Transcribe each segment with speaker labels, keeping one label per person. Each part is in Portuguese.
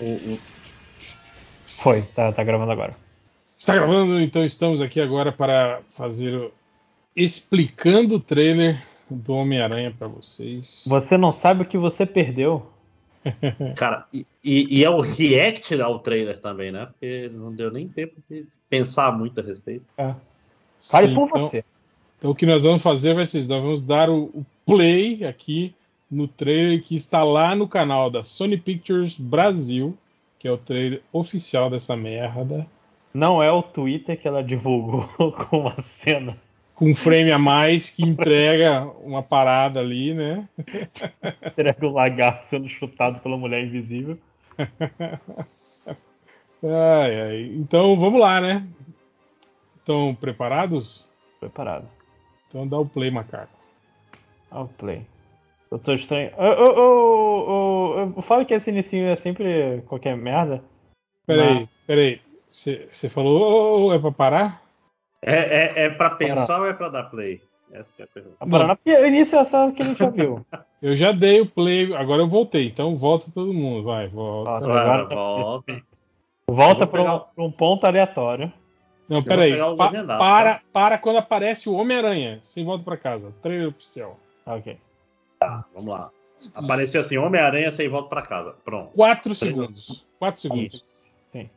Speaker 1: O, o... Foi, tá, tá gravando agora.
Speaker 2: Está gravando, então estamos aqui agora para fazer o... explicando o trailer do Homem-Aranha para vocês.
Speaker 1: Você não sabe o que você perdeu.
Speaker 3: Cara, e, e é o react ao trailer também, né? Porque não deu nem tempo de pensar muito a respeito.
Speaker 1: É. Fale
Speaker 2: Sim,
Speaker 1: por
Speaker 2: então-
Speaker 1: você.
Speaker 2: Então o que nós vamos fazer vai ser isso, nós vamos dar o, o play aqui no trailer que está lá no canal da Sony Pictures Brasil, que é o trailer oficial dessa merda,
Speaker 1: Não é o Twitter que ela divulgou com uma cena.
Speaker 2: com um frame a mais que entrega uma parada ali, né?
Speaker 1: Entrega o lagarto sendo chutado pela mulher invisível.
Speaker 2: Ai, ai. Então vamos lá, né? Estão preparados?
Speaker 1: Preparado.
Speaker 2: Então dá o play, macaco.
Speaker 1: Ao play. Eu tô estranho. Eu, eu, eu, eu, eu falo que esse inicinho é sempre qualquer merda.
Speaker 2: Peraí, peraí. Você falou, ô, ô, é pra parar?
Speaker 3: É, é, é pra pensar ou é pra dar play? Essa que é a pergunta.
Speaker 1: A Paraná, Tá porque o início é só o que a gente já viu.
Speaker 2: Eu já dei o play, agora eu voltei, então volta todo mundo, vai,
Speaker 3: Ah,
Speaker 2: volta.
Speaker 1: Volta,
Speaker 3: Agora,
Speaker 2: tá
Speaker 1: agora-
Speaker 3: volta. Eu
Speaker 1: volta
Speaker 3: vou
Speaker 1: pra um,
Speaker 3: pegar o-
Speaker 1: pra um ponto aleatório.
Speaker 2: Não,
Speaker 3: vou
Speaker 2: peraí.
Speaker 3: pegar o
Speaker 2: Pa-
Speaker 3: legendado, tá?
Speaker 2: para, para quando aparece o Homem-Aranha. Sem volta pra casa. Trailer oficial.
Speaker 1: Ah, ok.
Speaker 3: Vamos lá. Apareceu assim, Homem-Aranha, sem volta pra casa. Pronto.
Speaker 2: 4
Speaker 3: Trailer.
Speaker 2: segundos. 4 segundos.
Speaker 1: Sim.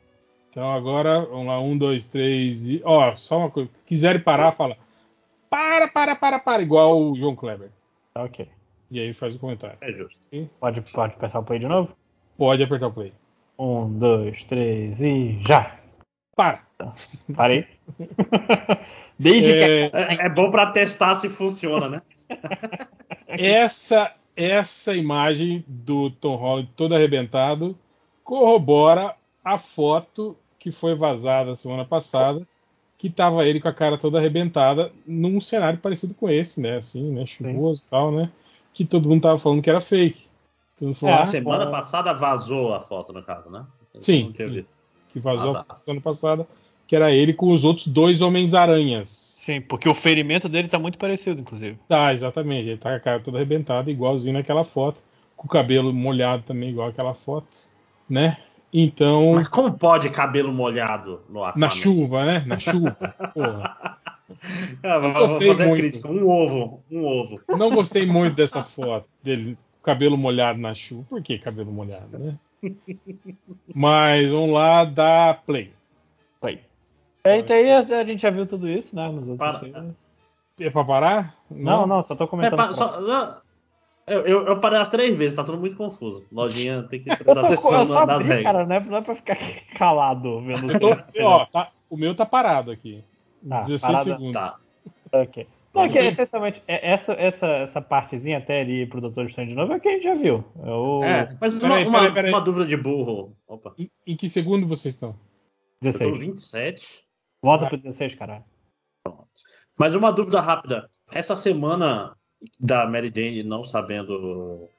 Speaker 2: Então agora, vamos lá, um, dois, três e. Ó, só uma coisa. Quiserem parar, fala. Para, para, para, para. Igual o João Kleber.
Speaker 1: Tá ok.
Speaker 2: E aí faz o comentário.
Speaker 3: É justo.
Speaker 1: Pode, pode apertar o play de novo?
Speaker 2: Pode apertar o play.
Speaker 1: Um, dois, três e já!
Speaker 2: Para.
Speaker 1: Parei. Desde que.
Speaker 2: É,
Speaker 3: É, é bom pra testar se funciona, né?
Speaker 2: essa, essa imagem do Tom Holland todo arrebentado corrobora a foto que foi vazada semana passada, que tava ele com a cara toda arrebentada, num cenário parecido com esse, né? Assim, né? Chuvoso e tal, né? Que todo mundo tava falando que era fake. Todo mundo falou,
Speaker 1: É,
Speaker 2: "Ah,
Speaker 1: a
Speaker 3: Semana
Speaker 1: Ah.
Speaker 3: passada vazou a foto, no caso, né? Eu
Speaker 2: Sim,
Speaker 3: não tinha
Speaker 2: sim.
Speaker 3: visto.
Speaker 2: que vazou
Speaker 3: Ah,
Speaker 2: a
Speaker 3: tá.
Speaker 2: foto semana passada, que era ele com os outros dois Homens-Aranhas.
Speaker 1: Sim, porque o ferimento dele tá muito parecido, inclusive.
Speaker 2: Tá, exatamente. Ele tá com a cara toda arrebentada, igualzinho naquela foto. Com o cabelo molhado também, igual aquela foto, né? Então,
Speaker 3: Mas como pode cabelo molhado no ar?
Speaker 2: na chuva, né? Na chuva. Porra.
Speaker 3: vou
Speaker 2: gostei
Speaker 3: Ah, fazer
Speaker 2: muito.
Speaker 3: crítica. Um ovo, um ovo.
Speaker 2: Não gostei muito dessa foto dele, com o cabelo molhado na chuva. Por que cabelo molhado, né? Mas vamos lá, dá play.
Speaker 1: Foi. É, então aí a, a gente já viu tudo isso, né? Nos outros.
Speaker 3: Para.
Speaker 1: filmes.
Speaker 2: É pra parar?
Speaker 1: Não, não, só tô
Speaker 3: É,
Speaker 1: comentando.
Speaker 3: pa-
Speaker 1: pra-
Speaker 3: só- não, eu, eu- eu parei as três vezes, tá tudo muito confuso. Lojinha tem que
Speaker 1: Eu
Speaker 3: prestar
Speaker 1: só,
Speaker 3: atenção
Speaker 1: eu só
Speaker 3: nas
Speaker 1: abri,
Speaker 3: regras.
Speaker 1: cara, né? Não é pra ficar calado vendo
Speaker 2: Eu tô- ó, tá- o meu tá parado aqui.
Speaker 1: Tá,
Speaker 2: 16
Speaker 1: parada-
Speaker 2: segundos.
Speaker 3: Tá.
Speaker 1: Ok. Não, que,
Speaker 3: Vamos ver.
Speaker 1: essencialmente, é- essa, essa, essa partezinha até ali pro Dr. Strange de novo é o que a gente já viu. É o
Speaker 3: É, mas uma,
Speaker 2: Peraí,
Speaker 3: uma-
Speaker 2: peraí, peraí.
Speaker 3: uma dúvida de burro. Opa,
Speaker 2: Em, em que segundo vocês estão?
Speaker 3: eu tô
Speaker 1: 16.
Speaker 3: 27.
Speaker 1: Volta pro 16, caralho.
Speaker 3: Mas uma dúvida rápida. Essa semana da Mary Jane não sabendo.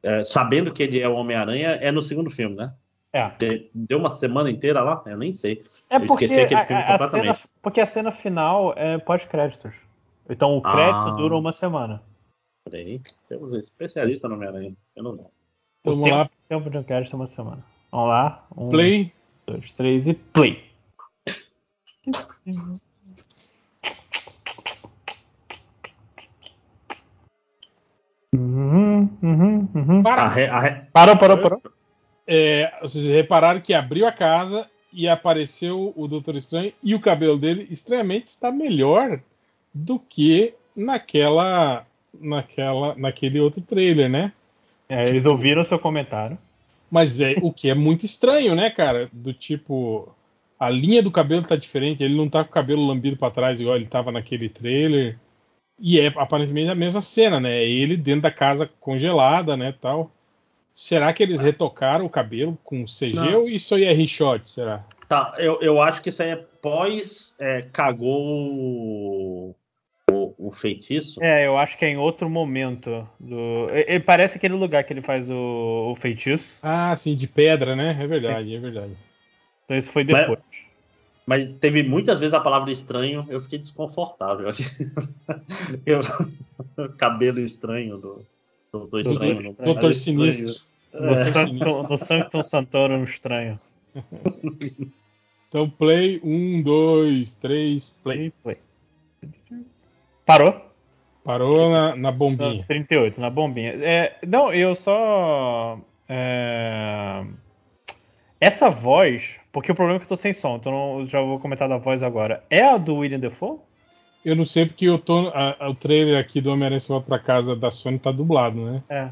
Speaker 3: é, sabendo que ele é o Homem-Aranha é no segundo filme, né?
Speaker 1: É.
Speaker 3: De- Deu uma semana inteira lá? Eu nem sei.
Speaker 1: É
Speaker 3: Eu
Speaker 1: porque
Speaker 3: esqueci aquele
Speaker 1: a,
Speaker 3: filme
Speaker 1: a- a
Speaker 3: completamente.
Speaker 1: cena, porque a cena final é pós-créditos. Então o
Speaker 3: Ah.
Speaker 1: crédito dura uma semana.
Speaker 3: Peraí. Temos um especialista no Homem-Aranha. Eu não lembro.
Speaker 2: Vamos lá,
Speaker 1: O tempo de um crédito é uma semana. Vamos lá. Um,
Speaker 2: play.
Speaker 1: dois, três e play. Uhum, uhum, uhum.
Speaker 3: A
Speaker 2: Para.
Speaker 3: re- a re-
Speaker 1: Parou, parou, parou.
Speaker 2: É, vocês repararam que abriu a casa e apareceu o Doutor Estranho e o cabelo dele estranhamente está melhor do que naquela naquela naquele outro trailer, né?
Speaker 1: É, eles ouviram seu comentário.
Speaker 2: Mas é o que é muito estranho, né, cara? Do tipo a linha do cabelo tá diferente, ele não tá com o cabelo lambido para trás igual ele tava naquele trailer. E é aparentemente a mesma cena, né? É Ele dentro da casa congelada, né, tal. Será que eles retocaram o cabelo com CG
Speaker 3: Não.
Speaker 2: ou isso aí é reshot, será?
Speaker 3: Tá, eu, eu acho que isso aí é pós é, cagou o, o, o feitiço.
Speaker 1: É, eu acho que é em outro momento. Do... E, e parece aquele lugar que ele faz o, o feitiço.
Speaker 2: Ah, sim, de pedra, né? É verdade, é verdade.
Speaker 1: Então isso foi depois.
Speaker 3: Mas teve muitas vezes a palavra estranho, eu fiquei desconfortável. Eu- o cabelo estranho do, do Doutor
Speaker 2: Doutor,
Speaker 3: Estranho. né?
Speaker 2: Doutor Sinistro.
Speaker 1: No,
Speaker 3: É.
Speaker 1: Sanctum, no Sanctum Santorum estranho.
Speaker 2: Então, play. Um, dois, três, play.
Speaker 1: E play. Parou?
Speaker 2: Parou na, na
Speaker 1: Não,
Speaker 2: bombinha.
Speaker 1: 38, na bombinha. É, não, eu só. é, Essa voz. Porque o problema é que eu tô sem som, então não- já vou comentar da voz agora. É a do William Defoe?
Speaker 2: Eu não sei porque eu tô, a- a- o trailer aqui do Homem-Aranha Se Volta pra Casa da Sony tá dublado, né?
Speaker 1: É.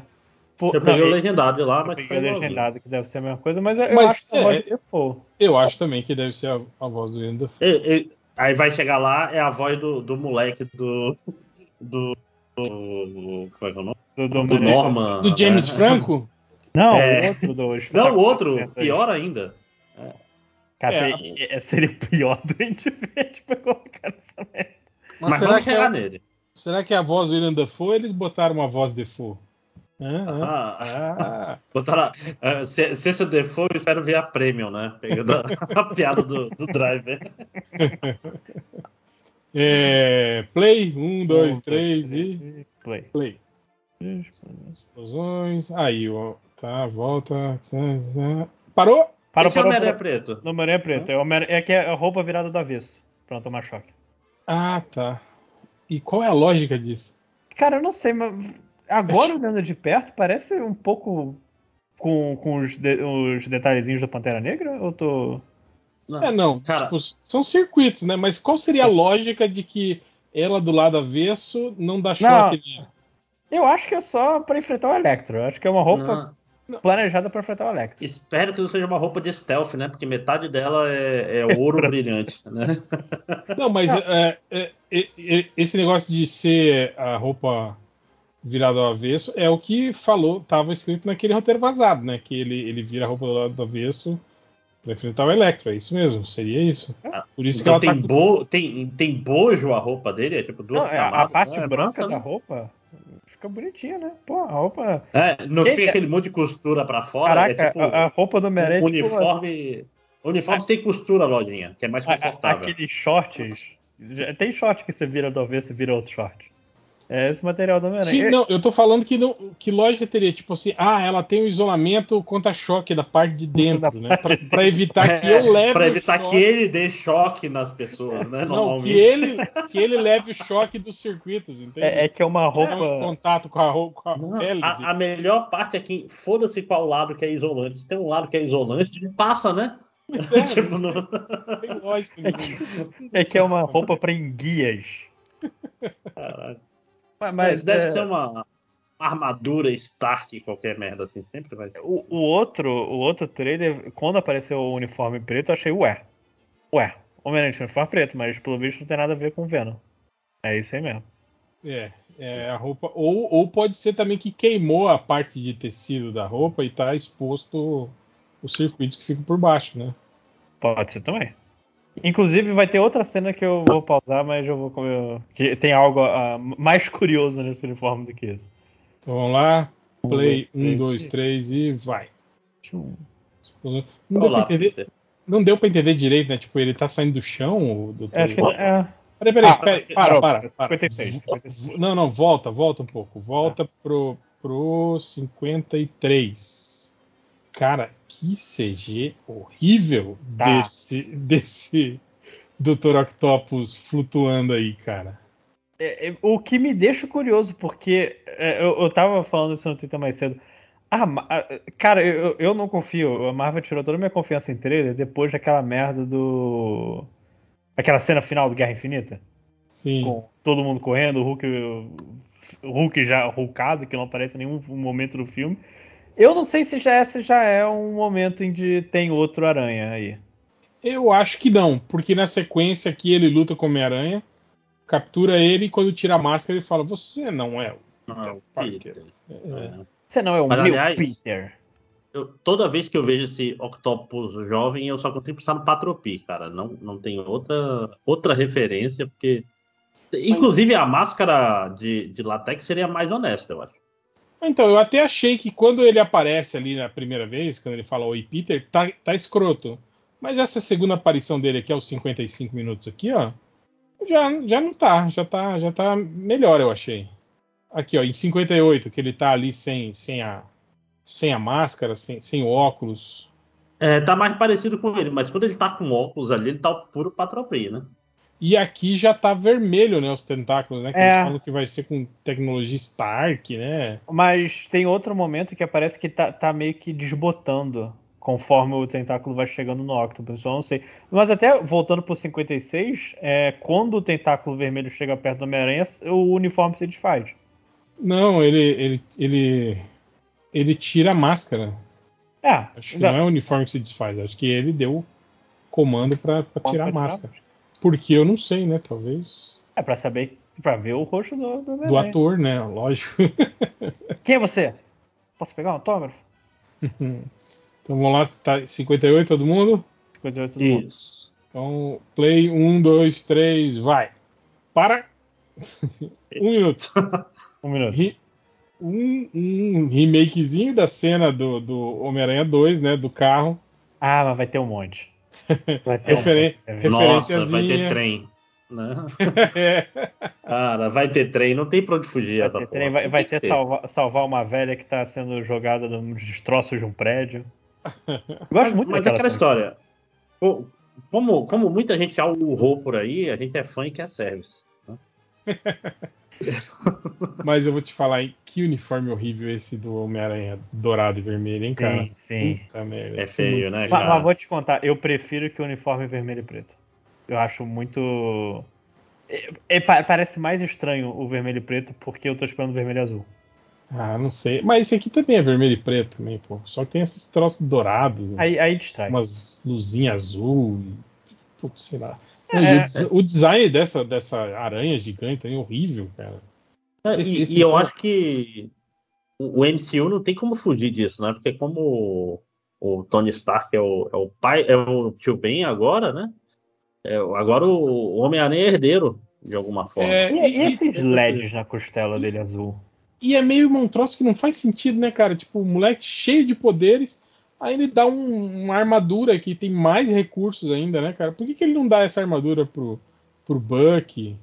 Speaker 1: Pô,
Speaker 3: Eu
Speaker 1: não,
Speaker 3: peguei o
Speaker 1: eu-
Speaker 3: legendário lá,
Speaker 1: eu
Speaker 3: mas
Speaker 1: peguei
Speaker 3: foi
Speaker 1: o
Speaker 3: novinho.
Speaker 1: legendado, que deve ser a mesma coisa, mas eu, eu
Speaker 2: Mas
Speaker 1: acho que a voz
Speaker 2: é-
Speaker 1: do Defoe.
Speaker 2: Eu acho também que deve ser a, a voz do William Dafoe.
Speaker 3: E- e- aí vai chegar lá, é a voz do, do moleque do. Do. do- como é que é o nome?
Speaker 1: Do,
Speaker 3: Do
Speaker 1: Dominic.
Speaker 3: Norman.
Speaker 2: Do James
Speaker 3: né?
Speaker 2: Franco?
Speaker 1: Não, o
Speaker 3: É.
Speaker 1: outro do.
Speaker 3: Não, o outro, pior ainda.
Speaker 1: Cara,
Speaker 2: É.
Speaker 1: seria, é, seria o pior do Verde pra colocar nessa merda.
Speaker 3: Mas,
Speaker 2: Mas,
Speaker 3: vamos
Speaker 2: será, que
Speaker 3: chegar
Speaker 2: é,
Speaker 3: nele.
Speaker 2: será que é a voz do William Dafoe ou eles botaram uma voz Defoe? Ah,
Speaker 3: Ah,
Speaker 2: ah, ah.
Speaker 3: botaram, ah, se, se esse default, eu espero ver a Premium, né? Pegando a, a piada do, do Driver.
Speaker 2: É, play. Um,
Speaker 1: Um,
Speaker 2: dois,
Speaker 1: dois,
Speaker 2: três e.
Speaker 1: Play.
Speaker 2: Play. Explosões. Aí, ó. Tá, volta. Parou?
Speaker 1: Para,
Speaker 3: Esse é o
Speaker 1: para, para.
Speaker 3: Homem-Aranha Preto.
Speaker 1: No Homem-Aranha Preto. É, o Homem-Aranha- é que é a roupa virada do avesso. Pra não tomar choque.
Speaker 2: Ah, tá. E qual é a lógica disso?
Speaker 1: Cara, eu não sei, mas agora olhando de perto, parece um pouco com, com os, de- os detalhezinhos da Pantera Negra? Ou tô.
Speaker 3: Não.
Speaker 2: É, não.
Speaker 3: Cara.
Speaker 2: tipo, são circuitos, né? Mas qual seria a lógica de que ela do lado avesso não dá choque nele?
Speaker 1: Eu acho que é só pra enfrentar o Electro. Eu acho que é uma roupa
Speaker 3: Não.
Speaker 1: planejada pra enfrentar o Electro.
Speaker 3: Espero que não seja uma roupa de stealth, né? Porque metade dela é, é ouro brilhante, né?
Speaker 2: Não, mas é, é, é, é, esse negócio de ser a roupa virada ao avesso é o que falou, estava escrito naquele roteiro vazado, né? Que ele, ele vira a roupa do lado do avesso pra enfrentar o Electro. É isso mesmo, seria isso. Por isso
Speaker 1: é
Speaker 3: Então
Speaker 2: que ela
Speaker 3: tem,
Speaker 2: tá...
Speaker 3: bo... tem, tem bojo a roupa dele, é tipo duas
Speaker 1: Não, é, a,
Speaker 3: camadas.
Speaker 1: parte
Speaker 3: né? É
Speaker 1: branca
Speaker 3: massa,
Speaker 1: da
Speaker 3: né?
Speaker 1: roupa fica bonitinha, né? Pô, a roupa.
Speaker 3: É, não
Speaker 1: Quem-
Speaker 3: fica aquele monte de costura pra fora.
Speaker 1: Caraca,
Speaker 3: é tipo
Speaker 1: a, a roupa do Homem-Aranha. é
Speaker 3: um
Speaker 1: tipo
Speaker 3: uniforme. Uniforme sem costura, lojinha, que é mais
Speaker 1: a- a-
Speaker 3: confortável.
Speaker 1: aqueles shorts. Já- Tem short que você vira do avesso e vira outro short. É esse material do Homem-Aranha.
Speaker 2: Sim,
Speaker 1: Eu-
Speaker 2: não, eu tô falando que, não, que lógica teria, tipo assim, ah, ela tem um isolamento contra choque da parte de dentro, né? Pra, pra evitar que eu leve
Speaker 3: É, pra
Speaker 2: o
Speaker 3: evitar
Speaker 2: choque.
Speaker 3: que ele dê choque nas pessoas,
Speaker 2: Não,
Speaker 3: né?
Speaker 2: que
Speaker 3: Normalmente.
Speaker 2: ele, que ele leve o choque dos circuitos, entende?
Speaker 1: É, é que é uma
Speaker 2: Tá em
Speaker 1: roupa.
Speaker 2: contato com a, ro- com a
Speaker 3: Não,
Speaker 2: pele.
Speaker 3: a, a melhor parte é que foda-se qual lado que é isolante. Se tem um lado que é isolante, passa, né? Tipo, não-
Speaker 2: Não tem lógica nenhuma.
Speaker 1: É que é uma roupa pra enguias.
Speaker 3: Caralho.
Speaker 1: Mas,
Speaker 3: Mas deve
Speaker 1: é,
Speaker 3: ser uma uma armadura Stark, qualquer merda assim, sempre vai ser.
Speaker 1: O, o outro, o outro trailer, quando apareceu o uniforme preto, eu achei, ué. Ué, Homem-Aranha tinha uniforme preto, mas pelo visto não tem nada a ver com o Venom. É isso aí mesmo.
Speaker 2: É, é, a roupa. Ou, ou pode ser também que queimou a parte de tecido da roupa e tá exposto os circuitos que ficam por baixo, né?
Speaker 1: Pode ser também. Inclusive, vai ter outra cena que eu vou pausar, mas eu vou. eu- que tem algo ah, mais curioso nesse uniforme do que isso.
Speaker 2: Então vamos lá. Play,
Speaker 1: dois,
Speaker 2: um, dois, três e vai. Não deu, pra
Speaker 3: Olá,
Speaker 2: entender,
Speaker 3: Peter.
Speaker 2: não deu pra entender direito, né? Tipo, ele tá saindo do chão, o doutor.
Speaker 1: É, acho que. É,
Speaker 2: Peraí, peraí,
Speaker 1: Ah,
Speaker 2: peraí, para,
Speaker 1: droga,
Speaker 2: para, para.
Speaker 1: 56, 56.
Speaker 2: Não, não, volta, volta um pouco. Volta
Speaker 1: Tá.
Speaker 2: pro, pro 53. Cara, que CG horrível
Speaker 1: Tá.
Speaker 2: desse, desse Dr. Octopus flutuando aí, cara.
Speaker 1: É, é, o que me deixa curioso, porque é, eu, eu tava falando isso no Twitter mais cedo. Ah, ma- ah, cara, eu, eu- eu não confio. A Marvel tirou toda a minha confiança em trailer depois daquela merda do. Aquela cena final do Guerra Infinita.
Speaker 2: Sim.
Speaker 1: com todo mundo correndo, o Hulk, o Hulk já Hulkado, que não aparece em nenhum momento do filme. Eu não sei se já esse já é um momento em que tem outro aranha aí.
Speaker 2: Eu acho que não, porque na sequência aqui ele luta com o Homem-Aranha, captura ele e quando tira a máscara ele fala: Você não é. o-"
Speaker 3: Não,
Speaker 2: Parker.
Speaker 3: Peter.
Speaker 2: É.
Speaker 3: É.
Speaker 1: Você não é um
Speaker 3: Mas,
Speaker 1: meu
Speaker 3: aliás,
Speaker 1: Peter.
Speaker 3: Eu- toda vez que eu vejo esse Octopus jovem, eu só consigo pensar no Patropi, cara. Não, não tem outra, outra referência, porque. Inclusive a máscara de, de latex seria mais honesta, eu acho.
Speaker 2: Então, eu até achei que quando ele aparece ali na primeira vez, quando ele fala Oi Peter, tá, tá escroto. Mas essa segunda aparição dele aqui, aos 55 minutos aqui, ó, já, já não tá, já tá, já tá melhor, eu achei. Aqui, ó, em 58, que ele tá ali sem, sem, a, sem a máscara, sem, sem o óculos.
Speaker 3: É, tá mais parecido com ele, mas quando ele tá com óculos ali, ele tá puro patropeio, né?
Speaker 2: E aqui já tá vermelho, né? Os tentáculos, né? Que
Speaker 1: É.
Speaker 2: eles falam que vai ser com tecnologia Stark, né?
Speaker 1: Mas tem outro momento que parece que tá, tá meio que desbotando conforme o tentáculo vai chegando no Octopus, eu não sei. Mas até voltando pro 56, é, quando o tentáculo vermelho chega perto do Homem-Aranha, o uniforme se desfaz.
Speaker 2: Não, ele, ele, ele, ele tira a máscara.
Speaker 1: É,
Speaker 2: Acho que não, é o uniforme que se desfaz. Acho que ele deu comando pra pra tirar a máscara. Porque eu não sei, né? Talvez.
Speaker 1: É pra saber, pra ver o rosto do, do
Speaker 2: Do
Speaker 1: Homem-Aranha.
Speaker 2: ator, né? Lógico.
Speaker 1: Quem é você? Posso pegar um autógrafo?
Speaker 2: Então vamos lá, tá 58 todo mundo?
Speaker 1: 58 do mundo.
Speaker 3: Isso.
Speaker 2: Então, play, um, dois, três, vai. Para! um minuto.
Speaker 1: Um minuto.
Speaker 2: Re- Um, um remakezinho da cena do, do Homem-Aranha 2, né? Do carro.
Speaker 1: Ah, mas vai ter um monte. Vai
Speaker 2: É
Speaker 1: ter
Speaker 2: Referen-
Speaker 1: um monte.
Speaker 3: Nossa, vai
Speaker 2: Referenciazinha.
Speaker 3: ter trem. Né?
Speaker 2: É.
Speaker 3: Cara, vai ter trem, não tem pra onde fugir.
Speaker 1: Vai
Speaker 3: essa
Speaker 1: ter,
Speaker 3: porra.
Speaker 1: trem, vai, vai
Speaker 3: Tem que
Speaker 1: ter salva- salvar, uma velha que tá sendo jogada nos destroços de um prédio. Eu gosto muito
Speaker 3: Mas é
Speaker 1: daquela
Speaker 3: aquela
Speaker 1: cena.
Speaker 3: história. Pô, Como, como muita gente já urrou por aí, a gente é fã e quer service.
Speaker 2: Mas eu vou te falar, hein? Que uniforme horrível esse do Homem-Aranha dourado e vermelho, hein, cara?
Speaker 1: Sim, sim.
Speaker 2: Puta merda.
Speaker 3: É feio, né,
Speaker 1: Mas,
Speaker 3: cara?
Speaker 1: mas vou te contar, eu prefiro que o uniforme vermelho e preto. Eu acho muito. É- é- pa- parece mais estranho o vermelho e preto porque eu tô esperando vermelho e azul.
Speaker 2: Ah, não sei. Mas esse aqui também é vermelho e preto também, pô. Só que tem esses troços dourados, né?
Speaker 1: Aí, aí distrai.
Speaker 2: umas luzinhas azul. e- Putz, sei lá.
Speaker 1: É,
Speaker 2: E o
Speaker 1: é.
Speaker 2: des- o, design dessa, dessa aranha gigante é horrível, cara.
Speaker 3: É,
Speaker 2: Esse-
Speaker 3: e,
Speaker 2: esse
Speaker 3: e eu
Speaker 2: filme-
Speaker 3: acho que o o MCU não tem como fugir disso, né? Porque como o, o Tony Stark é o, é o pai, é o tio Ben agora, né? É, o- agora o, o Homem-Aranha é herdeiro, de alguma forma.
Speaker 2: É,
Speaker 1: E, e esses
Speaker 2: e-
Speaker 1: LEDs na costela dele azul?
Speaker 2: E é meio um troço que não faz sentido, né, cara? Tipo, o moleque cheio de poderes, aí ele dá um- uma armadura que tem mais recursos ainda, né, cara? Por que, que ele não dá essa armadura pro, pro Buck?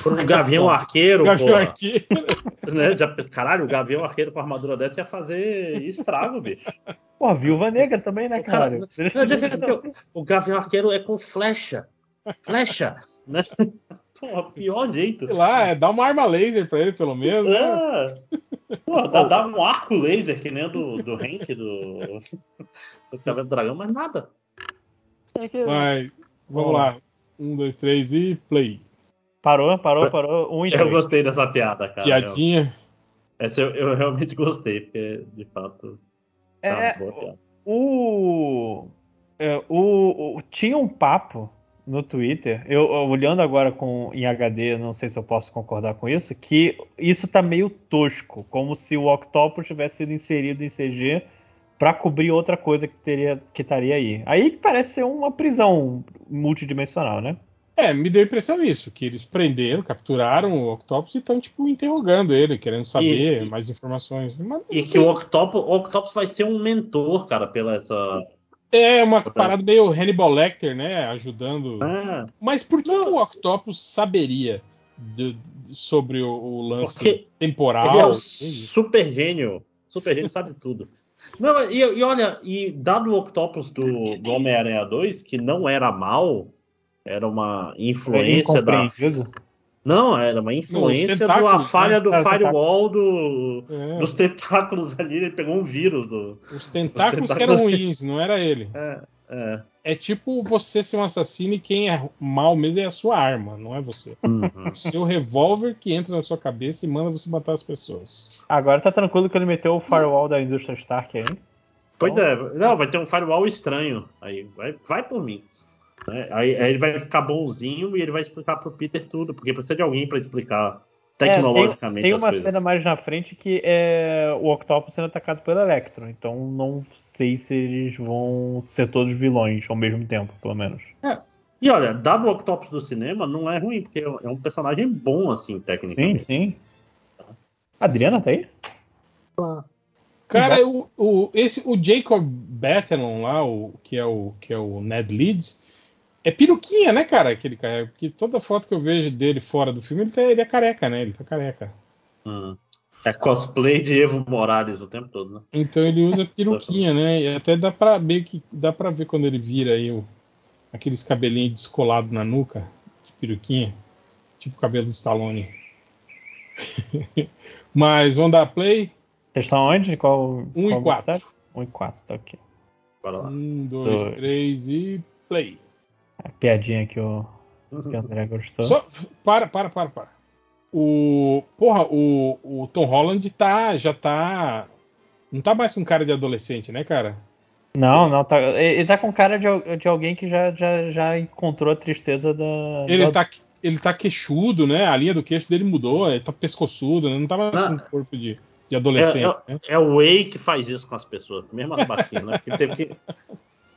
Speaker 3: Pro um Gavião Arqueiro,
Speaker 2: Gavião
Speaker 3: porra,
Speaker 2: Arqueiro?
Speaker 3: né? Já- caralho, o Gavião Arqueiro com a armadura dessa ia fazer estrago, bicho.
Speaker 1: Pô, a viúva negra também, né,
Speaker 3: O cara-
Speaker 1: cara?
Speaker 3: Não, já- já- já- o Gavião Arqueiro é com flecha. Flecha, né? Porra, pior jeito.
Speaker 2: Sei lá, é, dá uma arma laser pra ele, pelo menos, né?
Speaker 3: É. Pô, dá, dá um arco laser que nem o do, do Hank, do, do Cabelo do Dragão, mas nada.
Speaker 1: É.
Speaker 2: Mas, vamos lá. Um, dois, três e play.
Speaker 1: Parou, parou, parou. Um e
Speaker 3: Eu
Speaker 1: três.
Speaker 3: gostei dessa piada, cara.
Speaker 2: Piadinha.
Speaker 3: Eu, essa eu, eu realmente gostei, porque de fato tá
Speaker 1: É,
Speaker 3: uma boa piada.
Speaker 1: o, é, o, o- tinha um papo no Twitter, eu, eu olhando agora com em HD, não sei se eu posso concordar com isso, que isso tá meio tosco, como se o Octopus tivesse sido inserido em CG para cobrir outra coisa que teria que estaria aí. Aí que parece ser uma prisão multidimensional, né?
Speaker 2: É, me deu a impressão isso, que eles prenderam, capturaram o Octopus e estão, tipo, interrogando ele, querendo saber
Speaker 3: e-
Speaker 2: mais informações. Mas
Speaker 3: E que o Octopus, o Octopus vai ser um mentor, cara, pela essa.
Speaker 2: é uma parada meio Hannibal Lecter, né? Ajudando.
Speaker 3: Ah,
Speaker 2: Mas por que o Octopus saberia de- de- sobre o, o lance
Speaker 3: Porque Ele é
Speaker 2: temporal?
Speaker 3: um
Speaker 2: Entendi.
Speaker 3: super gênio. Super gênio sabe tudo. Não, e, e olha, e dado o Octopus do, do Homem-Aranha 2, que não era mal, era uma influência da.
Speaker 1: Incompreendido.
Speaker 3: Não, era uma influência da
Speaker 2: tentáculos,
Speaker 3: falha
Speaker 2: né?
Speaker 3: do
Speaker 1: Ah, os
Speaker 3: firewall do,
Speaker 2: É,
Speaker 3: dos tentáculos ali, ele pegou um vírus do.
Speaker 2: os tentáculos
Speaker 3: os
Speaker 2: que eram
Speaker 3: tentáculos-
Speaker 2: ruins, não era ele.
Speaker 3: É, é.
Speaker 2: É tipo você ser um assassino e quem é mal mesmo é a sua arma, não é você.
Speaker 3: Uhum.
Speaker 2: O seu revólver que entra na sua cabeça e manda você matar as pessoas.
Speaker 1: Agora tá tranquilo que ele meteu
Speaker 3: Hum.
Speaker 1: o firewall da indústria Stark aí.
Speaker 3: Pois é, não, vai ter um firewall estranho. Aí vai, vai por mim. né? Aí, aí ele vai ficar bonzinho e ele vai explicar pro Peter tudo, porque precisa de alguém para explicar tecnologicamente
Speaker 1: É, tem, tem
Speaker 3: as
Speaker 1: uma
Speaker 3: coisas.
Speaker 1: cena mais na frente que é o Octopus sendo atacado pelo Electro. Então não sei se eles vão ser todos vilões ao mesmo tempo, pelo menos.
Speaker 3: E olha, dado o Octopus do cinema, não é ruim, porque é um personagem bom, assim,
Speaker 1: Sim,
Speaker 3: tecnicamente.
Speaker 1: sim. Adriana tá aí?
Speaker 2: Cara, o, o, esse, o Jacob Batalon lá, o, que, é o, que é o Ned Leeds, é peruquinha, né, cara, que ele carrega. Porque toda foto que eu vejo dele fora do filme, ele, tá- ele é careca, né? Ele tá careca.
Speaker 3: Hum. É cosplay de Evo Morales o tempo todo, né?
Speaker 2: Então ele usa peruquinha, né? E até dá pra meio que dá pra ver quando ele vira aí o, aqueles cabelinhos descolados na nuca, de peruquinha, tipo o cabelo do Stallone. Mas vamos dar play?
Speaker 1: Vocês estão onde? Qual? 1
Speaker 2: um
Speaker 1: qual
Speaker 2: e 4.
Speaker 1: comentário? Um e quatro, tá ok.
Speaker 3: Bora lá.
Speaker 2: 1, 2,
Speaker 1: Dois.
Speaker 2: 3 Um, e play.
Speaker 1: A piadinha que o, que o André gostou.
Speaker 2: Só, para, para, para, para. O, porra, o, o Tom Holland tá, já tá. Não tá mais com cara de adolescente, né, cara?
Speaker 1: Não, não, tá, ele ele tá com cara de, al- de alguém que já, já, já encontrou a tristeza da.
Speaker 2: Ele
Speaker 1: da-
Speaker 2: tá, ele tá queixudo, né? A linha do queixo dele mudou, ele tá pescoçudo, né? Não tá mais
Speaker 3: Ah.
Speaker 2: com um corpo de, de
Speaker 3: É,
Speaker 2: adolescente.
Speaker 3: é-
Speaker 2: né?
Speaker 3: é o Way que faz isso com as pessoas, mesmo as baixinhas, né? Porque teve que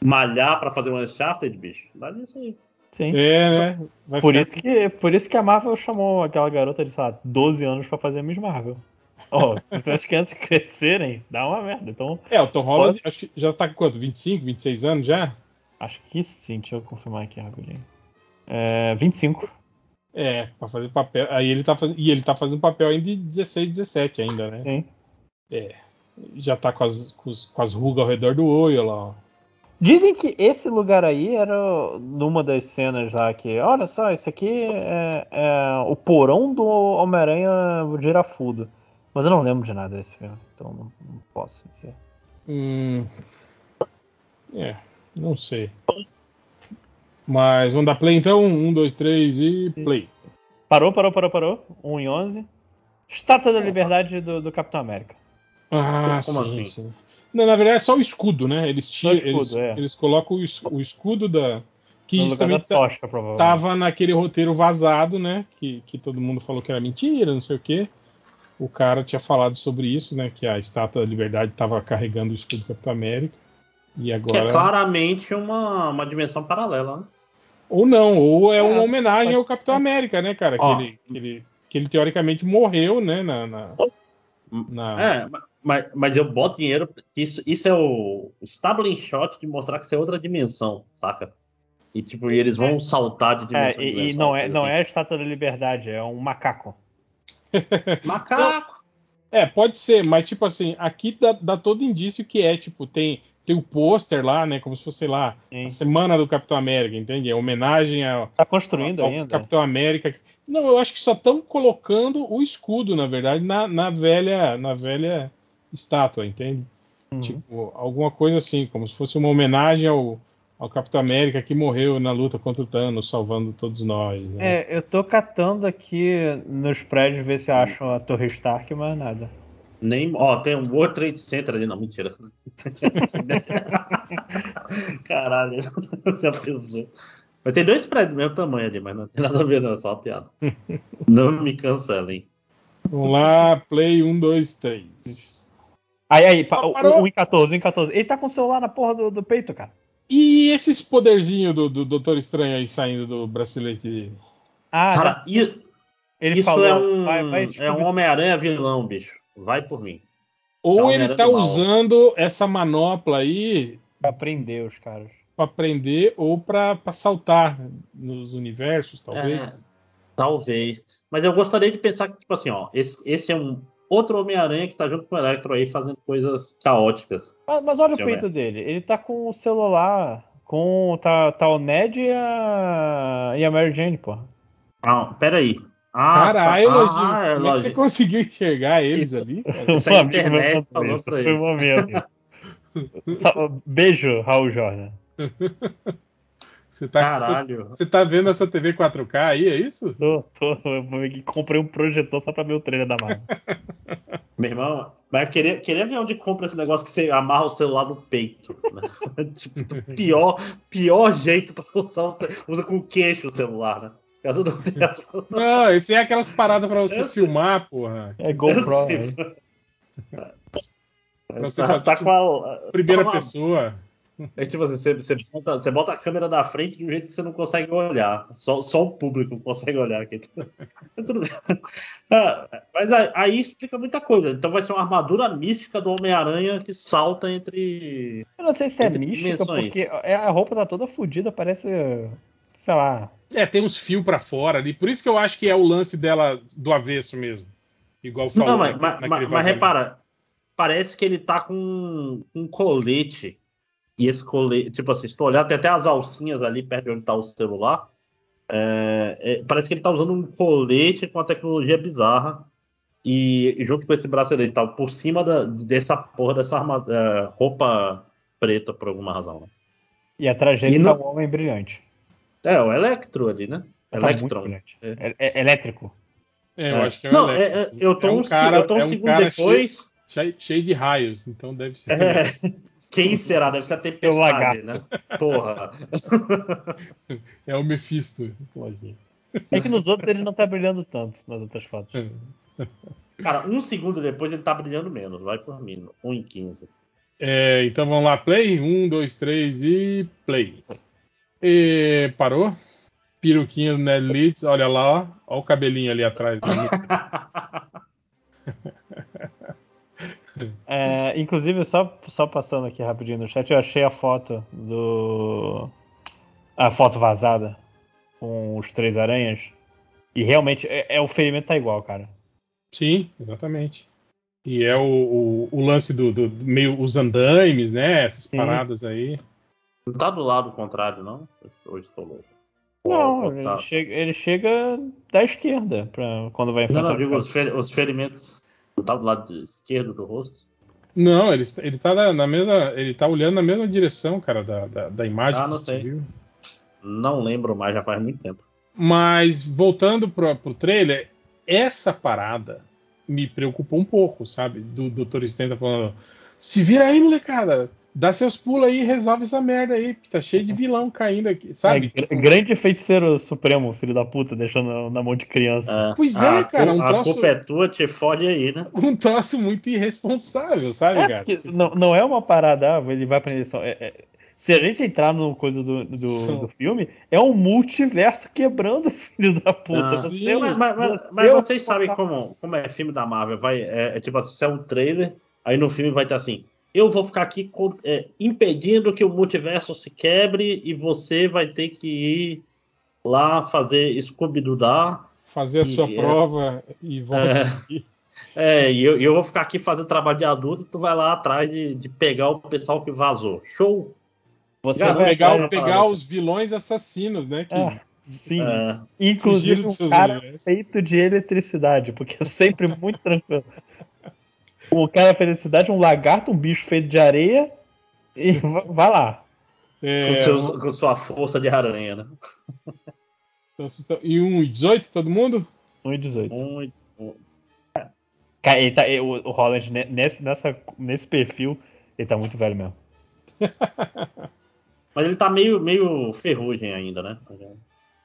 Speaker 3: malhar pra fazer um Uncharted, bicho. Dá nisso aí.
Speaker 1: Sim.
Speaker 2: É, né? Vai
Speaker 1: Por
Speaker 2: ficar-
Speaker 1: isso, que, por isso que a Marvel chamou aquela garota de, sei lá, 12 anos pra fazer a Miss Marvel. Ó, se essas crianças crescerem, dá uma merda. Então,
Speaker 2: É, o Tom Holland acho que já tá com quanto? 25, 26 anos já?
Speaker 1: acho que sim, deixa eu confirmar aqui rapidinho. É, 25.
Speaker 2: É, pra fazer papel. Aí ele tá fazendo. E ele tá fazendo papel ainda de 16, 17 ainda, né?
Speaker 1: Sim.
Speaker 2: Já tá com as, com os- com as rugas ao redor do olho lá, ó.
Speaker 1: Dizem que esse lugar aí era o- numa das cenas lá que, olha só, isso aqui é, é o porão do Homem-Aranha Girafudo. Mas eu não lembro de nada desse filme, então não, não posso dizer.
Speaker 2: Hum, é, não sei. Mas vamos dar play então? Um, dois, três e play.
Speaker 1: Parou, parou, parou, parou. 1 em 11. Estátua da Liberdade do, do Capitão América.
Speaker 2: Ah,
Speaker 3: Como
Speaker 2: sim,
Speaker 3: assim?
Speaker 2: sim. Não, na verdade é só o escudo, né? Eles, tiram,
Speaker 1: Só o escudo,
Speaker 2: eles,
Speaker 1: é.
Speaker 2: eles colocam o, es- o escudo da. Que
Speaker 1: no
Speaker 2: isso
Speaker 1: lugar da
Speaker 2: também tá-
Speaker 1: tocha, provavelmente.
Speaker 2: tava naquele roteiro vazado, né? Que, que todo mundo falou que era mentira, não sei o quê. O cara tinha falado sobre isso, né? Que a estátua da liberdade estava carregando o escudo do Capitão América. E
Speaker 3: Que
Speaker 2: agora.
Speaker 3: é claramente uma, uma dimensão paralela, né?
Speaker 2: Ou não, ou é uma
Speaker 1: É,
Speaker 2: homenagem
Speaker 1: pode-
Speaker 2: ao Capitão América, né, cara?
Speaker 3: Ó.
Speaker 2: que, ele, que, ele, que ele teoricamente morreu, né? Na, na,
Speaker 1: Ah.
Speaker 2: na-
Speaker 3: É, ma- mas, mas eu boto dinheiro. Isso, isso é o Stabling Shot de mostrar que isso é outra dimensão, saca? E tipo, e eles vão saltar de
Speaker 1: É,
Speaker 3: dimensão. em
Speaker 1: e, e
Speaker 3: dimensão,
Speaker 1: não, é,
Speaker 3: coisa
Speaker 1: não
Speaker 3: assim.
Speaker 1: é a Estátua da Liberdade, é um macaco.
Speaker 3: Macaco!
Speaker 2: É, pode ser, mas tipo assim, aqui dá, dá todo indício que é, tipo, tem, tem o pôster lá, né? Como se fosse sei lá,
Speaker 1: Sim.
Speaker 2: a Semana do Capitão América, entende? É homenagem ao,
Speaker 1: Tá construindo
Speaker 2: ao
Speaker 1: ainda.
Speaker 2: Capitão América. Não, eu acho que só estão colocando o escudo, na verdade, na, na velha na velha estátua, entende?
Speaker 1: Uhum.
Speaker 2: Tipo, alguma coisa assim, como se fosse uma homenagem ao, ao Capitão América que morreu na luta contra o Thanos, salvando todos nós. Né?
Speaker 1: É, eu tô catando aqui nos prédios ver se eu acho a Torre Stark, mas nada.
Speaker 3: Nem, ó, tem um World Trade Center ali, não, mentira. Caralho, já pensou. Mas tem dois prédios do mesmo tamanho ali, mas não tem nada a ver, não, é só uma piada. Não me cancelem.
Speaker 2: Vamos lá, play 1, 2, 3.
Speaker 1: Aí, aí, pa,
Speaker 2: Ah,
Speaker 1: o-
Speaker 2: parou.
Speaker 1: o 1 em 14, 1 em 14. Ele tá com o celular na porra do, do peito, cara.
Speaker 2: E esses poderzinhos do, do Doutor Estranho aí saindo do bracelete dele?
Speaker 1: Ah, tá.
Speaker 3: Cara, e-
Speaker 1: ele
Speaker 3: isso
Speaker 1: falou.
Speaker 3: é um,
Speaker 1: vai, vai,
Speaker 3: é um Homem-Aranha vilão, bicho. Vai por mim.
Speaker 2: Ou
Speaker 3: Tá,
Speaker 2: ele
Speaker 3: era
Speaker 2: tá
Speaker 3: do mal.
Speaker 2: usando essa manopla aí
Speaker 1: pra prender os caras.
Speaker 2: para prender ou para saltar nos universos, talvez.
Speaker 3: É. Talvez. Mas eu gostaria de pensar que, tipo assim, ó, esse, esse é um outro Homem-Aranha que tá junto com o Electro aí fazendo coisas caóticas.
Speaker 1: Mas, mas olha
Speaker 3: Esse
Speaker 1: o peito dele. Ele tá com o celular. Com. Tá, tá o Ned e a. E a Mary Jane, porra.
Speaker 3: Ah, peraí. Ah, tá.
Speaker 2: Caralho, Lojinho, como
Speaker 3: ah,
Speaker 2: é que você
Speaker 3: Lojinho.
Speaker 2: conseguiu enxergar eles
Speaker 3: Isso.
Speaker 2: ali? cara?
Speaker 3: Isso
Speaker 1: Um
Speaker 3: a
Speaker 1: amigo meu
Speaker 3: internet
Speaker 1: contou
Speaker 3: falou
Speaker 1: isso,
Speaker 3: pra
Speaker 1: Foi
Speaker 3: ele.
Speaker 1: um amigo. Só- Beijo, Raul Jordan.
Speaker 2: Você tá, você,
Speaker 3: Caralho.
Speaker 2: você tá vendo essa TV 4K aí, é isso?
Speaker 1: Tô, tô, eu meio que comprei um projetor só pra ver o trailer da Marvel.
Speaker 3: Meu irmão, mas queria, queria ver onde compra esse negócio que você amarra o celular no peito. Né? tipo, do pior, pior jeito pra usar o celular. Usa com o queixo o celular, né? Caso não tenha as
Speaker 2: Não, esse é aquelas paradas pra você
Speaker 3: Eu sei.
Speaker 2: filmar, porra.
Speaker 1: É GoPro, né?
Speaker 2: Pra um, você
Speaker 3: Tá,
Speaker 2: fazer
Speaker 3: tá
Speaker 2: tipo,
Speaker 3: com a,
Speaker 2: Primeira
Speaker 3: tá com a-
Speaker 2: pessoa.
Speaker 3: É tipo assim, você, você bota, você bota a câmera na frente de um jeito que você não consegue olhar. Só, só o público consegue olhar aqui. É Tudo bem. Ah, Mas a- aí explica muita coisa. Então vai ser uma armadura mística do Homem-Aranha que salta entre.
Speaker 1: Eu não sei se é
Speaker 3: Entre
Speaker 1: mística,
Speaker 3: dimensões.
Speaker 1: porque é- a roupa tá toda fodida, parece. Sei lá.
Speaker 2: É, tem uns fios pra fora ali. Por isso que eu acho que é o lance dela do avesso mesmo. Igual falou
Speaker 3: Não, mas,
Speaker 2: na-
Speaker 3: mas-
Speaker 2: naquele
Speaker 3: mas- mas
Speaker 2: vazamento.
Speaker 3: repara, parece que ele tá com um colete. E esse colete, tipo assim, se tu olhar, tem até as alcinhas ali perto de onde tá o celular. É, é, parece que ele tá usando um colete com uma tecnologia bizarra. E junto com esse bracelete, tá por cima da- dessa porra, dessa arma- é, roupa preta, por alguma razão. né?
Speaker 1: E atrás dele
Speaker 3: E
Speaker 1: tá
Speaker 3: não-
Speaker 1: um homem brilhante.
Speaker 3: É, o Electro ali, né?
Speaker 1: Tá muito
Speaker 3: Electron.
Speaker 1: brilhante.
Speaker 3: É.
Speaker 1: É- é- elétrico.
Speaker 2: É, eu
Speaker 3: É.
Speaker 2: acho que é o
Speaker 3: Não,
Speaker 2: Electro,
Speaker 3: é- é-
Speaker 2: sim.
Speaker 3: eu tô
Speaker 2: É
Speaker 3: um, se- eu tô um
Speaker 2: é
Speaker 3: segundo
Speaker 2: cara
Speaker 3: depois.
Speaker 2: Cheio, cheio de raios, então deve ser.
Speaker 3: É, Quem será? Deve ser a
Speaker 1: Seu
Speaker 3: tempestade,
Speaker 1: lagarto.
Speaker 3: né? Porra.
Speaker 2: É o Mephisto. lógico.
Speaker 1: É que nos outros ele não tá brilhando tanto nas outras fotos.
Speaker 3: Cara, um segundo depois ele tá brilhando menos. Vai por mim. 1 em 15.
Speaker 2: É, então vamos lá, play. Um, dois, três e play. E, parou. Peruquinha do Ned Leeds, olha lá, ó. Olha o cabelinho ali atrás.
Speaker 1: É, inclusive, só, só passando aqui rapidinho no chat, eu achei a foto do. A foto vazada com os três aranhas. E realmente, é, é- o ferimento tá igual, cara.
Speaker 2: Sim, exatamente. E é o, o- o lance do, do- do meio os andaimes, né? Essas
Speaker 1: Sim.
Speaker 2: paradas aí.
Speaker 3: Não tá do lado contrário, não? Hoje estou louco.
Speaker 1: Não,
Speaker 3: Ou tá.
Speaker 1: ele chega, ele chega da esquerda pra, quando vai
Speaker 3: Não,
Speaker 1: enfrentar.
Speaker 3: não, eu digo
Speaker 1: o
Speaker 3: Tá, os, feri- os ferimentos. Não tá do lado esquerdo do rosto?
Speaker 2: Não, ele, está- ele tá na, na mesma. Ele tá olhando na mesma direção, cara, da, da, da imagem.
Speaker 3: Ah, não
Speaker 2: que
Speaker 3: sei.
Speaker 2: você viu.
Speaker 3: Não lembro mais, já faz muito tempo.
Speaker 2: Mas voltando pro, pro trailer, essa parada me preocupou um pouco, sabe? Do Dr. Stenta falando: se vira aí, molecada, dá seus pulos aí, resolve essa merda aí, porque tá cheio de vilão caindo aqui, sabe?
Speaker 1: É,
Speaker 2: Tipo,
Speaker 1: gr- grande feiticeiro supremo, filho da puta, deixando na mão de criança.
Speaker 3: É,
Speaker 2: Pois é,
Speaker 3: a,
Speaker 2: cara,
Speaker 3: cu-
Speaker 2: um
Speaker 3: a
Speaker 2: troço-
Speaker 3: culpa é tua, te fode aí, né?
Speaker 2: um troço muito irresponsável, sabe,
Speaker 1: É,
Speaker 2: cara?
Speaker 1: porque não, não é uma parada, ah, ele vai pra eleição. É- é- se a gente entrar no coisa do, do, do filme, é um multiverso quebrando, filho da puta.
Speaker 3: Ah,
Speaker 1: Você- é um
Speaker 2: sim.
Speaker 3: Mas, mas- mas- mas
Speaker 1: eu-
Speaker 3: vocês sabem como, como é filme da Marvel. Vai, é, é tipo assim, se é um trailer, aí no filme vai estar assim. Eu vou ficar aqui co- é, impedindo que o multiverso se quebre e você vai ter que ir lá fazer scooby doo
Speaker 2: Fazer a sua
Speaker 3: E é-
Speaker 2: prova e volta.
Speaker 3: É, e eu, e eu vou ficar aqui fazendo trabalho de adulto e tu vai lá atrás de, de pegar o pessoal que vazou. Show!
Speaker 1: Você
Speaker 3: Cara,
Speaker 1: vai
Speaker 2: pegar,
Speaker 1: atrás-
Speaker 2: pegar
Speaker 3: parada.
Speaker 2: os vilões assassinos, né? Que
Speaker 1: Ah, Sim.
Speaker 3: É.
Speaker 1: Inclusive
Speaker 2: fugiram dos
Speaker 1: um
Speaker 2: seus
Speaker 1: cara
Speaker 2: universos.
Speaker 1: feito de eletricidade, porque é sempre muito tranquilo. O cara feito de eletricidade, um lagarto, um bicho feito de areia. E va- vai lá.
Speaker 2: É,
Speaker 3: Com, seus- com sua força de aranha, né?
Speaker 2: então vocês estão- E um 18, todo mundo?
Speaker 1: 1 e 18.
Speaker 3: Um, e-
Speaker 1: Cara, ele tá, ele- o, o Holland, ne- nesse, nessa, nesse perfil, ele tá muito velho mesmo.
Speaker 3: Mas ele tá meio, meio ferrugem ainda, né?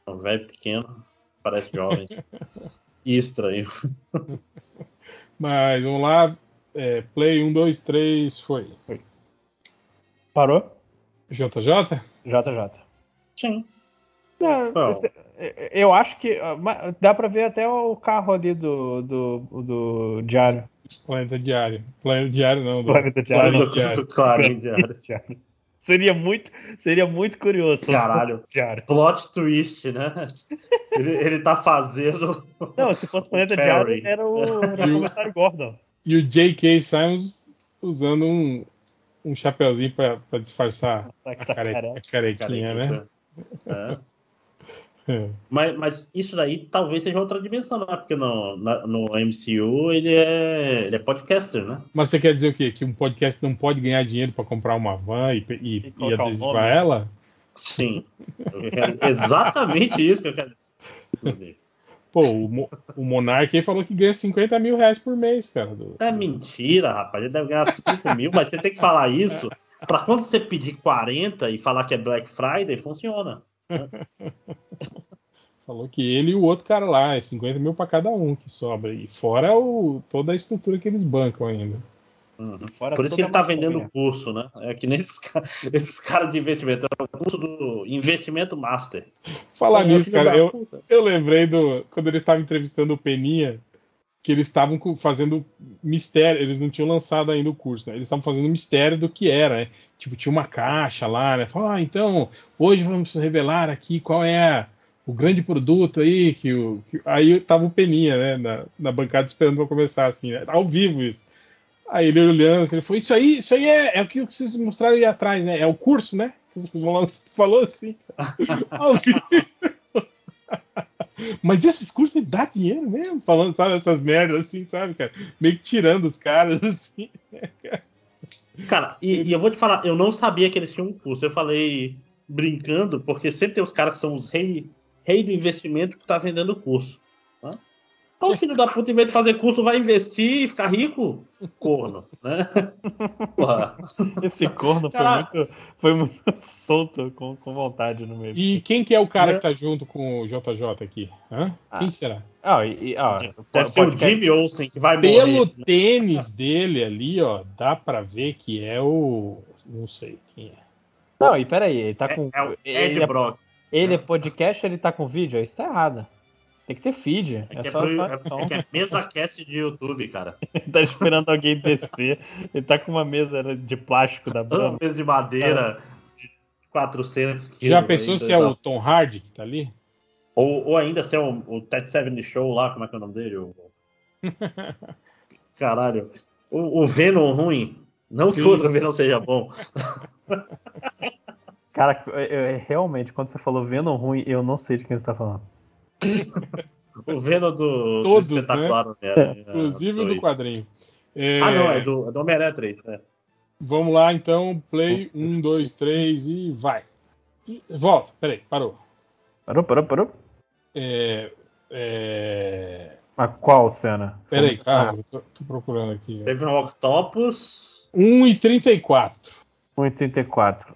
Speaker 3: É Um velho pequeno, parece jovem. E Estranho.
Speaker 2: Mas vamos lá. É, play 1, 2, 3, foi.
Speaker 1: Parou?
Speaker 2: JJ?
Speaker 1: JJ.
Speaker 3: Sim.
Speaker 1: Não,
Speaker 3: Não.
Speaker 1: esse- eu acho que. ah, ma- Dá pra ver até o carro ali do, do, do Diário.
Speaker 2: Planeta Diário. Planeta Diário não. do-
Speaker 1: Planeta Diário.
Speaker 2: Planeta
Speaker 3: Claro,
Speaker 2: Diário.
Speaker 3: diário.
Speaker 1: Diário. Seria muito, seria muito curioso. se fosse
Speaker 3: Caralho.
Speaker 1: o Diário.
Speaker 3: Plot twist, né? Ele, ele tá fazendo.
Speaker 1: Não, se fosse Planeta
Speaker 3: Ferry.
Speaker 1: Diário, era o era o comissário Gordon.
Speaker 2: E o J.K. Simons usando um, um chapeuzinho pra, pra disfarçar
Speaker 1: Tá,
Speaker 2: a,
Speaker 1: tá,
Speaker 2: care-
Speaker 1: cara.
Speaker 2: a carequinha, né?
Speaker 3: Carequinha. É.
Speaker 2: É.
Speaker 3: Mas, mas isso daí talvez seja outra dimensão, né? Porque no, na- no MCU ele é, ele é podcaster, né?
Speaker 2: Mas você quer dizer o quê? Que um podcast não pode ganhar dinheiro pra comprar uma van e, e-
Speaker 1: E
Speaker 2: e
Speaker 1: colocar o
Speaker 2: adesivar
Speaker 1: nome. né?
Speaker 2: ela?
Speaker 3: Sim. Eu quero exatamente isso que eu quero. inclusive.
Speaker 2: Pô, o, Mo- o Monark aí falou que ganha 50 mil reais por mês, cara. do-
Speaker 3: É mentira, rapaz. Ele deve ganhar 5 mil, mas você tem que falar isso. Pra quando você pedir 40 e falar que é Black Friday, funciona.
Speaker 2: Falou que ele e o outro cara lá, é 50 mil pra cada um que sobra. E fora o, toda a estrutura que eles bancam ainda.
Speaker 1: é Fora
Speaker 3: Por isso que ele
Speaker 1: toda
Speaker 3: tá
Speaker 1: a
Speaker 3: vendendo o
Speaker 1: família.
Speaker 3: curso, né? É que nesses ca- esses caras de investimento. É o curso do investimento master.
Speaker 2: Falar
Speaker 3: Pô, meu
Speaker 2: nisso,
Speaker 3: filho
Speaker 2: cara,
Speaker 3: da
Speaker 2: eu,
Speaker 3: puta.
Speaker 2: eu lembrei do. Quando eles estavam entrevistando o Peninha, que eles estavam co- fazendo mistério, eles não tinham lançado ainda o curso, né? Eles estavam fazendo mistério do que era, né? Tipo, tinha uma caixa lá, né? Falou, ah, então, hoje vamos revelar aqui qual é a, o grande produto aí, que o. Que, aí tava o Peninha, né? Na, na bancada esperando para começar, assim, né, ao vivo isso. Aí ele olhando, ele falou, isso aí, isso aí é, é o que vocês mostraram aí atrás, né? É o curso, né? Vocês vão lá, falou assim. ao vivo. Mas esses cursos dá dinheiro mesmo, falando, sabe, essas merdas assim, sabe, cara? Meio que tirando os caras, assim. Né, cara?
Speaker 3: Cara, e, e, eu vou te falar, eu não sabia que eles tinham um curso. Eu falei brincando, porque sempre tem os caras que são os rei, rei do investimento que tá vendendo curso. Tá? Então, o filho da puta, em vez de fazer curso, vai investir e ficar rico? Corno, né?
Speaker 1: Porra. Esse corno cara... foi, muito, foi muito, solto, com, com vontade no meio.
Speaker 2: E quem que é o cara que tá junto com o JJ aqui? Hã? Ah. Quem será?
Speaker 1: Ah, e, ah,
Speaker 3: Deve pode, ser pode o Jimmy Olsen que vai
Speaker 2: Pelo morrer. Pelo tênis dele ali, ó, dá pra ver que é o. Não sei quem é.
Speaker 1: Não, e peraí, ele tá com.
Speaker 3: É, é o Ed ele Brock.
Speaker 1: É, ele é podcast, ele tá com vídeo? Isso tá errado. Tem que ter feed.
Speaker 3: É, é, só, pro, só... é, é mesa cast de YouTube, cara.
Speaker 1: ele tá esperando alguém descer. Ele tá com uma mesa de plástico da
Speaker 3: banda. Uma mesa de madeira de 400 quilos.
Speaker 2: Já pensou aí, se é o Tom Hardy que tá ali?
Speaker 3: Ou, ou, ainda ser assim, o, o Ted Seven Show lá, como é que é o nome dele? O... Caralho. O, o, Venom ruim. Não que o outro Venom seja bom.
Speaker 1: Cara, eu, eu, realmente, quando você falou Venom ruim, eu não sei de quem você tá falando.
Speaker 3: o Venom do,
Speaker 2: Todos, do espetacular. Né? É, é, Inclusive do, do quadrinho.
Speaker 3: É... Ah, não, é do, é do Homem-Aranha 3. Né?
Speaker 2: Vamos lá, então. Play 1, 2, 3 e vai. Volta, peraí, parou.
Speaker 1: Parou, parou, parou.
Speaker 2: É, é...
Speaker 1: Mas qual cena?
Speaker 2: Peraí, calma, ah. tô, tô, procurando aqui.
Speaker 3: Teve um Octopus.
Speaker 2: 1,34.
Speaker 1: Ah, 1,34.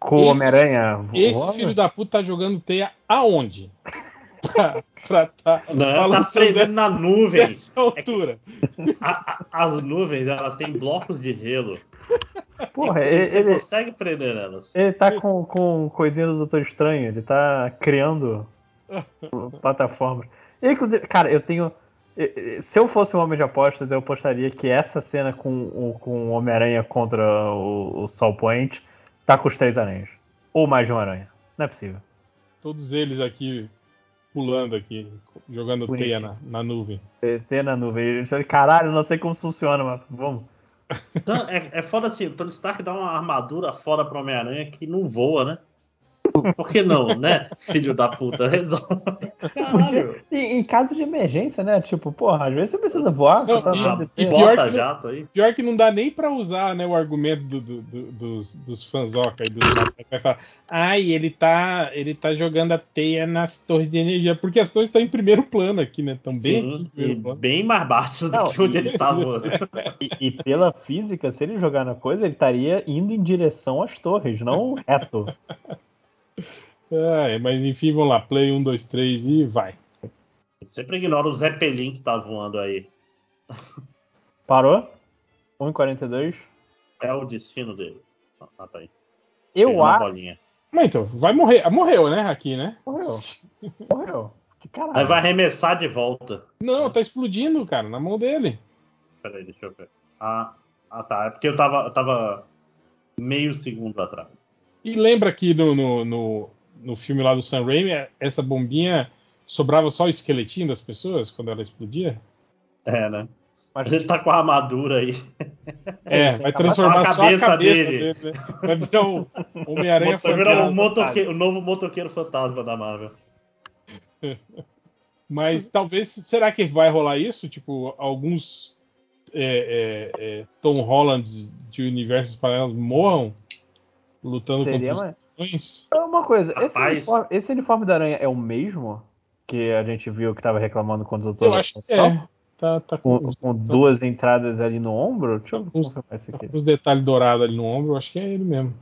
Speaker 1: Com o Homem-Aranha
Speaker 2: Esse homem? filho da puta tá jogando teia aonde? pra, pra tá,
Speaker 3: Não, tá treinando na nuvem.
Speaker 2: Nessa altura.
Speaker 3: É a, a, as nuvens, elas têm blocos de gelo. Então,
Speaker 1: Porra, ele,
Speaker 3: você ele, consegue prender elas.
Speaker 1: Ele tá com, com coisinha do Doutor Estranho, ele tá criando plataformas. Inclusive, cara, eu tenho. Se eu fosse um homem de apostas, eu apostaria que essa cena com, com o Homem-Aranha contra o, o Sol Poente tá com os três aranhas. Ou mais de um aranha. Não é possível.
Speaker 2: Todos eles aqui pulando aqui, jogando Bonito. teia na, na nuvem.
Speaker 1: Teia na nuvem. Caralho, não sei como funciona, mas vamos.
Speaker 3: Então, é, é foda assim, o Tony Stark dá uma armadura fora pro Homem-Aranha que não voa, né? Por que não, né? Filho da puta, resolve.
Speaker 1: Podia, em, em, caso de emergência, né? Tipo, porra, às vezes você precisa voar. Não,
Speaker 2: tá
Speaker 3: Ah,
Speaker 2: e, e pior, que, jato aí. pior que não dá nem pra usar né, o argumento do, do, do, dos, dos fanzoca e dos vai falar. Ai, ele tá, ele tá jogando a teia nas torres de energia, porque as torres estão em primeiro plano aqui, né? Estão bem,
Speaker 3: bem mais baixo do não, que onde ele tá tava.
Speaker 1: e, e pela física, se ele jogar na coisa, ele estaria indo em direção às torres, não reto.
Speaker 2: É, mas enfim, vamos lá. Play 1, 2, 3 e vai.
Speaker 3: Sempre ignora o Zeppelin que tá voando aí.
Speaker 1: Parou? 1,42?
Speaker 3: É o destino dele. Ah, tá aí.
Speaker 1: Eu Pegou acho.
Speaker 2: Mas então, vai morrer. Morreu, né, aqui, né?
Speaker 1: Morreu. Morreu. Que
Speaker 3: caralho. Aí vai arremessar de volta.
Speaker 2: Não, tá explodindo, cara, na mão dele.
Speaker 3: Peraí, deixa eu ver. Ah, ah tá. É porque eu tava, eu tava meio segundo atrás.
Speaker 2: E lembra que no, no, no, no, filme lá do Sam Raimi, é, essa bombinha sobrava só o esqueletinho das pessoas quando ela explodia?
Speaker 3: É, né? Mas ele tá com a armadura aí.
Speaker 2: É, vai transformar a só a cabeça, dele. dele né? Vai virar o Homem-Aranha
Speaker 3: Fantasma. Vai virar o, motoqueiro, um o novo motoqueiro fantasma da Marvel.
Speaker 2: Mas talvez, será que vai rolar isso? Tipo, alguns é, é, é, Tom Hollands de universos paralelos morram? lutando Seria, contra
Speaker 1: os É uma coisa, esse uniforme, esse uniforme, da aranha é o mesmo que a gente viu que tava reclamando quando o doutor.
Speaker 2: Eu acho que é. Tá, tá
Speaker 1: com, com, com tá, duas entradas ali no ombro? Deixa eu
Speaker 2: uns,
Speaker 1: confirmar isso aqui.
Speaker 2: Os detalhes dourados ali no ombro, acho que é ele mesmo.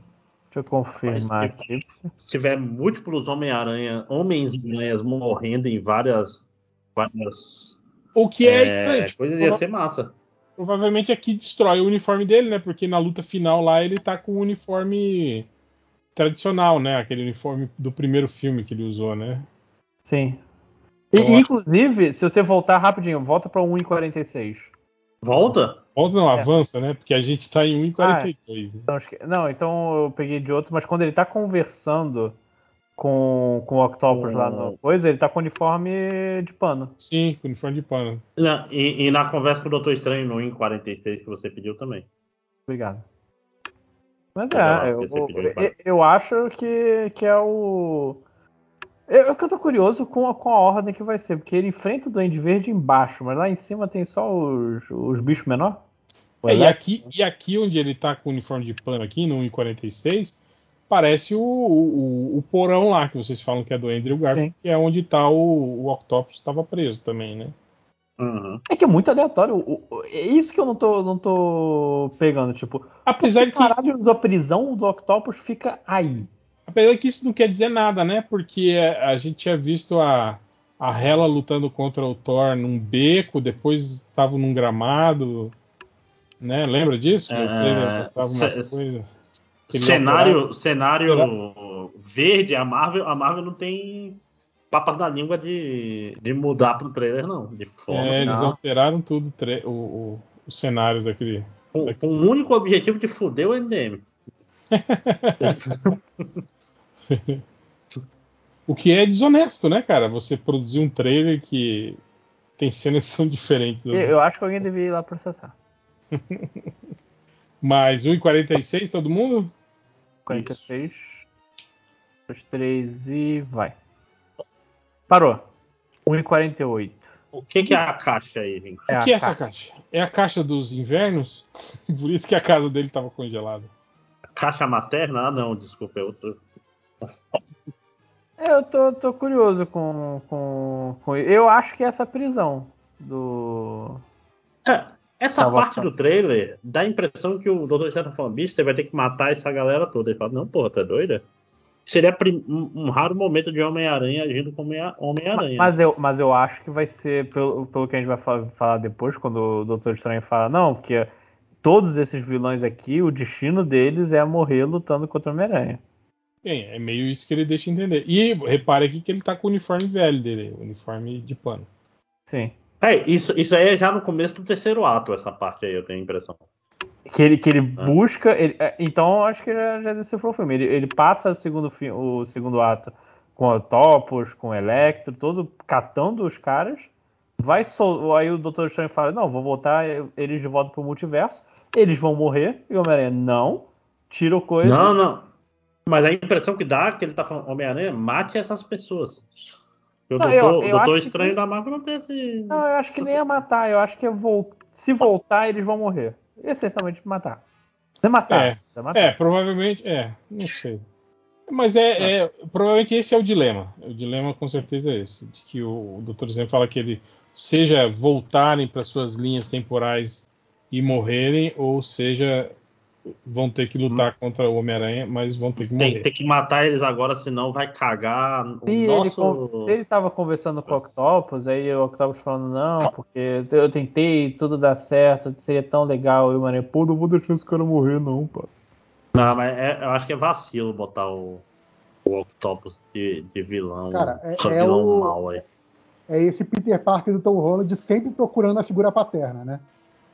Speaker 1: Deixa eu confirmar aqui.
Speaker 3: Se tiver múltiplos Homem-Aranha, Homens-Aranhas morrendo em várias. várias
Speaker 2: o que é, é estranho. Tipo,
Speaker 3: coisa ia ser massa
Speaker 2: provavelmente aqui destrói o uniforme dele, né? Porque na luta final lá ele tá com o uniforme tradicional, né? Aquele uniforme do primeiro filme que ele usou, né?
Speaker 1: Sim. E, então, inclusive, acho... se você voltar rapidinho, volta pra 1,46.
Speaker 3: Volta?
Speaker 2: Volta não, é. avança, né? Porque a gente tá em 1,42. Ah,
Speaker 1: então, não, então eu peguei de outro, mas quando ele tá conversando com, com o Octopus
Speaker 3: Com-
Speaker 1: lá no coisa, ele tá com uniforme de pano.
Speaker 2: Sim, com uniforme de pano.
Speaker 3: Na- e, e na conversa com o Doutor Estranho no IN 46 que você pediu também.
Speaker 1: Obrigado. Mas
Speaker 3: Olha lá,
Speaker 1: é, eu,
Speaker 3: você pediu
Speaker 1: eu-
Speaker 3: para-
Speaker 1: eu acho que, que é o. Eu, eu que eu tô curioso com a, com a ordem que vai ser, porque ele enfrenta o Duende Verde embaixo, mas lá em cima tem só os, os bichos menor.
Speaker 2: É, e, aqui, e aqui onde ele tá com o uniforme de pano aqui, no 1,46, parece o, o, o porão lá, que vocês falam que é do Andrew Garfield,
Speaker 1: Sim.
Speaker 2: que é onde tá o, o Octopus estava preso também, né?
Speaker 3: Uhum.
Speaker 1: É que é muito aleatório. o- o- É isso que eu não tô, não tô pegando. Tipo,
Speaker 2: Apesar de que,
Speaker 1: caralho, a prisão do Octopus fica aí.
Speaker 2: apesar de que isso não quer dizer nada, né? Porque a gente tinha visto a, a Hela lutando contra o Thor num beco, depois estavam num gramado, né? Lembra disso?
Speaker 3: É,
Speaker 2: O trailer mostrava uma
Speaker 3: se-
Speaker 2: coisa.
Speaker 3: é
Speaker 2: Aquele
Speaker 3: Cenário, cenário verde, a Marvel, a Marvel não tem papas na língua de, de mudar pro trailer, não. De forma.
Speaker 2: É, eles
Speaker 1: Não.
Speaker 2: alteraram tudo, tre- o- o- os cenários daquele.
Speaker 3: Com, com o único objetivo de foder o MDM.
Speaker 2: O que é desonesto, né, cara? Você produzir um trailer que tem cenas que são diferentes.
Speaker 1: Eu, eu acho que alguém devia ir lá processar.
Speaker 2: Mas 1,46 todo mundo?
Speaker 1: 46. 3 e vai. Parou. 1,48.
Speaker 3: O que, que é a caixa aí, gente?
Speaker 1: É
Speaker 2: o
Speaker 1: a
Speaker 2: que é essa
Speaker 1: caixa.
Speaker 2: caixa? É a caixa dos invernos? Por isso que a casa dele estava congelada.
Speaker 3: Caixa materna? Ah, não, desculpa, é outro.
Speaker 1: É, eu tô, tô curioso com, com, com. Eu acho que é essa prisão do.
Speaker 3: É, essa
Speaker 1: Tá bom,
Speaker 3: parte
Speaker 1: tá.
Speaker 3: do trailer dá a impressão que o Dr. Estranho tá falando, bicho, você vai ter que matar essa galera toda. Ele fala, não, porra, tá doida? Seria prim- um, um raro momento de Homem-Aranha agindo como Homem- Homem-Aranha. né?
Speaker 1: Mas eu, mas eu acho que vai ser, pelo, pelo que a gente vai fa- falar depois, quando o Doutor Estranho fala, não, porque todos esses vilões aqui, o destino deles é morrer lutando contra o Homem-Aranha.
Speaker 2: Bem, é meio isso que ele deixa entender. E repare aqui que ele tá com o uniforme velho dele, o uniforme de pano.
Speaker 1: Sim.
Speaker 3: É, isso, isso aí é já no começo do terceiro ato, essa parte aí, eu tenho a impressão.
Speaker 1: Que ele, que ele
Speaker 3: Ah.
Speaker 1: busca. ele- é, então eu acho que já, já decifrou o filme. Ele, ele passa o segundo, fi- o segundo ato com o Topos, com o Electro, todo catando os caras. Vai sol... Aí o Doutor Estranho fala: Não, vou voltar eles de volta pro multiverso. Eles vão morrer. E o Homem-Aranha, não. Tira o coisa.
Speaker 3: Não, não. Mas a impressão que dá é que ele tá falando, Homem-Aranha, mate essas pessoas. O
Speaker 1: Não,
Speaker 3: Doutor,
Speaker 1: eu- eu
Speaker 3: o doutor
Speaker 1: acho que-
Speaker 3: Estranho da Marvel não tem esse.
Speaker 1: Não, eu acho que nem é matar. Eu acho que é vol... se voltar, eles vão morrer. Essencialmente matar. Não é matar.
Speaker 2: É,
Speaker 1: não é matar.
Speaker 2: É, provavelmente. É, não sei. Mas
Speaker 1: Tá.
Speaker 2: é, é- provavelmente esse é o dilema. O dilema com certeza é esse, de que o, Dr. Zen fala que ele seja voltarem para suas linhas temporais e morrerem, ou seja, vão ter que
Speaker 1: Hum.
Speaker 2: lutar contra o Homem-Aranha, mas vão ter que morrer.
Speaker 3: Tem, tem que matar eles agora, senão vai cagar o
Speaker 1: Se ele, con-
Speaker 3: nosso.
Speaker 1: se ele tava conversando com o Octopus, aí o Octopus falando, não, porque eu tentei, tudo dá certo, seria tão legal, e o Mané, pô, não vou deixar esse cara morrer, não, pô.
Speaker 3: Não, mas é- eu acho que é vacilo botar o, o Octopus de, de vilão.
Speaker 4: Cara, é-
Speaker 3: só
Speaker 4: é
Speaker 3: vilão
Speaker 4: o-
Speaker 3: mal aí.
Speaker 4: É esse Peter Parker do Tom Holland sempre procurando a figura paterna, né?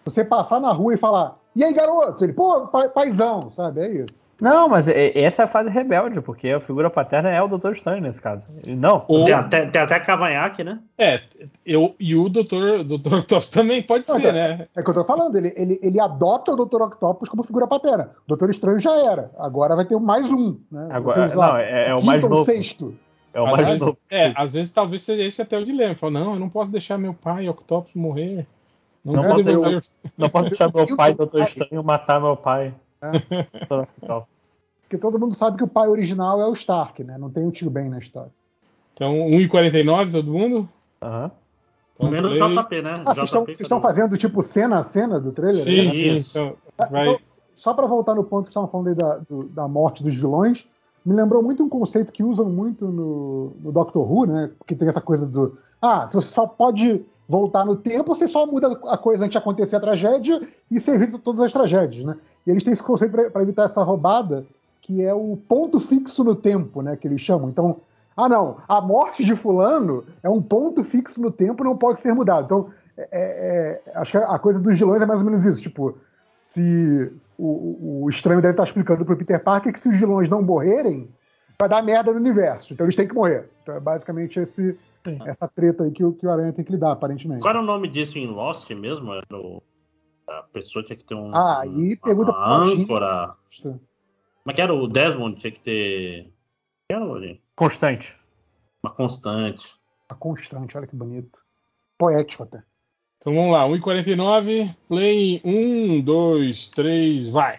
Speaker 4: Você passar na rua e falar, e aí, garoto? Ele, pô, pai, paizão, sabe? É isso.
Speaker 1: Não, mas é- essa é a fase rebelde, porque a figura paterna é o Dr. Estranho nesse caso. E Não,
Speaker 2: Ou,
Speaker 3: Tem, até, tem até cavanhaque, né?
Speaker 2: é, eu, e o Dr. Dr. Octopus também pode
Speaker 4: Não,
Speaker 2: ser,
Speaker 4: tá.
Speaker 2: né?
Speaker 4: É o que eu tô falando, ele, ele, ele adota o Dr. Octopus como figura paterna. O Dr. Estranho já era, agora vai ter mais um, né? Vai
Speaker 1: agora,
Speaker 4: ser, sei lá,
Speaker 1: não, é, é o
Speaker 4: quinto
Speaker 1: mais
Speaker 4: ou
Speaker 1: novo.
Speaker 4: sexto.
Speaker 1: É o
Speaker 2: Às
Speaker 1: mais
Speaker 2: vezes-
Speaker 1: novo.
Speaker 2: É, às vezes talvez seja esse até o dilema. Fala, não, eu não posso deixar meu pai, Octopus, morrer. Não,
Speaker 1: Não
Speaker 2: quero
Speaker 1: posso-
Speaker 2: devolver
Speaker 1: eu- Não posso deixar meu
Speaker 4: Quinto
Speaker 1: pai, Dr.
Speaker 4: pai.
Speaker 1: Estranho, matar meu pai.
Speaker 4: É. Porque todo mundo sabe que o pai original é o Stark, né? Não tem o tio Ben na história.
Speaker 2: Então, 1,49 todo mundo?
Speaker 1: Aham.
Speaker 2: Então,
Speaker 3: Menos
Speaker 2: play.
Speaker 3: JP, né?
Speaker 4: Ah, vocês estão-
Speaker 3: JP,
Speaker 4: vocês estão fazendo tipo cena a cena do trailer? né?
Speaker 2: Sim, sim.
Speaker 3: Isso.
Speaker 2: Então, vai...
Speaker 4: Então, só para voltar no ponto que estavam falando aí da, do- da morte dos vilões, me lembrou muito um conceito que usam muito no, no Doctor Who, né? Que tem essa coisa do. Ah, se você só pode voltar no tempo, você só muda a coisa antes de acontecer a tragédia e você evita todas as tragédias, né? E eles têm esse conceito para evitar essa roubada, que é o ponto fixo no tempo, né? Que eles chamam. Então, ah, não, a morte de Fulano é um ponto fixo no tempo, não pode ser mudado. Então, é- é- é, acho que a coisa dos vilões é mais ou menos isso. Tipo, se o, o- o estranho deve estar explicando para o Peter Parker que se os vilões não morrerem, vai dar merda no universo. Então eles têm que morrer. Então é basicamente esse,
Speaker 1: Sim.
Speaker 4: essa treta aí que, o- que o Aranha tem que lidar, aparentemente.
Speaker 3: Qual era o nome disso em Lost mesmo? Era o- A pessoa tinha que ter um.
Speaker 4: Ah, aí pergunta pro
Speaker 3: uma
Speaker 4: Paulinho.
Speaker 3: âncora.
Speaker 4: Tá.
Speaker 3: Como é que era o Desmond? Tinha que ter. O que era, Loli?
Speaker 1: Constante.
Speaker 3: Uma constante.
Speaker 4: A Tá constante, olha que bonito. Poético até.
Speaker 2: Então vamos lá, 1,49, play 1, 2, 3, vai.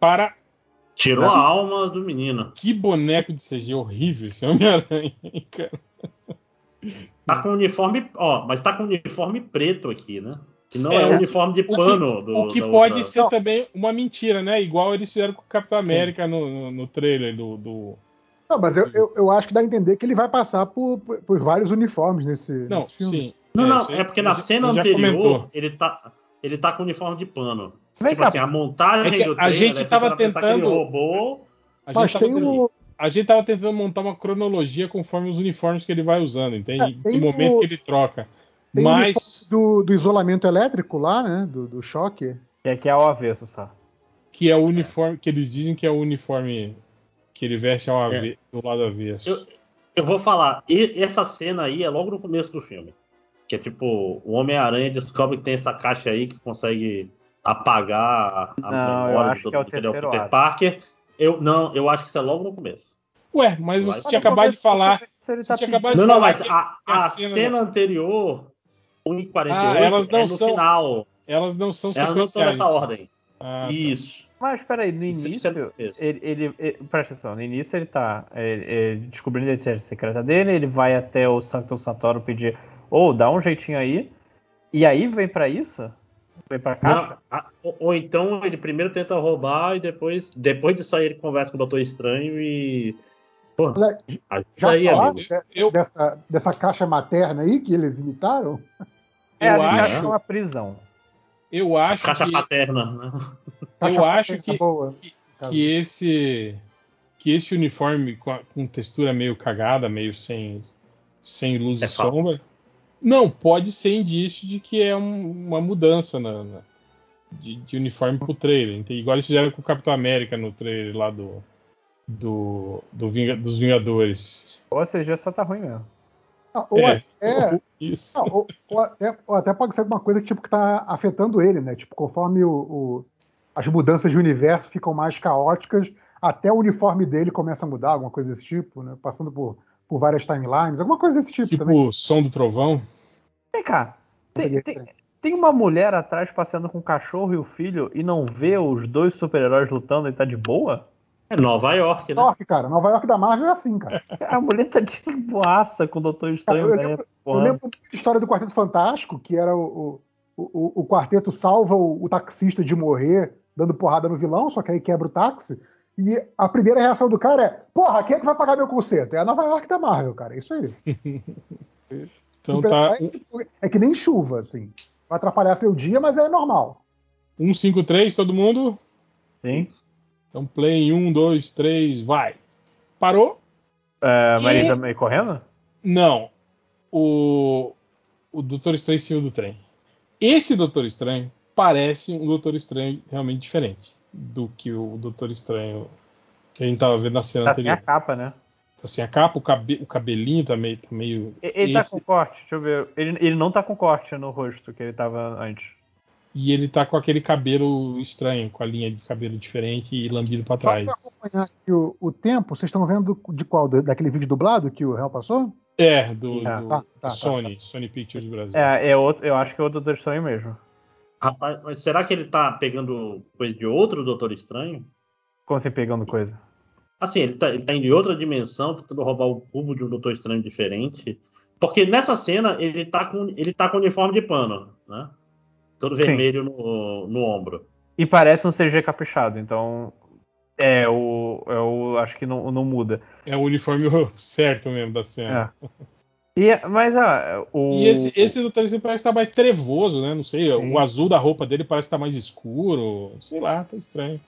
Speaker 2: Para
Speaker 3: Tirou a alma do menino.
Speaker 2: que boneco de CG horrível esse Homem-Aranha, hein, cara?
Speaker 3: Tá com uniforme. Ó, mas tá com uniforme preto aqui, né? Que não
Speaker 2: É,
Speaker 3: é,
Speaker 2: o-
Speaker 3: uniforme de
Speaker 2: o que-
Speaker 3: pano do.
Speaker 2: O que
Speaker 3: da
Speaker 2: pode
Speaker 3: outra-
Speaker 2: ser
Speaker 4: Não.
Speaker 2: também uma mentira, né? Igual eles fizeram com o Capitão América no, no, no trailer do. do-
Speaker 4: Não, mas eu, eu, eu acho que dá a entender que ele vai passar por, por- por vários uniformes nesse,
Speaker 2: Não,
Speaker 4: nesse filme.
Speaker 2: sim.
Speaker 3: Não,
Speaker 2: isso
Speaker 3: não,
Speaker 2: aí
Speaker 3: é porque na
Speaker 2: já-
Speaker 3: cena
Speaker 2: já
Speaker 3: anterior
Speaker 2: comentou.
Speaker 3: ele tá, ele tá com uniforme de pano.
Speaker 1: Vem
Speaker 3: tipo
Speaker 1: cá.
Speaker 3: assim, a montagem
Speaker 2: É que
Speaker 3: do
Speaker 2: a gente
Speaker 3: trailer,
Speaker 2: tava
Speaker 3: você pensar que ele
Speaker 2: tentando-
Speaker 3: roubou.
Speaker 2: A gente,
Speaker 4: Mas
Speaker 2: tava,
Speaker 3: um
Speaker 4: tem
Speaker 2: tentando-
Speaker 4: o.
Speaker 2: a gente tava tentando montar uma cronologia conforme os uniformes que ele vai usando,
Speaker 4: É,
Speaker 2: entende?
Speaker 4: tem
Speaker 2: Que momento
Speaker 4: o-
Speaker 2: que ele troca.
Speaker 4: Tem o
Speaker 2: Mas.
Speaker 4: Do, do isolamento elétrico lá, né? Do, do choque.
Speaker 1: E aqui é ao avesso só.
Speaker 2: que é o uniforme que eles dizem que é o uniforme que ele veste ao ave- do lado avesso.
Speaker 3: Eu- Eu vou falar, e- essa cena aí é logo no começo do filme. Que é tipo, o Homem-Aranha descobre que tem essa caixa aí que consegue apagar
Speaker 1: Não,
Speaker 3: a
Speaker 1: eu
Speaker 3: memória
Speaker 1: acho
Speaker 3: de todo
Speaker 1: que é o
Speaker 3: mundo, ele
Speaker 1: terceiro
Speaker 3: Peter
Speaker 1: ato.
Speaker 3: Parker. Eu, não, eu acho que isso é logo no começo.
Speaker 2: Ué, mas
Speaker 3: Mas-
Speaker 2: você tinha acabado de falar.
Speaker 1: Se ele
Speaker 2: Você
Speaker 1: tá
Speaker 2: tinha
Speaker 1: pedindo-
Speaker 2: acabado de
Speaker 3: Não, não,
Speaker 2: falar
Speaker 3: mas
Speaker 2: que
Speaker 3: a,
Speaker 2: que a
Speaker 3: a
Speaker 2: cena-
Speaker 3: cena, anterior, 1h48,
Speaker 2: Ah, elas não
Speaker 3: é no
Speaker 2: são-
Speaker 3: final.
Speaker 2: elas não são
Speaker 3: Elas não são
Speaker 2: sequenciais.
Speaker 3: nessa ordem.
Speaker 2: Ah,
Speaker 3: Isso.
Speaker 1: Mas peraí, no
Speaker 3: Isso- isso é no
Speaker 1: início,
Speaker 3: começo.
Speaker 1: ele, ele- ele- Presta atenção, no início ele tá ele- ele descobrindo a identidade secreta dele, ele vai até o Santo Santoro pedir, ou dá um jeitinho aí, e aí vem pra isso? Vem pra caixa?
Speaker 3: Não, a- ou, ou então ele primeiro tenta roubar e depois, depois disso aí ele conversa com o Doutor Estranho e. Pô,
Speaker 4: Olha,
Speaker 3: ajuda
Speaker 4: Já
Speaker 3: aí,
Speaker 4: falaram
Speaker 3: amigo.
Speaker 4: de-
Speaker 2: eu-
Speaker 4: dessa, dessa caixa materna aí que eles imitaram?
Speaker 1: É,
Speaker 2: eu
Speaker 1: a ligação
Speaker 2: acho-
Speaker 1: à prisão.
Speaker 2: Eu acho
Speaker 3: Caixa
Speaker 2: que,
Speaker 3: paterna, né?
Speaker 4: Caixa
Speaker 2: acho
Speaker 4: materna
Speaker 2: que-
Speaker 4: boa.
Speaker 2: que esse que esse uniforme com, a- com textura meio cagada, meio sem sem luz
Speaker 3: É
Speaker 2: e
Speaker 3: fato.
Speaker 2: sombra, não pode ser indício de que é um- uma mudança na, na- de, de uniforme pro trailer. entende? Igual eles fizeram com o Capitão América no trailer lá do do, do Vinga- dos Vingadores.
Speaker 1: Ou seja, só tá ruim mesmo.
Speaker 4: Ah, ou
Speaker 2: É.
Speaker 4: até-
Speaker 2: Isso.
Speaker 4: Não, ou, ou até, ou até pode ser alguma coisa que, tipo, que tá afetando ele, né? Tipo, conforme o, o- as mudanças de universo ficam mais caóticas, até o uniforme dele começa a mudar, alguma coisa desse tipo, né? Passando por, por várias timelines, alguma coisa desse tipo, também.
Speaker 2: Tipo, som do trovão.
Speaker 1: Vem cá, tem,
Speaker 4: Peguei
Speaker 1: tem- tem uma mulher atrás passeando com o cachorro e o filho e não vê os dois super-heróis lutando e tá de boa?
Speaker 3: É Nova York, né?
Speaker 4: Nova York, cara. Nova York da Marvel é assim, cara.
Speaker 1: A mulher tá de boaça com o Doutor Estranho.
Speaker 4: Ah, eu
Speaker 1: né?
Speaker 4: lembro- Eu
Speaker 1: Porra.
Speaker 4: lembro muito da história do Quarteto Fantástico, que era o, o, o, o quarteto salva o, o taxista de morrer dando porrada no vilão, só que aí quebra o táxi. E a primeira reação do cara é: porra, quem é que vai pagar meu conserto? É a Nova York da Marvel, cara. É Isso aí.
Speaker 2: Então tá
Speaker 4: é, tipo, é que nem chuva, assim. Vai atrapalhar seu dia, mas é normal.
Speaker 2: 153 todo mundo.
Speaker 1: Sim.
Speaker 2: Então, play em 1, 2, 3, vai. Parou?
Speaker 1: É, mas ele
Speaker 2: E-
Speaker 1: tá meio correndo?
Speaker 2: Não. O, o Doutor Estranho saiu do trem. Esse Doutor Estranho parece um Doutor Estranho realmente diferente do que o Doutor Estranho que a gente tava vendo na cena
Speaker 1: Tá sem a
Speaker 2: anterior.
Speaker 1: capa, né?
Speaker 2: Assim, a capa, o, cabe- o cabelinho tá meio. Tá meio
Speaker 1: E- Ele
Speaker 2: esse-
Speaker 1: tá com corte, deixa eu ver. Ele, ele não tá com corte no rosto que ele tava antes.
Speaker 2: E ele tá com aquele cabelo estranho, com a linha de cabelo diferente e lambido pra
Speaker 4: Só pra
Speaker 2: trás.
Speaker 4: acompanhar aqui o, o tempo, vocês estão vendo de qual? Do- Daquele vídeo dublado que o réu passou?
Speaker 2: É, do,
Speaker 1: Tá,
Speaker 2: do-
Speaker 4: tá, tá,
Speaker 2: Sony, Sony Pictures Brasil.
Speaker 1: É, é outro, eu acho que é o Doutor Estranho mesmo.
Speaker 3: Rapaz, mas será que ele tá pegando coisa de outro Doutor Estranho?
Speaker 1: Como você pegando coisa.
Speaker 3: Assim, ele tá, ele tá indo em outra dimensão, tentando roubar o cubo de um Doutor Estranho diferente. Porque nessa cena ele tá com, ele tá com uniforme de pano, né? Todo
Speaker 1: Sim.
Speaker 3: vermelho no, no ombro.
Speaker 1: E parece um CG caprichado, então. É, o. É o acho que não, não muda.
Speaker 2: É o uniforme certo mesmo da cena.
Speaker 1: É. E, mas ah, o.
Speaker 2: E esse, esse do Talismã parece estar mais trevoso, né? Não sei,
Speaker 1: Sim.
Speaker 2: o azul da roupa dele parece estar mais escuro. Sei lá, tá estranho.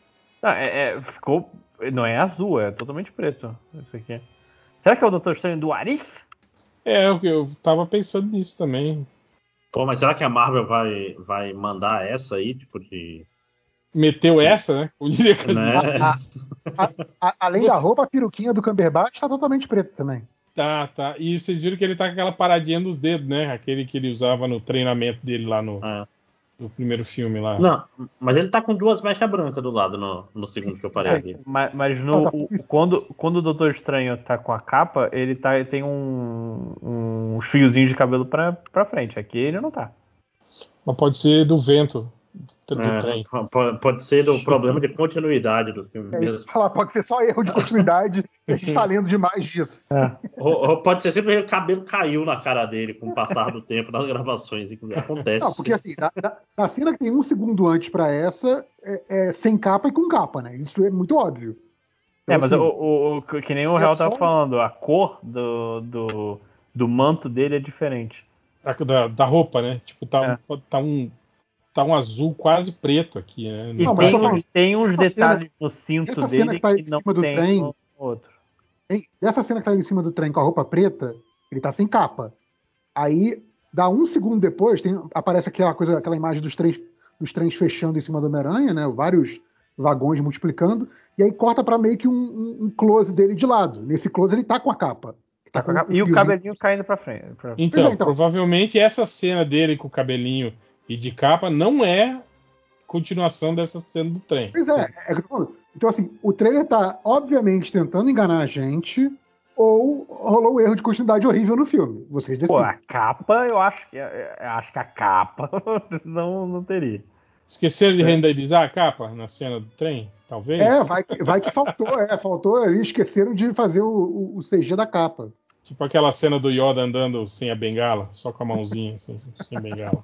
Speaker 1: Não, é, é, ficou. Não é azul, é totalmente preto. Isso aqui. Será que é o Doutor Estranho do Arif?
Speaker 2: É, eu, eu tava pensando nisso também.
Speaker 3: Pô, mas será que a Marvel vai, vai mandar essa aí, tipo de.
Speaker 2: Meteu essa, né? O diria que
Speaker 3: Né?
Speaker 4: A- a- além da roupa, a peruquinha do Cumberbatch tá totalmente preta também.
Speaker 2: Tá, tá. E vocês viram que ele tá com aquela paradinha nos dedos, né? Aquele que ele usava no treinamento dele lá no,
Speaker 3: É.
Speaker 2: no primeiro filme lá.
Speaker 3: Não, mas ele tá com duas mechas brancas do lado no, no segundo que eu parei aqui.
Speaker 1: Mas, mas no-
Speaker 4: Ah, tá.
Speaker 1: o- quando, quando o Doutor Estranho tá com a capa, ele, tá, ele tem um, um fiozinho de cabelo pra, pra frente. Aqui ele não tá.
Speaker 2: Mas pode ser do vento do, do
Speaker 3: É,
Speaker 2: trem.
Speaker 3: po- pode ser do problema de continuidade do filme
Speaker 4: É isso
Speaker 3: mesmo.
Speaker 4: que eu ia falar, pode ser só erro de continuidade. a gente tá lendo demais disso.
Speaker 1: É.
Speaker 3: Ou, ou pode ser sempre que o cabelo caiu na cara dele com o passar do tempo nas gravações. inclusive. Acontece.
Speaker 4: Não, porque assim, na, na- na cena que tem um segundo antes pra essa, é, é sem capa e com capa, né? Isso é muito óbvio.
Speaker 1: É, mas o,
Speaker 4: Então, assim,
Speaker 1: o- o- que nem o
Speaker 4: se é
Speaker 1: Real tava
Speaker 4: só um-
Speaker 1: falando, a cor do, do, do manto dele é diferente.
Speaker 2: Da, da- da roupa, né? Tipo, tá,
Speaker 1: É.
Speaker 2: um, tá, um, tá um azul quase preto aqui, né?
Speaker 1: E
Speaker 4: Não, mas
Speaker 1: tem,
Speaker 4: eu tô falando,
Speaker 1: tem uns
Speaker 4: essa
Speaker 1: detalhes no cinto
Speaker 4: essa cena
Speaker 1: dele
Speaker 4: que tá em
Speaker 1: que, não
Speaker 4: cima do
Speaker 1: tem
Speaker 4: trem-
Speaker 1: no outro.
Speaker 4: Tem- Nessa cena que tá em cima do trem com a roupa preta, ele tá sem capa. Aí, dá um segundo depois, tem- aparece aquela coisa, aquela imagem dos trens, dos trens fechando em cima do Homem-Aranha, né? Vários vagões multiplicando. E aí corta pra meio que um, um- um close dele de lado. Nesse close ele tá com a capa. Tá com
Speaker 1: E o
Speaker 4: fiozinho.
Speaker 1: cabelinho caindo pra frente. pra-
Speaker 2: Então,
Speaker 4: Pois é, então.
Speaker 2: provavelmente essa cena dele com o cabelinho e de capa não é continuação dessa cena do trem.
Speaker 4: Pois é, é o que eu tô falando. Então, assim, o trailer tá, obviamente, tentando enganar a gente, ou rolou um erro de continuidade horrível no filme. Vocês
Speaker 1: Pô,
Speaker 4: decidem.
Speaker 1: a capa, eu acho que eu acho que a capa não, não teria.
Speaker 2: Esqueceram de renderizar a capa na cena do trem? Talvez?
Speaker 4: É, vai que, vai que faltou, é, faltou, eles esqueceram de fazer o, o, o CG da capa.
Speaker 2: Tipo aquela cena do Yoda andando sem a bengala, só com a mãozinha, assim, sem bengala.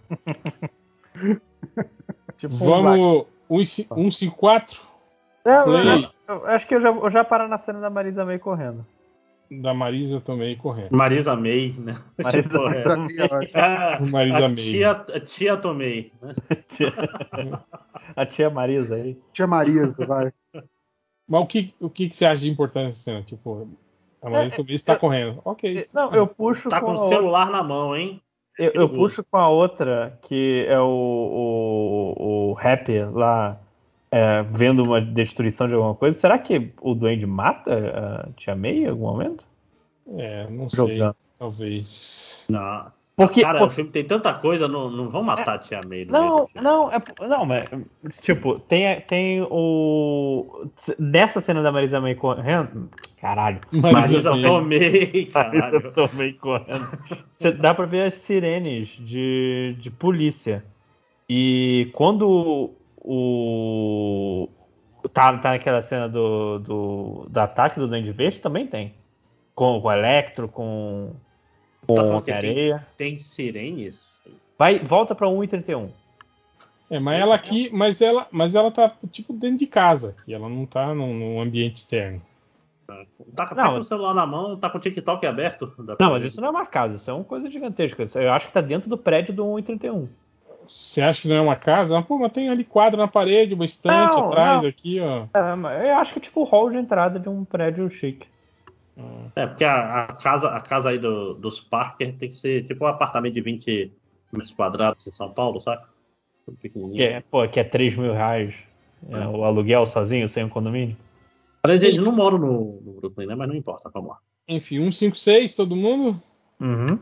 Speaker 1: Tipo,
Speaker 2: Vamos. 154
Speaker 1: vai-
Speaker 4: Ah.
Speaker 2: play.
Speaker 1: É, eu- eu acho que eu já, eu já parar na cena da Marisa meio correndo.
Speaker 2: da Marisa também correndo.
Speaker 3: Marisa May, né?
Speaker 1: Marisa
Speaker 3: Tipo, é.
Speaker 4: Pra mim, eu acho.
Speaker 3: Ah,
Speaker 2: Marisa
Speaker 3: a
Speaker 2: May.
Speaker 3: Tia, a tia Tomei. né?
Speaker 1: A tia Marisa aí.
Speaker 4: Tia Marisa, vai.
Speaker 2: Mas o que, o que, que você acha de importante nessa cena? Tipo, a
Speaker 4: É,
Speaker 2: Marisa também está correndo. Ok. isso.
Speaker 1: Não, eu puxo
Speaker 3: Tá
Speaker 1: com,
Speaker 3: com
Speaker 1: a
Speaker 3: o
Speaker 1: outra,
Speaker 3: celular na mão, hein?
Speaker 1: eu, eu puxo com a outra, que é o, o, o rapper lá é, vendo uma destruição de alguma coisa. Será que o Duende mata a tia May em algum momento?
Speaker 2: É, não sei.
Speaker 1: Jogando.
Speaker 2: Talvez.
Speaker 3: Não.
Speaker 1: Porque,
Speaker 3: Cara,
Speaker 1: porque-
Speaker 3: o filme tem tanta coisa, não, não vão matar a tia May. do
Speaker 1: Não,
Speaker 3: jeito que-
Speaker 1: não, é, não, mas tipo, tem, tem o dessa cena da Marisa May correndo, caralho.
Speaker 3: Marisa tá
Speaker 2: May.
Speaker 3: Tomei,
Speaker 1: Marisa
Speaker 3: caralho.
Speaker 1: também correndo. Cê- dá pra ver as sirenes de, de polícia. E quando o tá, tá naquela cena do, do, do ataque do Duende Verde também tem. Com, com o Electro, com
Speaker 3: Tá
Speaker 1: com
Speaker 3: falando que
Speaker 1: a
Speaker 3: tem,
Speaker 1: areia.
Speaker 3: tem sirenes?
Speaker 1: Vai, volta pra 1:31.
Speaker 2: É, mas ela aqui, mas ela, mas ela tá tipo dentro de casa e ela não tá num, num ambiente externo.
Speaker 3: Tá, tá
Speaker 1: Não,
Speaker 3: com o celular na mão, tá com o TikTok aberto?
Speaker 1: Não, mas isso não é uma casa, isso é uma coisa gigantesca. Isso- Eu acho que tá dentro do prédio do 131.
Speaker 2: Você acha que não é uma casa? Mas, pô, mas tem ali quadro na parede, uma estante
Speaker 1: Não,
Speaker 2: atrás
Speaker 1: não.
Speaker 2: aqui, ó.
Speaker 1: É, mas eu acho que é tipo o hall de entrada de um prédio chique.
Speaker 3: É, porque a, a casa, a casa aí do- dos Parker tem que ser tipo um apartamento de 20 metros quadrados em São Paulo, sabe? Tudo pequenininho.
Speaker 1: Que é, pô, que é 3 mil reais é, o aluguel sozinho, sem um condomínio.
Speaker 3: Mas eles não moram no, no Brooklyn, né? Mas não importa, vamos lá.
Speaker 2: Enfim, 156, todo mundo?
Speaker 1: Uhum.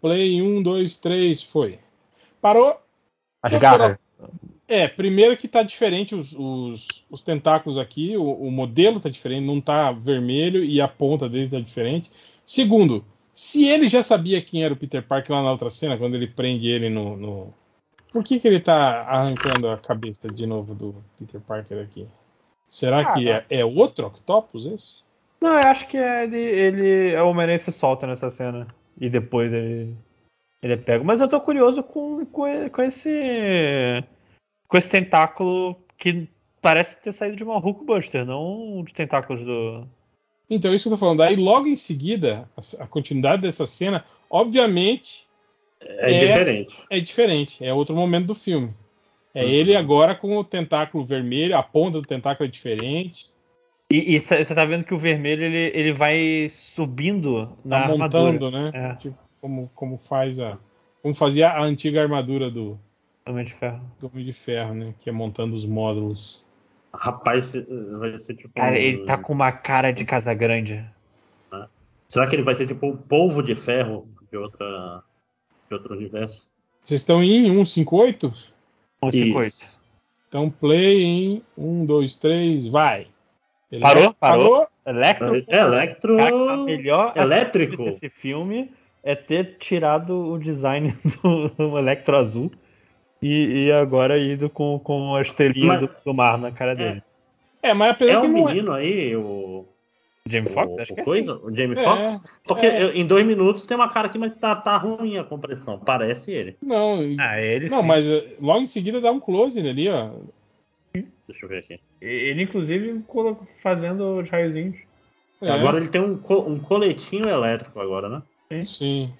Speaker 2: Play 1, 2, 3, foi. Parou?
Speaker 1: As
Speaker 2: Não,
Speaker 1: garras.
Speaker 2: É, primeiro que tá diferente os, os, os tentáculos aqui, o, o modelo tá diferente, não tá vermelho e a ponta dele tá diferente. Segundo, se ele já sabia quem era o Peter Parker lá na outra cena, quando ele prende ele no. no- Por que, que ele tá arrancando a cabeça de novo do Peter Parker aqui? Será
Speaker 1: Ah,
Speaker 2: que é, é outro Octopus esse?
Speaker 1: Não, eu acho que é ele, ele é o Homem-Aranha se solta nessa cena. E depois ele, ele é pego. Mas eu tô curioso com, com, e- com esse. com esse tentáculo que parece ter saído de uma Hulkbuster, não de tentáculos do.
Speaker 2: Então, isso que eu tô falando. Aí, logo em seguida, a, a continuidade dessa cena, obviamente,
Speaker 3: É,
Speaker 2: É.
Speaker 3: diferente.
Speaker 2: é diferente, é outro momento do filme. É
Speaker 3: Uhum.
Speaker 2: ele agora com o tentáculo vermelho, a ponta do tentáculo é diferente,
Speaker 1: E você tá vendo que o vermelho ele, ele vai subindo na
Speaker 2: tá
Speaker 1: armadura.
Speaker 2: montando, né?
Speaker 1: É.
Speaker 2: Tipo, como, como faz a. Como fazia a antiga armadura do,
Speaker 1: Homem de ferro.
Speaker 2: do Homem de Ferro, né? Que é montando os é módulos.
Speaker 3: Rapaz, vai ser tipo.
Speaker 1: Cara, ele
Speaker 3: um-
Speaker 2: Hum.
Speaker 1: tá com uma cara de casa grande.
Speaker 3: Será que ele vai ser tipo um polvo de ferro de, outra, de outro universo?
Speaker 2: Vocês estão em 158?
Speaker 1: Um
Speaker 3: Isso.
Speaker 1: circuito.
Speaker 2: Então, play em 1, 2, 3, vai. Ele-
Speaker 1: Parou?
Speaker 2: Parou?
Speaker 1: Electro.
Speaker 3: É, Electro.
Speaker 1: Cara, a melhor
Speaker 3: Elétrico.
Speaker 1: esse filme é ter tirado o design do, do Electro Azul e, e agora ido com, com a estrelinha
Speaker 3: Mas-
Speaker 1: do, do mar na cara dele.
Speaker 2: É, mas apesar
Speaker 3: É
Speaker 2: que
Speaker 3: um
Speaker 2: não é.
Speaker 3: menino aí, o.
Speaker 1: Jamie
Speaker 3: o-
Speaker 1: Foxx? Acho
Speaker 3: o
Speaker 1: que é assim.
Speaker 3: coisa, o Jamie
Speaker 2: É,
Speaker 3: Foxx? Porque
Speaker 2: é.
Speaker 3: eu- em dois minutos tem uma cara aqui, mas tá, tá ruim a compressão. Parece ele.
Speaker 2: Não, e-
Speaker 1: Ah, ele,
Speaker 2: não
Speaker 1: sim.
Speaker 2: mas eh, logo em seguida dá um close nele, ó.
Speaker 3: Deixa eu ver aqui.
Speaker 1: ele inclusive colo- fazendo os raiozinhos.
Speaker 2: É,
Speaker 3: Agora ele tem um, co- um coletinho elétrico agora, né?
Speaker 2: Sim.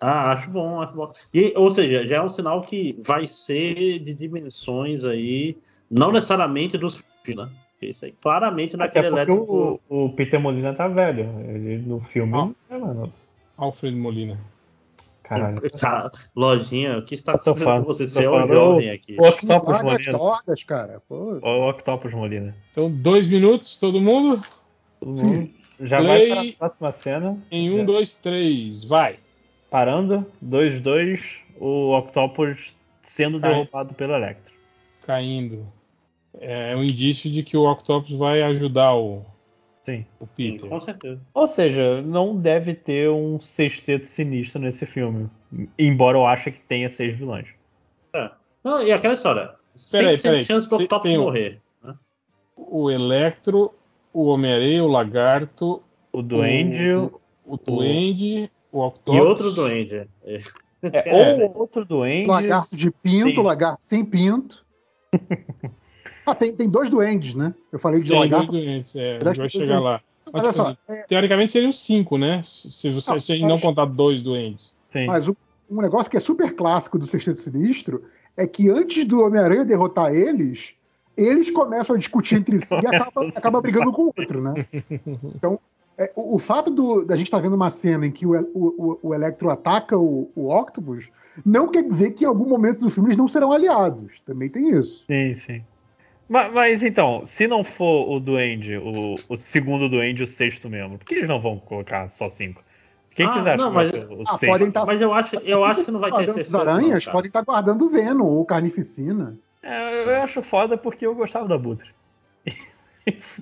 Speaker 3: Ah, acho bom, acho bom. E, ou seja, já é um sinal que vai ser de dimensões aí, não necessariamente dos filhos, né? Porque Isso aí, claramente naquele
Speaker 1: Até é porque
Speaker 3: elétrico.
Speaker 1: o, o Peter Molina tá velho. Ele no filme.
Speaker 2: Ah.
Speaker 1: É, mano.
Speaker 2: Alfredo Molina.
Speaker 1: Caralho.
Speaker 3: Cara, lojinha, o que está
Speaker 1: Tô falando,
Speaker 3: acontecendo você
Speaker 1: tô
Speaker 3: ser um
Speaker 1: falando.
Speaker 3: jovem aqui?
Speaker 1: O Octopus
Speaker 4: Larga as
Speaker 1: Molina.
Speaker 4: cordas, cara. Pô.
Speaker 1: O Octopus Molina.
Speaker 2: Então, dois minutos, todo mundo?
Speaker 1: Já vai
Speaker 2: Play-
Speaker 1: para a próxima cena.
Speaker 2: Em um,
Speaker 1: É.
Speaker 2: dois, três, vai.
Speaker 1: Parando. 2-2. O Octopus sendo
Speaker 2: Cai.
Speaker 1: derrubado pelo Electro.
Speaker 2: Caindo. É um indício de que o Octopus vai ajudar o,
Speaker 1: Sim.
Speaker 2: o
Speaker 3: Sim,
Speaker 2: Peter.
Speaker 3: com certeza.
Speaker 1: Ou seja, não deve ter um sexteto sinistro nesse filme. Embora eu ache que tenha seis vilões.
Speaker 3: Não, e aquela história.
Speaker 2: Peraí,
Speaker 3: Sempre
Speaker 2: peraí,
Speaker 3: tem chance do
Speaker 2: se-
Speaker 3: Octopus
Speaker 2: tem um-
Speaker 3: morrer.
Speaker 2: O Electro, o Homem-Aranha, o Lagarto,
Speaker 1: O Duende.
Speaker 2: o, o Duende, o Octopus.
Speaker 3: E outro doente.
Speaker 1: É,
Speaker 2: É,
Speaker 1: ou outro Duende.
Speaker 4: Lagarto de pinto,
Speaker 1: Sim.
Speaker 4: lagarto sem pinto. ah, tem, tem dois duendes, né? Eu falei de
Speaker 2: Tem dois
Speaker 4: lagarto.
Speaker 2: doentes, é, a
Speaker 4: Lagarto
Speaker 2: gente vai
Speaker 4: tem
Speaker 2: chegar
Speaker 4: dois
Speaker 2: lá. Mas,
Speaker 4: Olha
Speaker 2: tipo
Speaker 4: só, é-
Speaker 2: assim, teoricamente seriam cinco, né? Se, se você,
Speaker 4: Não,
Speaker 2: se a gente não
Speaker 4: mas-
Speaker 2: contar dois doentes.
Speaker 1: Sim.
Speaker 4: Mas um, um negócio que é super clássico do Sexteto Sinistro é que antes do Homem-Aranha derrotar eles, eles começam a discutir entre si e acaba,
Speaker 1: Começam a
Speaker 4: acaba brigando com o outro, né? Então, é, o, o fato do- da gente estar vendo uma cena em que o, o, o- o Electro ataca o, o Octopus não quer dizer que em algum momento do filme eles não serão aliados. Também tem isso.
Speaker 1: Sim, sim. Ma- Mas, então, se não for o Duende, o, o segundo Duende, o sexto membro, por que eles não vão colocar só cinco? Quem
Speaker 3: Ah,
Speaker 1: que vocês acham
Speaker 3: não,
Speaker 1: que vai
Speaker 3: mas-
Speaker 1: ser o, o
Speaker 4: Ah,
Speaker 1: sexto?
Speaker 4: podem tá-
Speaker 3: Mas eu acho, eu acho que não vai ter
Speaker 4: Guardando As
Speaker 3: sexto.
Speaker 4: aranhas
Speaker 3: não, cara.
Speaker 4: podem estar guardando o Venom ou o Carnificina.
Speaker 1: É, eu acho foda porque eu gostava da Butre.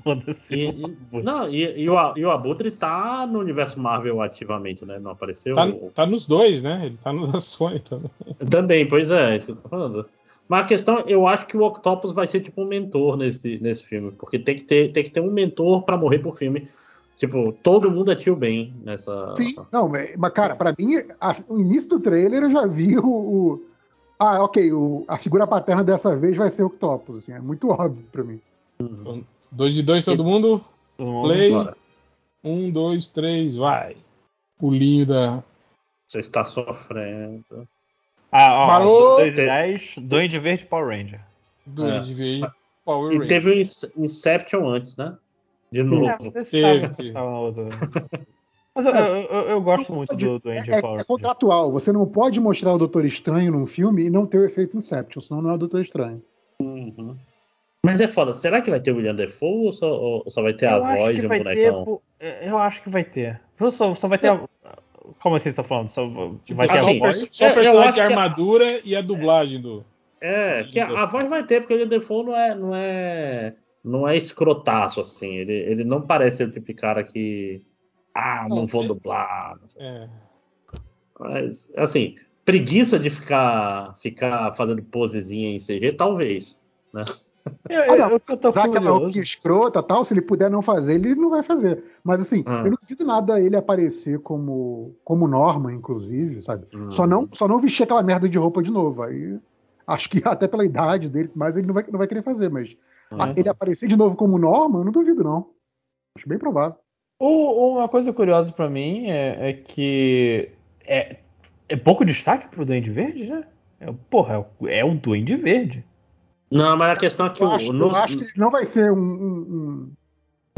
Speaker 1: Foda-se. né?
Speaker 3: E,
Speaker 1: o
Speaker 3: e-
Speaker 1: Abutre.
Speaker 3: não, e, e o, A- e o Abutre tá no universo Marvel ativamente, né? Não apareceu?
Speaker 2: Tá, tá nos dois, né? Ele tá nos da Sony também.
Speaker 3: Também, pois é, isso que eu tô falando. Mas a questão, eu acho que o Octopus vai ser tipo um mentor nesse, nesse filme, porque tem que ter, tem que ter um mentor pra morrer por filme. Tipo, todo mundo é tio Ben nessa.
Speaker 4: Sim, não, é- mas cara, pra mim, a- o início do trailer eu já vi o. o- ah, ok, o- a figura paterna dessa vez vai ser o Octopus, assim, é muito óbvio pra mim.
Speaker 2: Dois de dois, todo mundo.
Speaker 1: Todo mundo-
Speaker 2: Play.
Speaker 3: Bora.
Speaker 2: Um, dois, três, vai. Pulinho da.
Speaker 3: Você está sofrendo.
Speaker 1: Ah, ó,
Speaker 2: Parou!
Speaker 1: dois de dez, Duende Verde Power Ranger.
Speaker 2: Duende Verde. Power
Speaker 3: E
Speaker 2: Ranger.
Speaker 3: teve o Ince- Inception antes, né? De
Speaker 1: É,
Speaker 3: novo.
Speaker 1: vocês sabem
Speaker 2: Teve.
Speaker 1: que eu tava na outra. né? Mas eu, eu- eu- eu gosto muito do Duende
Speaker 4: É, é-
Speaker 1: Power
Speaker 4: é
Speaker 1: Ranger.
Speaker 4: contratual, você não pode mostrar o Doutor Estranho num filme e não ter o efeito Inception, senão não é o Doutor Estranho.
Speaker 3: Uhum. Mas é foda, será que vai ter o William Defoe ou só, ou só vai ter a
Speaker 1: Eu acho
Speaker 3: voz
Speaker 1: que
Speaker 3: de um
Speaker 1: vai ter,
Speaker 3: bonecão?
Speaker 1: pô, Eu acho que vai ter. Eu Só, só vai ter. a- Como assim você tá falando? Só vai ter
Speaker 2: só,
Speaker 1: a
Speaker 3: assim,
Speaker 2: o
Speaker 1: voz?
Speaker 2: perso- só o
Speaker 3: Eu- eu
Speaker 2: personagem
Speaker 3: acho
Speaker 2: de
Speaker 3: que a-
Speaker 2: armadura e a dublagem do.
Speaker 3: É, que a, a voz vai ter, porque o William Defoe não é, não é, não é escrotaço, assim. Ele, ele não parece ser o tipo de cara que. Ah, não
Speaker 2: Não,
Speaker 3: vou
Speaker 2: é-
Speaker 3: dublar. não sei.
Speaker 2: É.
Speaker 3: Mas, assim, preguiça de ficar, ficar fazendo posezinha em CG, talvez.
Speaker 1: Eu,
Speaker 4: Ah, não.
Speaker 1: eu, eu tô
Speaker 4: Usar aquela
Speaker 1: curioso.
Speaker 4: roupinha escrota tal, se ele puder não fazer, ele não vai fazer. Mas assim,
Speaker 3: Ah.
Speaker 4: eu não duvido nada ele aparecer como, como Norma, inclusive, sabe?
Speaker 3: Hum.
Speaker 4: Só, não, só não vestir aquela merda de roupa de novo. Aí acho que até pela idade dele, mas ele não vai, não vai querer fazer, mas. Ah,
Speaker 3: Uhum.
Speaker 4: Ele aparecer de novo como Norma, eu não duvido, não. Acho bem provável.
Speaker 1: Ou- ou uma coisa curiosa pra mim é, é que é, é pouco destaque pro Duende Verde, né? É, porra, é o- é o Duende Verde.
Speaker 3: Não, mas a questão é que
Speaker 4: Eu
Speaker 3: o.
Speaker 4: acho,
Speaker 3: no-
Speaker 4: eu acho que ele não vai ser um, um- um-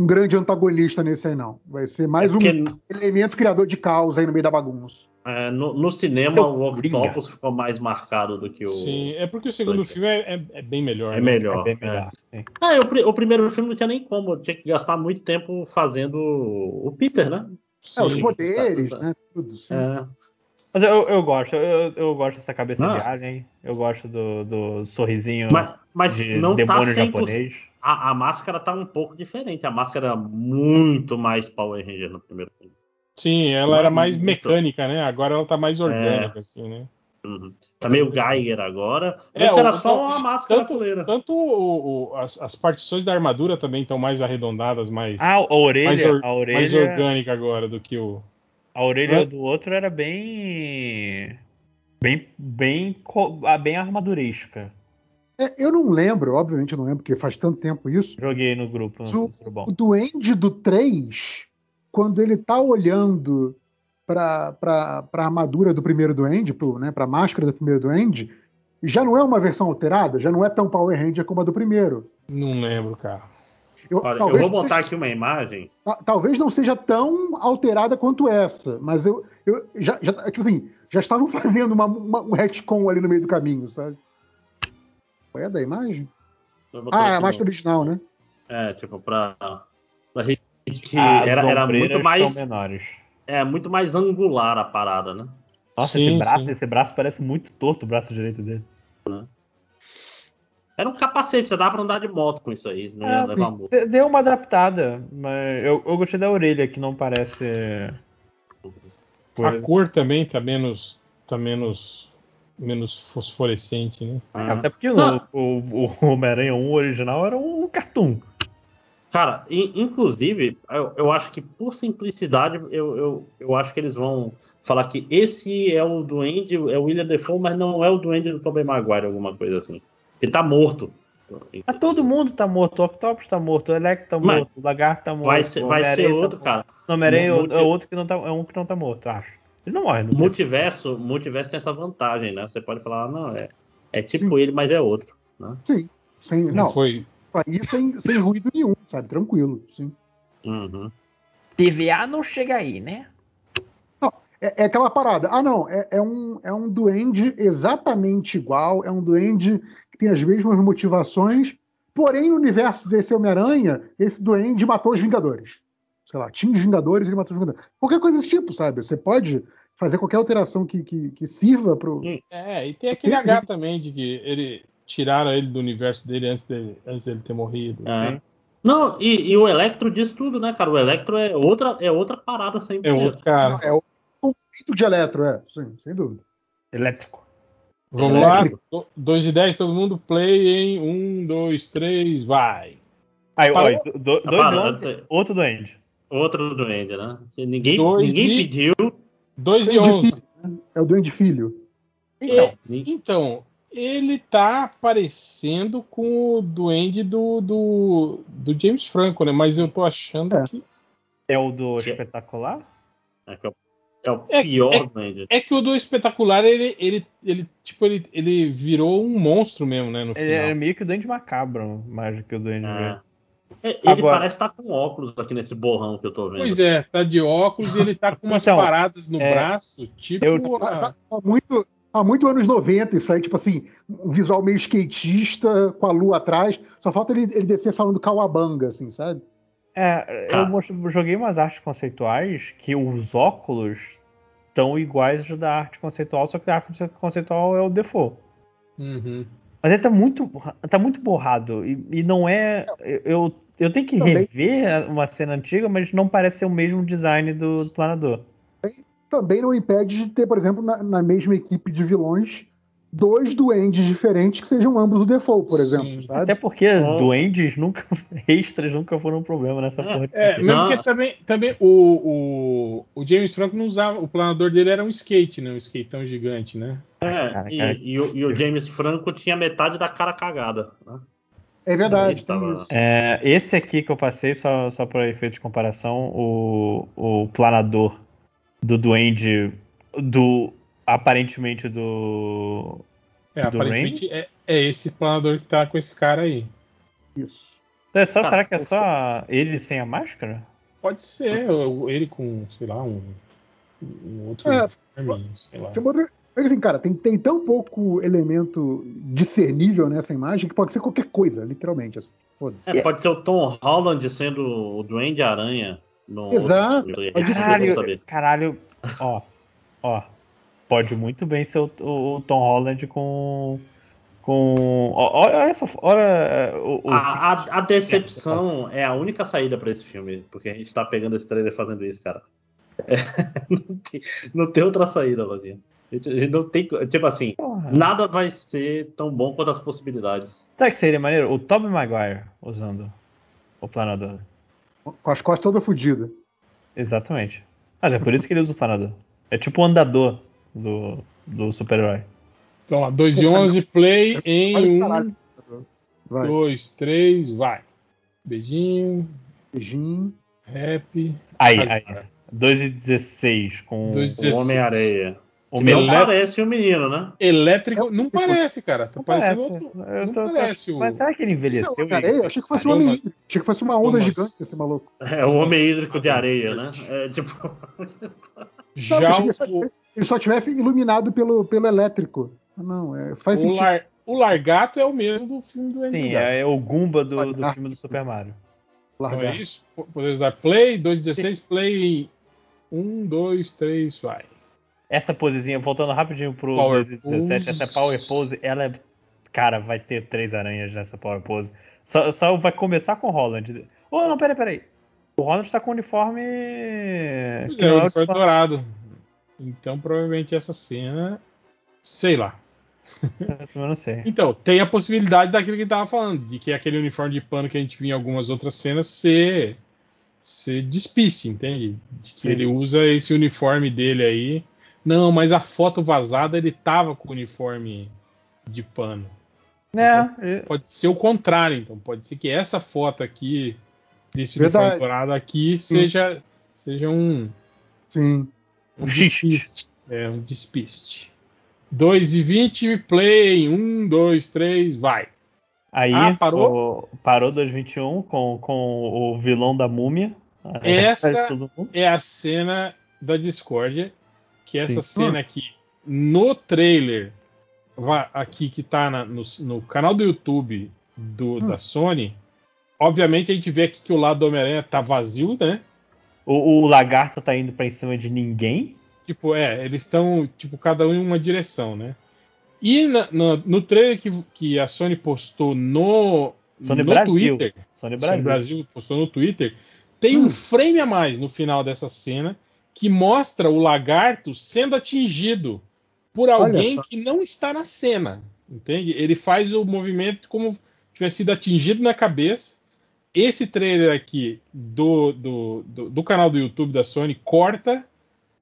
Speaker 4: um grande antagonista nesse aí, não. Vai ser mais
Speaker 3: É porque-
Speaker 4: um elemento criador de caos aí no meio da bagunça.
Speaker 3: É, no, no cinema,
Speaker 1: Seu
Speaker 3: o
Speaker 1: Coringa.
Speaker 3: Octopus ficou mais marcado do que o.
Speaker 2: Sim, é porque o segundo
Speaker 3: Poxa.
Speaker 2: filme é, é- é bem melhor.
Speaker 3: É
Speaker 2: né?
Speaker 1: É
Speaker 3: melhor.
Speaker 1: bem
Speaker 3: é.
Speaker 1: melhor. assim. sim.
Speaker 3: Ah, eu pri- o primeiro filme não tinha nem como, eu tinha que gastar muito tempo fazendo o Peter, né?
Speaker 2: Sim.
Speaker 4: É, os
Speaker 3: Sim.
Speaker 4: poderes,
Speaker 3: Tá, tá.
Speaker 4: né? Tudo. sim.
Speaker 3: É.
Speaker 1: Mas eu, eu gosto, eu, eu gosto dessa cabeça
Speaker 3: Ah.
Speaker 1: de alien, eu gosto do, do sorrisinho
Speaker 3: Mas, mas
Speaker 1: de
Speaker 3: não tá
Speaker 1: demônio
Speaker 3: 100%.
Speaker 1: japonês.
Speaker 3: A, a máscara tá um pouco diferente. A máscara era muito mais Power Ranger no primeiro filme.
Speaker 2: Sim,
Speaker 3: é
Speaker 2: ela era mais
Speaker 3: Muito.
Speaker 2: mecânica, né? Agora ela tá mais
Speaker 3: É.
Speaker 2: orgânica, assim, né?
Speaker 3: Tá
Speaker 1: É.
Speaker 3: meio Geiger agora.
Speaker 2: É,
Speaker 3: Antes era
Speaker 2: o-
Speaker 3: só uma máscara
Speaker 2: tanto-
Speaker 3: fuleira.
Speaker 2: Tanto o- o- as, as partições da armadura também estão mais arredondadas, mais,
Speaker 1: Ah, a
Speaker 2: mais,
Speaker 1: orelha,
Speaker 2: or-
Speaker 1: a
Speaker 2: mais
Speaker 1: orelha,
Speaker 2: orgânica agora do que o.
Speaker 1: a orelha
Speaker 2: Hã?
Speaker 1: do outro era bem bem bem co- ah, bem armaduresca.
Speaker 4: É, eu não lembro, obviamente eu não lembro, porque faz tanto tempo isso.
Speaker 1: Joguei no grupo,
Speaker 4: Su-
Speaker 1: no grupo bom.
Speaker 4: O duende do 3, quando ele tá olhando pra, pra, pra armadura do primeiro duende, pro, né, pra máscara do primeiro duende, já não é uma versão alterada, já não é tão Power Ranger como a do primeiro.
Speaker 2: Não lembro, cara.
Speaker 4: Eu,
Speaker 3: Olha, eu
Speaker 4: talvez
Speaker 3: vou
Speaker 4: não
Speaker 3: botar aqui uma imagem.
Speaker 4: Ta- talvez não seja tão alterada quanto essa, mas eu, eu já, já- tipo assim, já estavam fazendo uma- uma- um retcon ali no meio do caminho, sabe? Qual é a da imagem?
Speaker 3: Eu vou botar
Speaker 4: Ah, é
Speaker 3: aqui
Speaker 4: a
Speaker 3: no-
Speaker 4: máscara original, né?
Speaker 3: É, tipo, pra. pra gente que
Speaker 1: As
Speaker 3: Ah, era, era
Speaker 1: ombreiras
Speaker 3: muito
Speaker 1: estão
Speaker 3: mais.
Speaker 1: menores.
Speaker 3: É, muito mais angular a parada, né?
Speaker 1: Nossa,
Speaker 2: Sim,
Speaker 1: esse braço,
Speaker 2: sim.
Speaker 1: esse braço parece muito torto, o braço direito dele.
Speaker 3: Era um capacete, já dá pra andar de moto com isso aí, não
Speaker 4: Ah,
Speaker 1: É,
Speaker 3: ia levar muito.
Speaker 1: de- Deu uma adaptada, mas eu, eu gostei da orelha, que não parece.
Speaker 2: A
Speaker 3: é.
Speaker 1: coisa.
Speaker 2: cor também tá menos. tá menos. menos fosforescente, né?
Speaker 1: É,
Speaker 3: Ah.
Speaker 1: Até porque o-
Speaker 3: Não.
Speaker 1: o, o Homem-Aranha 1 original era um cartoon.
Speaker 3: Cara, in- inclusive, eu, eu acho que por simplicidade, eu, eu, eu acho que eles vão falar que esse é o Duende, é o William Defoe, mas não é o Duende do Tobey Maguire, alguma coisa assim. Ele tá morto.
Speaker 1: Ah, todo mundo tá morto, o Octopus tá morto, o Electro tá
Speaker 3: Mas-
Speaker 1: morto, o Lagarto tá morto.
Speaker 3: Vai ser,
Speaker 1: o
Speaker 3: vai
Speaker 1: Homem-Aranha
Speaker 3: ser
Speaker 1: tá
Speaker 3: outro,
Speaker 1: morto.
Speaker 3: cara.
Speaker 1: O Homem-Aranha é
Speaker 3: Multi-
Speaker 1: outro- é outro que não tá, é um que não tá morto, eu acho. Ele não morre, né? não tem-
Speaker 3: Multiverso, multiverso tem essa vantagem, né? Você pode falar, ah, não, é, é tipo ele, mas é outro. Né?
Speaker 4: Sim. Sem,
Speaker 2: Não,
Speaker 4: não,
Speaker 2: foi.
Speaker 4: isso aí sem, sem ruído nenhum, sabe? Tranquilo, sim.
Speaker 3: Uhum.
Speaker 1: TVA não chega aí, né?
Speaker 4: É, é aquela parada. Ah, não, é, é um, é um duende exatamente igual, é um duende que tem as mesmas motivações, porém no universo desse Homem-Aranha, esse duende matou os Vingadores. Sei lá, tinha os Vingadores, ele matou os Vingadores. Qualquer coisa desse tipo, sabe? Você pode fazer qualquer alteração que, que, que sirva pro...
Speaker 2: É, e tem aquele H também de que ele. tiraram ele do universo dele antes dele, antes dele ter morrido.
Speaker 3: É.
Speaker 1: Sim.
Speaker 3: Não, e, e o Electro diz tudo, né, cara? O Electro é outra, é outra parada sempre.
Speaker 2: É outro cara.
Speaker 4: É o conceito de eletro, é. Sim, sem dúvida.
Speaker 1: Elétrico.
Speaker 2: Vamos lá?
Speaker 3: Elétrico.
Speaker 2: 2 de 10, todo mundo play em 1, 2, 3, vai.
Speaker 1: Aí, ó,
Speaker 2: Parou?
Speaker 1: isso, do, dois
Speaker 3: parado,
Speaker 1: onze,
Speaker 3: né?
Speaker 1: outro duende.
Speaker 3: Outro duende, né? Que Ninguém,
Speaker 2: Dois
Speaker 3: ninguém
Speaker 2: e-
Speaker 3: pediu.
Speaker 2: 2 e
Speaker 4: Duende
Speaker 2: 11.
Speaker 4: É o duende filho.
Speaker 3: Então, ni-
Speaker 2: Então, ele tá parecendo com o duende do, do, do James Franco, né? Mas eu tô achando
Speaker 4: É.
Speaker 2: que.
Speaker 1: É o do
Speaker 3: Que-
Speaker 1: espetacular?
Speaker 3: é, que é o- é o
Speaker 2: É-
Speaker 3: pior
Speaker 2: é-
Speaker 3: duende.
Speaker 2: É que o do espetacular, ele, ele, ele, tipo, ele, ele virou um monstro mesmo, né? No
Speaker 1: Ele é
Speaker 2: final.
Speaker 1: meio que o duende macabro, mais do que o duende.
Speaker 3: É.
Speaker 1: verde.
Speaker 3: É, Ele
Speaker 1: Agora-
Speaker 3: parece estar com óculos aqui nesse borrão que eu tô vendo.
Speaker 2: Pois é, tá de óculos e ele tá com umas
Speaker 1: Então,
Speaker 2: paradas no
Speaker 1: é,
Speaker 2: braço, tipo.
Speaker 1: eu-
Speaker 2: a-
Speaker 4: Tá, tá muito, tá muito anos 90 isso aí, tipo assim, um visual meio skatista, com a lua atrás. Só falta ele, ele descer falando cauabanga, assim, sabe?
Speaker 1: É,
Speaker 3: Tá.
Speaker 1: eu mos- joguei umas artes conceituais que os óculos estão iguais aos da arte conceitual, só que a arte conceitual é o default.
Speaker 2: Uhum.
Speaker 1: Mas ele tá muito, borra- tá muito borrado e, e não é. Eu, eu tenho que
Speaker 4: Também.
Speaker 1: rever uma cena antiga, mas não parece ser o mesmo design do planador.
Speaker 4: Também não impede de ter, por exemplo, na, na mesma equipe de vilões, dois duendes diferentes que sejam ambos o default, por
Speaker 2: Sim.
Speaker 4: exemplo. Sabe?
Speaker 1: Até porque
Speaker 3: Bom.
Speaker 1: duendes nunca, extras nunca foram um problema nessa
Speaker 3: É,
Speaker 1: porra. de
Speaker 2: É,
Speaker 1: filme.
Speaker 2: mesmo
Speaker 3: Não.
Speaker 2: porque também, também o, o, o James Franco não usava. O planador dele era um skate, né? Um skateão gigante, né?
Speaker 3: É,
Speaker 1: Cara,
Speaker 3: e,
Speaker 1: cara.
Speaker 3: e o, e o James Franco tinha metade da cara cagada. né?
Speaker 4: É
Speaker 3: Ele
Speaker 4: verdade. tem
Speaker 3: tava-
Speaker 4: isso.
Speaker 1: É, esse aqui que eu passei, só, só para efeito de comparação, o, o planador do duende, do aparentemente do
Speaker 2: É,
Speaker 1: Do
Speaker 2: aparentemente é, é esse planador que tá com esse cara aí.
Speaker 4: Isso.
Speaker 1: Então é só, será que é só ele sem a máscara?
Speaker 2: Pode ser ou ele com, sei lá, um, um outro
Speaker 4: É.
Speaker 2: uniforme, sei lá.
Speaker 4: Você bota- Mas assim, cara, tem, tem tão pouco elemento discernível nessa imagem que pode ser qualquer coisa, literalmente. assim. Foda-se.
Speaker 3: É, pode ser o Tom Holland sendo o Duende Aranha. No
Speaker 4: Exato,
Speaker 3: outro-
Speaker 4: pode ser.
Speaker 3: Vamos
Speaker 1: Caralho,
Speaker 3: saber.
Speaker 1: caralho, ó, ó. Pode muito bem ser o, o- o Tom Holland com. com. ó, ó, Olha essa. Olha. O, o-
Speaker 3: A, a- a decepção é a única saída pra esse filme, porque a gente tá pegando esse trailer e fazendo isso, cara. É, não, tem, não tem outra saída, Lavinha. A gente- a gente não tem. co- Tipo assim,
Speaker 1: porra.
Speaker 3: nada vai ser tão bom quanto as possibilidades.
Speaker 1: Sabe que seria maneiro? O Tobey Maguire usando o planador.
Speaker 4: Com as costas toda fodidas.
Speaker 1: Exatamente. Mas é por isso que ele usa o planador. É tipo o andador do, do super-herói.
Speaker 2: Então, ó, 2 e 11, play
Speaker 4: Olha que
Speaker 2: em
Speaker 4: caralho.
Speaker 2: 1,
Speaker 4: Vai.
Speaker 2: 2, 3, vai. Beijinho,
Speaker 4: Beijinho.
Speaker 2: rap.
Speaker 1: Aí, aí.
Speaker 2: Agora.
Speaker 1: 2,16 com
Speaker 2: Dois e
Speaker 3: O
Speaker 2: 16.
Speaker 3: Homem-Areia.
Speaker 1: o
Speaker 3: Que não
Speaker 2: Ele-
Speaker 3: parece o menino, né?
Speaker 2: Elétrico, não parece, cara. Tá
Speaker 1: Não
Speaker 2: parecendo
Speaker 1: parece.
Speaker 2: outro.
Speaker 1: Eu
Speaker 2: Não
Speaker 1: tô- tô-
Speaker 2: parece o.
Speaker 1: Mas é será que ele
Speaker 2: é
Speaker 1: envelheceu?
Speaker 4: Não, cara, eu achei que fosse um homem. hídrico, Achei que fosse uma onda
Speaker 2: Thomas.
Speaker 4: gigante esse maluco.
Speaker 3: É o homem hídrico de areia, né? É tipo.
Speaker 2: Já
Speaker 4: Não,
Speaker 2: o, o,
Speaker 4: Ele só tivesse iluminado pelo, pelo elétrico. Não, é, faz
Speaker 2: o,
Speaker 4: sentido.
Speaker 2: lar, o Largato é o mesmo do filme do
Speaker 1: Sim,
Speaker 2: Andrew Garfield.
Speaker 1: é, é o Goomba do, do
Speaker 4: Ah,
Speaker 1: filme do Super Mario.
Speaker 2: Então
Speaker 4: largar.
Speaker 2: é isso. P- Podemos dar play, 216, play em 1, 2, 3, vai.
Speaker 1: Essa posezinha, voltando rapidinho pro
Speaker 2: Power
Speaker 1: 2017,
Speaker 2: pose.
Speaker 1: essa Power Pose, ela é. Cara, vai ter três aranhas nessa Power Pose. Só, só vai começar com o Holland. Oh, não, peraí, peraí. O Holland tá com o uniforme.
Speaker 2: Pois
Speaker 1: que
Speaker 2: é,
Speaker 1: não
Speaker 2: o
Speaker 1: é o
Speaker 2: uniforme
Speaker 1: uniforme-
Speaker 2: dourado. Então, provavelmente essa cena. Sei lá.
Speaker 1: Eu não sei.
Speaker 2: Então, tem a possibilidade daquilo que tava falando, de que aquele uniforme de pano que a gente viu em algumas outras cenas ser, ser despiste, entende? De que
Speaker 1: Sim.
Speaker 2: ele usa esse uniforme dele aí. Não, mas a foto vazada ele tava com o uniforme de pano. Então,
Speaker 1: É,
Speaker 2: Pode ser o contrário, então. Pode ser que essa foto aqui, desse
Speaker 4: Verdade.
Speaker 2: uniforme dourado aqui, seja, seja um,
Speaker 4: Sim.
Speaker 2: um
Speaker 1: Um xiste.
Speaker 2: despiste. É, um despiste. 2 e 20, play. 1, 2, 3, vai.
Speaker 1: Aí
Speaker 2: Ah, parou?
Speaker 1: o- parou 2021 com, com o vilão da múmia.
Speaker 2: Essa-
Speaker 1: Todo mundo.
Speaker 2: É a cena da discórdia, que é essa
Speaker 1: Sim.
Speaker 2: cena aqui, no trailer, va- aqui que tá na- no, no canal do YouTube
Speaker 1: Hum.
Speaker 2: do, da Sony, obviamente a gente vê aqui que o lado do Homem-Aranha tá vazio, né?
Speaker 1: O, o lagarto tá indo pra cima de ninguém.
Speaker 2: Tipo, é, eles estão, tipo, cada um em uma direção, né? E na- na- no trailer que, que a Sony postou no,
Speaker 1: Sony
Speaker 2: no
Speaker 1: Brasil.
Speaker 2: Twitter,
Speaker 1: Sony
Speaker 2: Sony
Speaker 1: Brasil.
Speaker 2: Brasil postou no Twitter, tem um frame a mais no final dessa cena que mostra o lagarto sendo atingido por alguém
Speaker 4: só.
Speaker 2: que não está na cena, entende? Ele faz o movimento como tivesse sido atingido na cabeça. Esse trailer aqui do, do, do, do canal do YouTube da Sony corta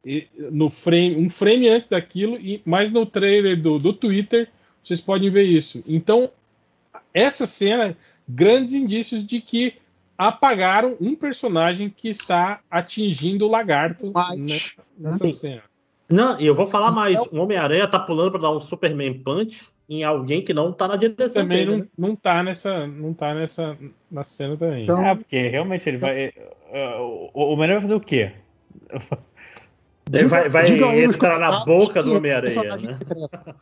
Speaker 2: e- no frame, um frame antes daquilo, e mas no trailer do, do Twitter vocês podem ver isso. Então, essa cena, grandes indícios de que apagaram um personagem que está atingindo o lagarto
Speaker 4: Mas,
Speaker 2: nessa,
Speaker 4: né?
Speaker 2: nessa
Speaker 3: Sim.
Speaker 2: cena.
Speaker 3: Não, e eu vou falar mais. O Homem-Aranha tá pulando pra dar um Superman Punch em alguém que não tá na direção
Speaker 2: Também
Speaker 3: dele,
Speaker 2: não, não tá nessa. Não tá nessa. Na cena também.
Speaker 4: Então-
Speaker 1: Ah, porque realmente ele vai. eh, o- o Homem vai fazer o quê?
Speaker 3: Ele vai, vai
Speaker 4: Digam aí nos
Speaker 3: entrar na
Speaker 4: comentários
Speaker 3: boca do
Speaker 4: quem é o
Speaker 3: Homem-Aranha,
Speaker 4: personagem
Speaker 3: né?
Speaker 4: secreto.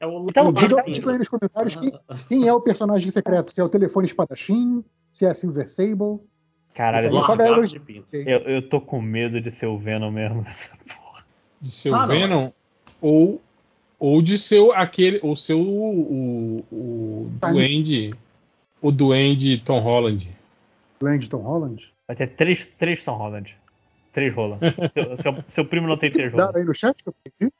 Speaker 3: É o
Speaker 1: Então,
Speaker 3: Lagarto.
Speaker 4: Digam digam aí nos comentários quem, quem é o personagem secreto. Se é o telefone espadachim, se é a Silver Sable. é
Speaker 1: Caralho,
Speaker 4: Lá-
Speaker 1: eu,
Speaker 3: Lagarto de pinto.
Speaker 1: eu, eu tô com medo de ser o Venom mesmo nessa porra.
Speaker 2: de seu
Speaker 3: Ah, não,
Speaker 2: Venom ou ou de seu aquele ou seu o, o
Speaker 4: Ah,
Speaker 2: duende o duende Tom Holland
Speaker 4: Langdon Holland.
Speaker 1: Vai ter três, três São Holland. Três rola. Seu, seu- seu primo não tem
Speaker 3: É.
Speaker 1: três rola.
Speaker 4: Daram aí no chat que eu perdi.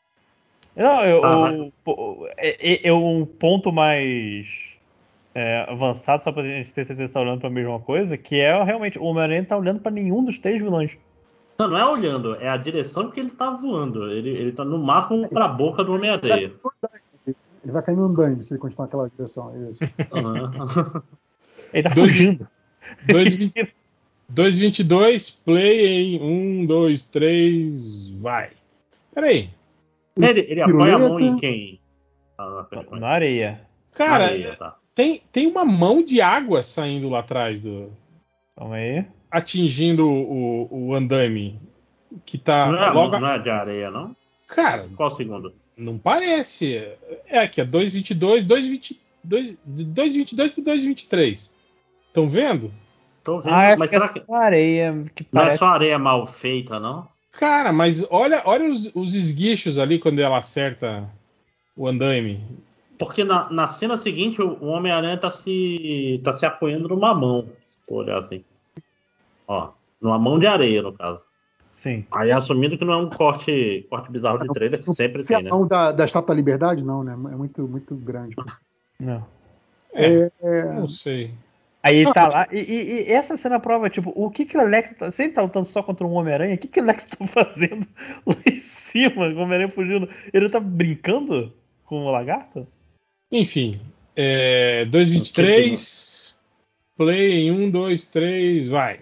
Speaker 1: Não, eu,
Speaker 3: Ah,
Speaker 1: o- o- é- é- é um ponto mais é, avançado, só pra gente ter certeza que tá olhando pra mesma coisa, que é realmente o Homem-Aranha tá olhando pra nenhum dos três vilões.
Speaker 3: Não, não é olhando, é a direção que ele tá voando. Ele, ele tá no máximo pra boca do Homem-Aranha.
Speaker 4: Ele vai cair no andaime se ele continuar naquela direção. é isso.
Speaker 3: Aham.
Speaker 1: Ele tá
Speaker 2: Dois-
Speaker 1: fugindo.
Speaker 2: 2 222 play em 1 2 3 vai Peraí.
Speaker 3: ele, ele apoia a mão
Speaker 4: Piruleta.
Speaker 3: em quem? Ah, peraí,
Speaker 1: Na areia.
Speaker 2: Cara,
Speaker 3: areia, tá.
Speaker 2: Tem, tem uma mão de água saindo lá atrás do.
Speaker 1: Calma aí.
Speaker 2: atingindo o, o andaime. Que tá
Speaker 3: não, é,
Speaker 2: logo. a-
Speaker 3: não é de areia, não?
Speaker 2: Cara,
Speaker 3: Qual o segundo?
Speaker 2: não parece. É aqui, é 2,22, 2,22, de 2,22 pro 2,23. Estão vendo?
Speaker 3: Tô vendo,
Speaker 1: Ah, é
Speaker 3: mas
Speaker 1: que é
Speaker 3: será que.
Speaker 1: só areia que
Speaker 3: Não é
Speaker 1: parece.
Speaker 3: só areia mal feita, não?
Speaker 2: Cara, mas olha, olha os, os esguichos ali quando ela acerta o andaime.
Speaker 3: Porque na, na cena seguinte o, o Homem-Aranha tá se, tá se apoiando numa mão. Se tu olhar assim. Ó, numa mão de areia, no caso.
Speaker 1: Sim.
Speaker 3: Aí assumindo que não é um corte, corte bizarro de trailer, que sempre
Speaker 4: Se a
Speaker 3: tem, né?
Speaker 4: mão da, da Estátua da Liberdade, não, né? É muito, muito grande.
Speaker 1: Não.
Speaker 2: É,
Speaker 4: É,
Speaker 2: não sei.
Speaker 1: Aí
Speaker 4: Ah,
Speaker 1: tá lá. E, e- e essa cena prova, tipo, o que que o Alex tá. Se ele tá lutando só contra um Homem-Aranha, o que que o Alex tá fazendo lá em cima? O Homem-Aranha fugindo. Ele tá brincando com o lagarto?
Speaker 2: Enfim, é, 2,23. Play em 1, 2, 3, vai.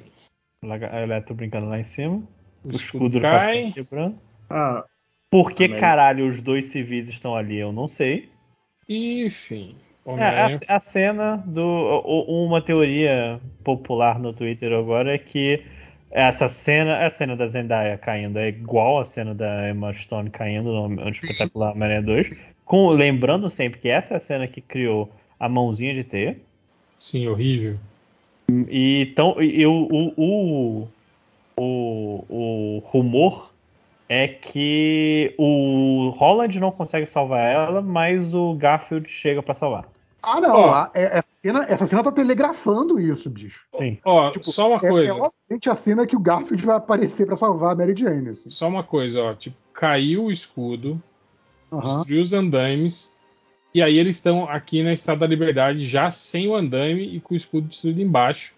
Speaker 1: O laga- o Electro brincando lá em cima.
Speaker 2: O
Speaker 1: O
Speaker 2: escudo
Speaker 1: escudo
Speaker 2: cai.
Speaker 1: tá quebrando.
Speaker 3: Ah,
Speaker 1: Por que
Speaker 3: Amém.
Speaker 1: caralho os dois civis estão ali? Eu não sei.
Speaker 2: Enfim.
Speaker 1: É, a,
Speaker 4: assim.
Speaker 2: Homem-Aranha.
Speaker 1: a cena do. o- Uma teoria popular no Twitter agora é que essa cena, a cena da Zendaya caindo é igual a cena da Emma Stone caindo no, no espetacular Homem-Aranha 2. Com, lembrando sempre que essa é a cena que criou a mãozinha de teia.
Speaker 2: Sim, horrível.
Speaker 1: E, então, e, e o, o, o, o, o rumor é que o Holland não consegue salvar ela, mas o Garfield chega pra salvar.
Speaker 4: Ah, não.
Speaker 2: Ó.
Speaker 4: a- é- essa, cena, essa cena tá telegrafando isso, bicho.
Speaker 1: Sim.
Speaker 2: Ó,
Speaker 4: Tipo,
Speaker 2: só uma
Speaker 4: É, é
Speaker 2: coisa.
Speaker 4: obviamente a cena que o Garfield vai aparecer pra salvar a Mary Jane. assim.
Speaker 2: Só uma coisa, ó. Tipo, caiu o escudo,
Speaker 4: Aham.
Speaker 2: destruiu os andaimes. E aí eles estão aqui na Estátua da Liberdade, já sem o andaime e com o escudo destruído embaixo.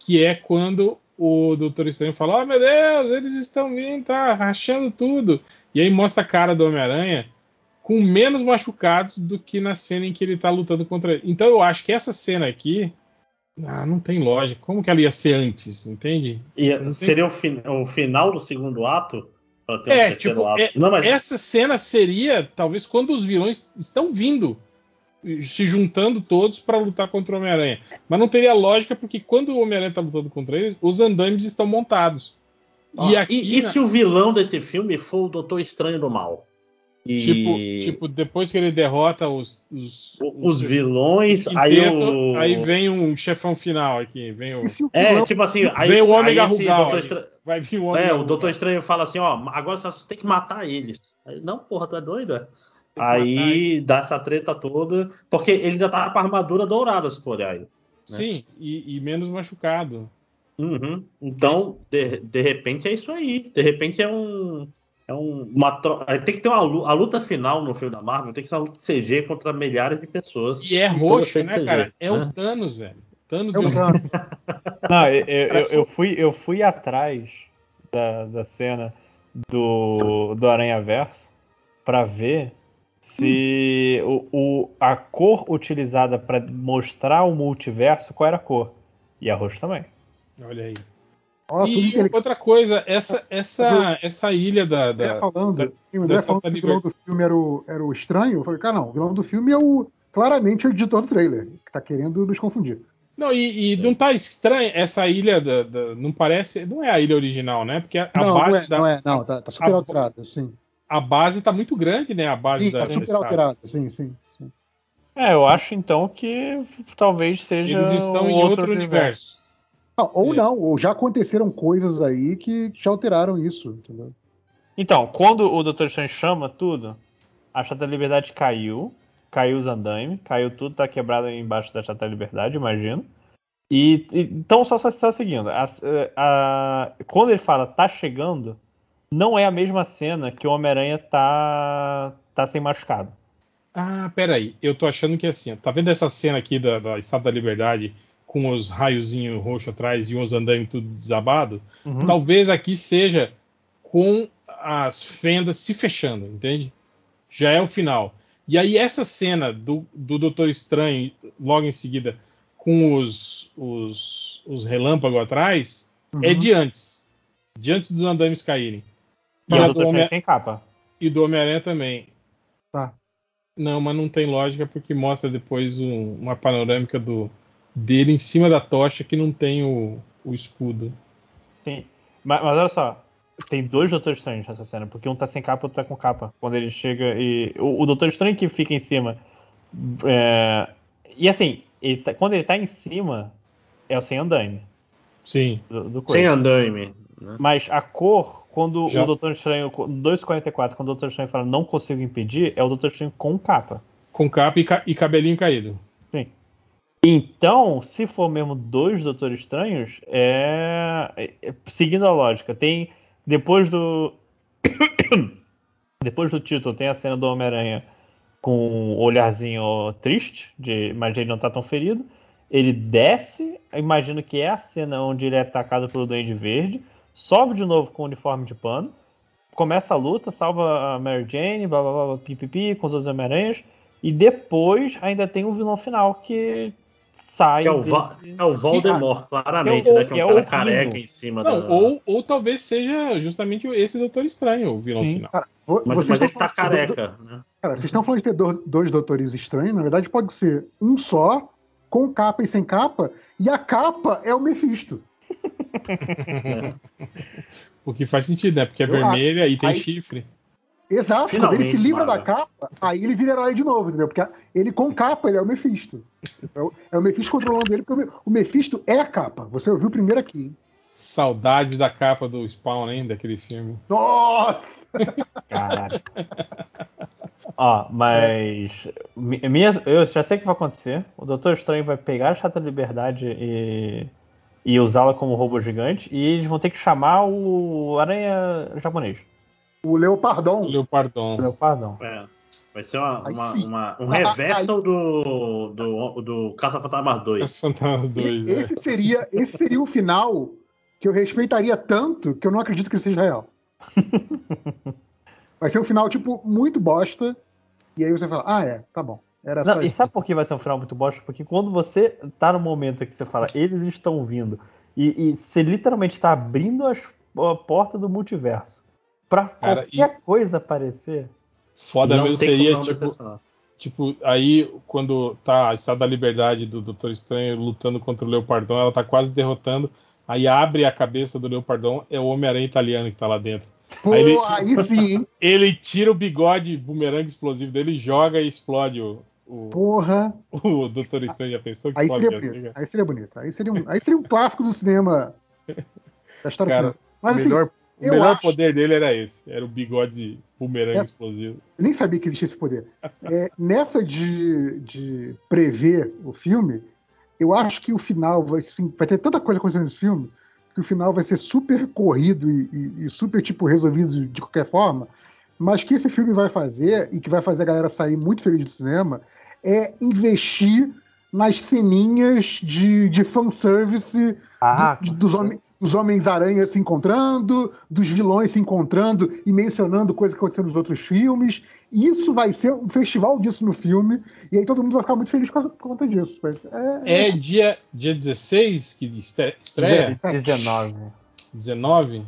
Speaker 2: Que é quando o Doutor Estranho fala: Oh meu Deus, eles estão vindo, tá rachando tudo. E aí mostra a cara do Homem-Aranha com menos machucados do que na cena em que ele tá lutando contra ele. Então eu acho que essa cena aqui. Ah, não tem lógica. Como que ela ia ser antes, entende?
Speaker 3: e seria o, fin- o final do segundo ato? Pra ter um
Speaker 2: É,
Speaker 3: terceiro
Speaker 2: tipo,
Speaker 3: ato.
Speaker 2: é-
Speaker 3: não, mas
Speaker 2: Essa cena seria, talvez, quando os vilões estão vindo, se juntando todos para lutar contra o Homem-Aranha. Mas não teria lógica, porque quando o Homem-Aranha tá lutando contra eles, os andames estão montados.
Speaker 3: Ó,
Speaker 2: e aqui, né,
Speaker 3: e, e se o vilão desse filme for o Doutor Estranho do Mal? E
Speaker 2: tipo, tipo, depois que ele derrota os, os,
Speaker 3: o- os vilões, aí
Speaker 2: quinteto,
Speaker 3: o.
Speaker 2: aí vem um chefão final aqui. Vem o,
Speaker 4: E se o
Speaker 3: É,
Speaker 4: vilão-
Speaker 3: tipo assim, aí,
Speaker 2: vem o
Speaker 3: aí
Speaker 2: Ômega
Speaker 3: esse
Speaker 2: Rugal.
Speaker 3: Doutor
Speaker 2: aí.
Speaker 3: Estranho-
Speaker 2: Vai vir o Ômega
Speaker 3: É, o
Speaker 2: Rugal.
Speaker 3: Doutor Estranho fala assim, ó, agora só você tem que matar eles. Aí, não, porra, tá doido? é?
Speaker 2: que matar
Speaker 3: Aí dá essa treta toda, porque ele ainda tava com a armadura dourada, se tu olhar aí.
Speaker 2: Sim, e- e menos machucado.
Speaker 3: Uhum. Então, de, de repente é isso aí. De repente é um. É um, uma tro- aí Tem que ter uma luta, a luta final no filme da Marvel, tem que ser uma luta de CG contra milhares de pessoas.
Speaker 2: E é
Speaker 3: toda
Speaker 2: roxo,
Speaker 3: feita
Speaker 2: né,
Speaker 3: de
Speaker 2: cara?
Speaker 3: CG,
Speaker 2: É o Thanos, velho. Thanos um
Speaker 4: É
Speaker 2: deu-
Speaker 4: o Thanos.
Speaker 1: Não, eu, eu- eu- eu fui, eu fui atrás da, da cena do, do Aranha Verso pra ver se o, o- a cor utilizada pra mostrar o multiverso, qual era a cor. E a roxa também.
Speaker 2: Olha aí.
Speaker 4: Ó, tudo
Speaker 2: E
Speaker 4: que ele Uhum.
Speaker 2: outra coisa, essa, essa, essa ilha da. da-
Speaker 4: tá falando.
Speaker 2: da-
Speaker 4: e o André
Speaker 2: dessa
Speaker 4: falando que o vilão do filme era o, era o estranho. Eu falei, cara, não. O vilão do filme é o claramente o editor do trailer, que tá querendo nos confundir.
Speaker 2: Não, e, e não tá estranho. Essa ilha da, da- não parece. Não é a ilha original, né? Porque a, a
Speaker 4: não, não
Speaker 2: base
Speaker 4: é,
Speaker 2: da,
Speaker 4: não é, não. Tá, tá super
Speaker 2: a-
Speaker 4: alterado, sim.
Speaker 2: a base tá muito grande, né? A base
Speaker 4: Sim,
Speaker 2: da,
Speaker 4: tá
Speaker 2: da
Speaker 4: super
Speaker 2: estátua.
Speaker 4: alterado, sim, sim. sim.
Speaker 1: É, eu acho então que talvez seja.
Speaker 2: Eles estão
Speaker 1: um
Speaker 2: em outro, universo.
Speaker 4: Não, ou
Speaker 2: É.
Speaker 4: não, ou já aconteceram coisas aí que já alteraram isso, entendeu?
Speaker 1: Então, quando o Dr. Strange chama tudo, a Estátua da Liberdade caiu, caiu os andaime, caiu tudo, tá quebrado aí embaixo da Estátua da Liberdade, imagino. E, e- então só, só, só seguindo, a- a- quando ele fala tá chegando, não é a mesma cena que o Homem-Aranha tá tá sem machucado.
Speaker 2: Ah, peraí. Eu tô achando que é assim. ó. Tá vendo essa cena aqui da, da Estátua da Liberdade com os raiozinhos roxo atrás e os andames tudo desabado? Talvez aqui seja com as fendas se fechando, entende? Já é o final. E aí essa cena do, do Doutor Estranho, logo em seguida, com os, os, os relâmpagos atrás, é de antes. De antes dos andames caírem.
Speaker 1: E
Speaker 2: E, a
Speaker 1: o
Speaker 2: do
Speaker 1: Dr. Strange
Speaker 2: Homem-
Speaker 1: sem capa.
Speaker 2: e do Homem-Aranha também.
Speaker 4: Tá.
Speaker 2: Não, mas não tem lógica porque mostra depois um- uma panorâmica do dele em cima da tocha que não tem o, o escudo.
Speaker 1: Sim. Mas, mas olha só, tem dois Doutor Estranho nessa cena, porque um tá sem capa e outro tá com capa. Quando ele chega e. O, o Doutor Estranho que fica em cima. é, E assim, ele tá- quando ele tá em cima, é o sem andaime
Speaker 2: Sim.
Speaker 1: do, do coisa.
Speaker 3: Sem andaime. Né?
Speaker 1: Mas a cor, quando
Speaker 2: Já.
Speaker 1: o Doutor Estranho. 2,44, quando o Doutor Estranho fala não consigo impedir, é o Doutor Estranho com capa.
Speaker 2: Com capa e, ca- e cabelinho caído.
Speaker 1: Então, se for mesmo dois Doutores Estranhos, é... é- é- Seguindo a lógica, tem. Depois do. Depois do título, tem a cena do Homem-Aranha com o olharzinho triste, de... mas ele não tá tão ferido. Ele desce, eu imagino que é a cena onde ele é atacado pelo Duende Verde, sobe de novo com o uniforme de pano, começa a luta, salva a Mary Jane, blá blá blá, blá pipipi, com os outros Homem-Aranhas, e depois ainda tem o vilão final que sai.
Speaker 3: Que é o,
Speaker 1: desse-
Speaker 3: Va- é o Voldemort, claramente,
Speaker 1: que é o-
Speaker 3: né? Que é um
Speaker 1: que é
Speaker 3: cara
Speaker 1: o
Speaker 3: careca
Speaker 1: Rino.
Speaker 3: em cima
Speaker 2: Não,
Speaker 3: da.
Speaker 2: ou, ou talvez seja justamente esse Doutor Estranho, o vilão
Speaker 1: Sim.
Speaker 2: final.
Speaker 4: Vo-
Speaker 3: Mas,
Speaker 4: vocês
Speaker 3: mas
Speaker 4: estão
Speaker 3: ele tá
Speaker 4: falando de do-
Speaker 3: careca, né?
Speaker 4: Cara, vocês estão falando de ter do- dois doutores estranhos, na verdade pode ser um só, com capa e sem capa, e a capa é o Mephisto.
Speaker 3: É,
Speaker 2: O que faz sentido, né? Porque é
Speaker 4: Eu
Speaker 2: vermelha e tem
Speaker 4: Aí-
Speaker 2: chifre.
Speaker 4: Exato, quando ele
Speaker 3: Finalmente,
Speaker 4: se livra
Speaker 3: Marvel.
Speaker 4: da capa, aí ele vira herói de novo, entendeu? Porque ele com capa, ele é o Mephisto. É o, é o Mephisto controlando ele, porque o Me- o Mephisto é a capa. Você ouviu primeiro aqui. hein?
Speaker 2: Saudades da capa do Spawn, hein? Daquele filme.
Speaker 4: Nossa!
Speaker 1: Caralho. Ó, mas. mi- Minha, eu já sei o que vai acontecer. O Doutor Estranho vai pegar a Chata da Liberdade e, e usá-la como robô gigante. E eles vão ter que chamar o Aranha japonês.
Speaker 4: O Leopardon.
Speaker 2: Leopardon.
Speaker 1: Leopardão.
Speaker 3: É. Vai ser uma,
Speaker 4: Aí
Speaker 3: uma-
Speaker 4: sim.
Speaker 3: uma- um
Speaker 4: Ah, ah,
Speaker 3: reversal do, do, do Caça Fantasmas 2.
Speaker 2: As Fantasmas 2. né?
Speaker 4: Esse seria, esse seria o final que eu respeitaria tanto que eu não acredito que ele seja real. Vai ser um final, tipo, muito bosta. E aí você fala, ah, é, tá bom. Era só
Speaker 1: Não, e
Speaker 4: isso.
Speaker 1: sabe por que vai ser um final muito bosta? Porque quando você tá no momento que você fala, eles estão vindo, e, e você literalmente tá abrindo as- a porta do multiverso pra
Speaker 2: Cara, e-
Speaker 1: qualquer coisa aparecer.
Speaker 2: Foda
Speaker 3: Não
Speaker 2: mesmo
Speaker 3: tem como
Speaker 2: seria,
Speaker 3: não
Speaker 2: tipo,
Speaker 3: decepcionar.
Speaker 2: Tipo, aí quando tá a Estado da Liberdade do Doutor Estranho lutando contra o Leopardon, ela tá quase derrotando. Aí abre a cabeça do Leopardon, é o Homem-Aranha italiano que tá lá dentro.
Speaker 4: Pô,
Speaker 2: Aí ele-
Speaker 4: aí sim, hein?
Speaker 2: Ele tira o bigode bumerangue explosivo dele, joga e explode o, o,
Speaker 4: Porra.
Speaker 2: o Doutor Estranho. Já pensou que
Speaker 4: Aí
Speaker 2: pode
Speaker 4: seria
Speaker 2: assim,
Speaker 4: bonito.
Speaker 2: cara?
Speaker 4: Aí seria bonito. Aí seria um, aí seria um clássico do cinema. Da história
Speaker 2: Cara,
Speaker 4: do cinema. Mas
Speaker 2: o
Speaker 4: assim,
Speaker 2: melhor, o
Speaker 4: eu
Speaker 2: melhor
Speaker 4: acho-
Speaker 2: poder dele era esse, era o bigode bumerangue
Speaker 4: É.
Speaker 2: explosivo.
Speaker 4: eu nem sabia que existia esse poder. É, nessa de, de prever o filme, eu acho que o final vai, assim, vai ter tanta coisa acontecendo nesse filme que o final vai ser super corrido e, e- e super tipo resolvido de qualquer forma. Mas que esse filme vai fazer e que vai fazer a galera sair muito feliz do cinema é investir nas ceninhas de, de fanservice
Speaker 1: Ah,
Speaker 4: de- dos, homen- dos Homens-Aranha se encontrando, dos vilões se encontrando e mencionando coisas que aconteceram nos outros filmes. E Isso vai ser um festival disso no filme, e aí todo mundo vai ficar muito feliz por causa- por conta disso. Mas é, É.
Speaker 2: É dia, dia 16 que estre- estreia?
Speaker 1: é 19.
Speaker 2: 19?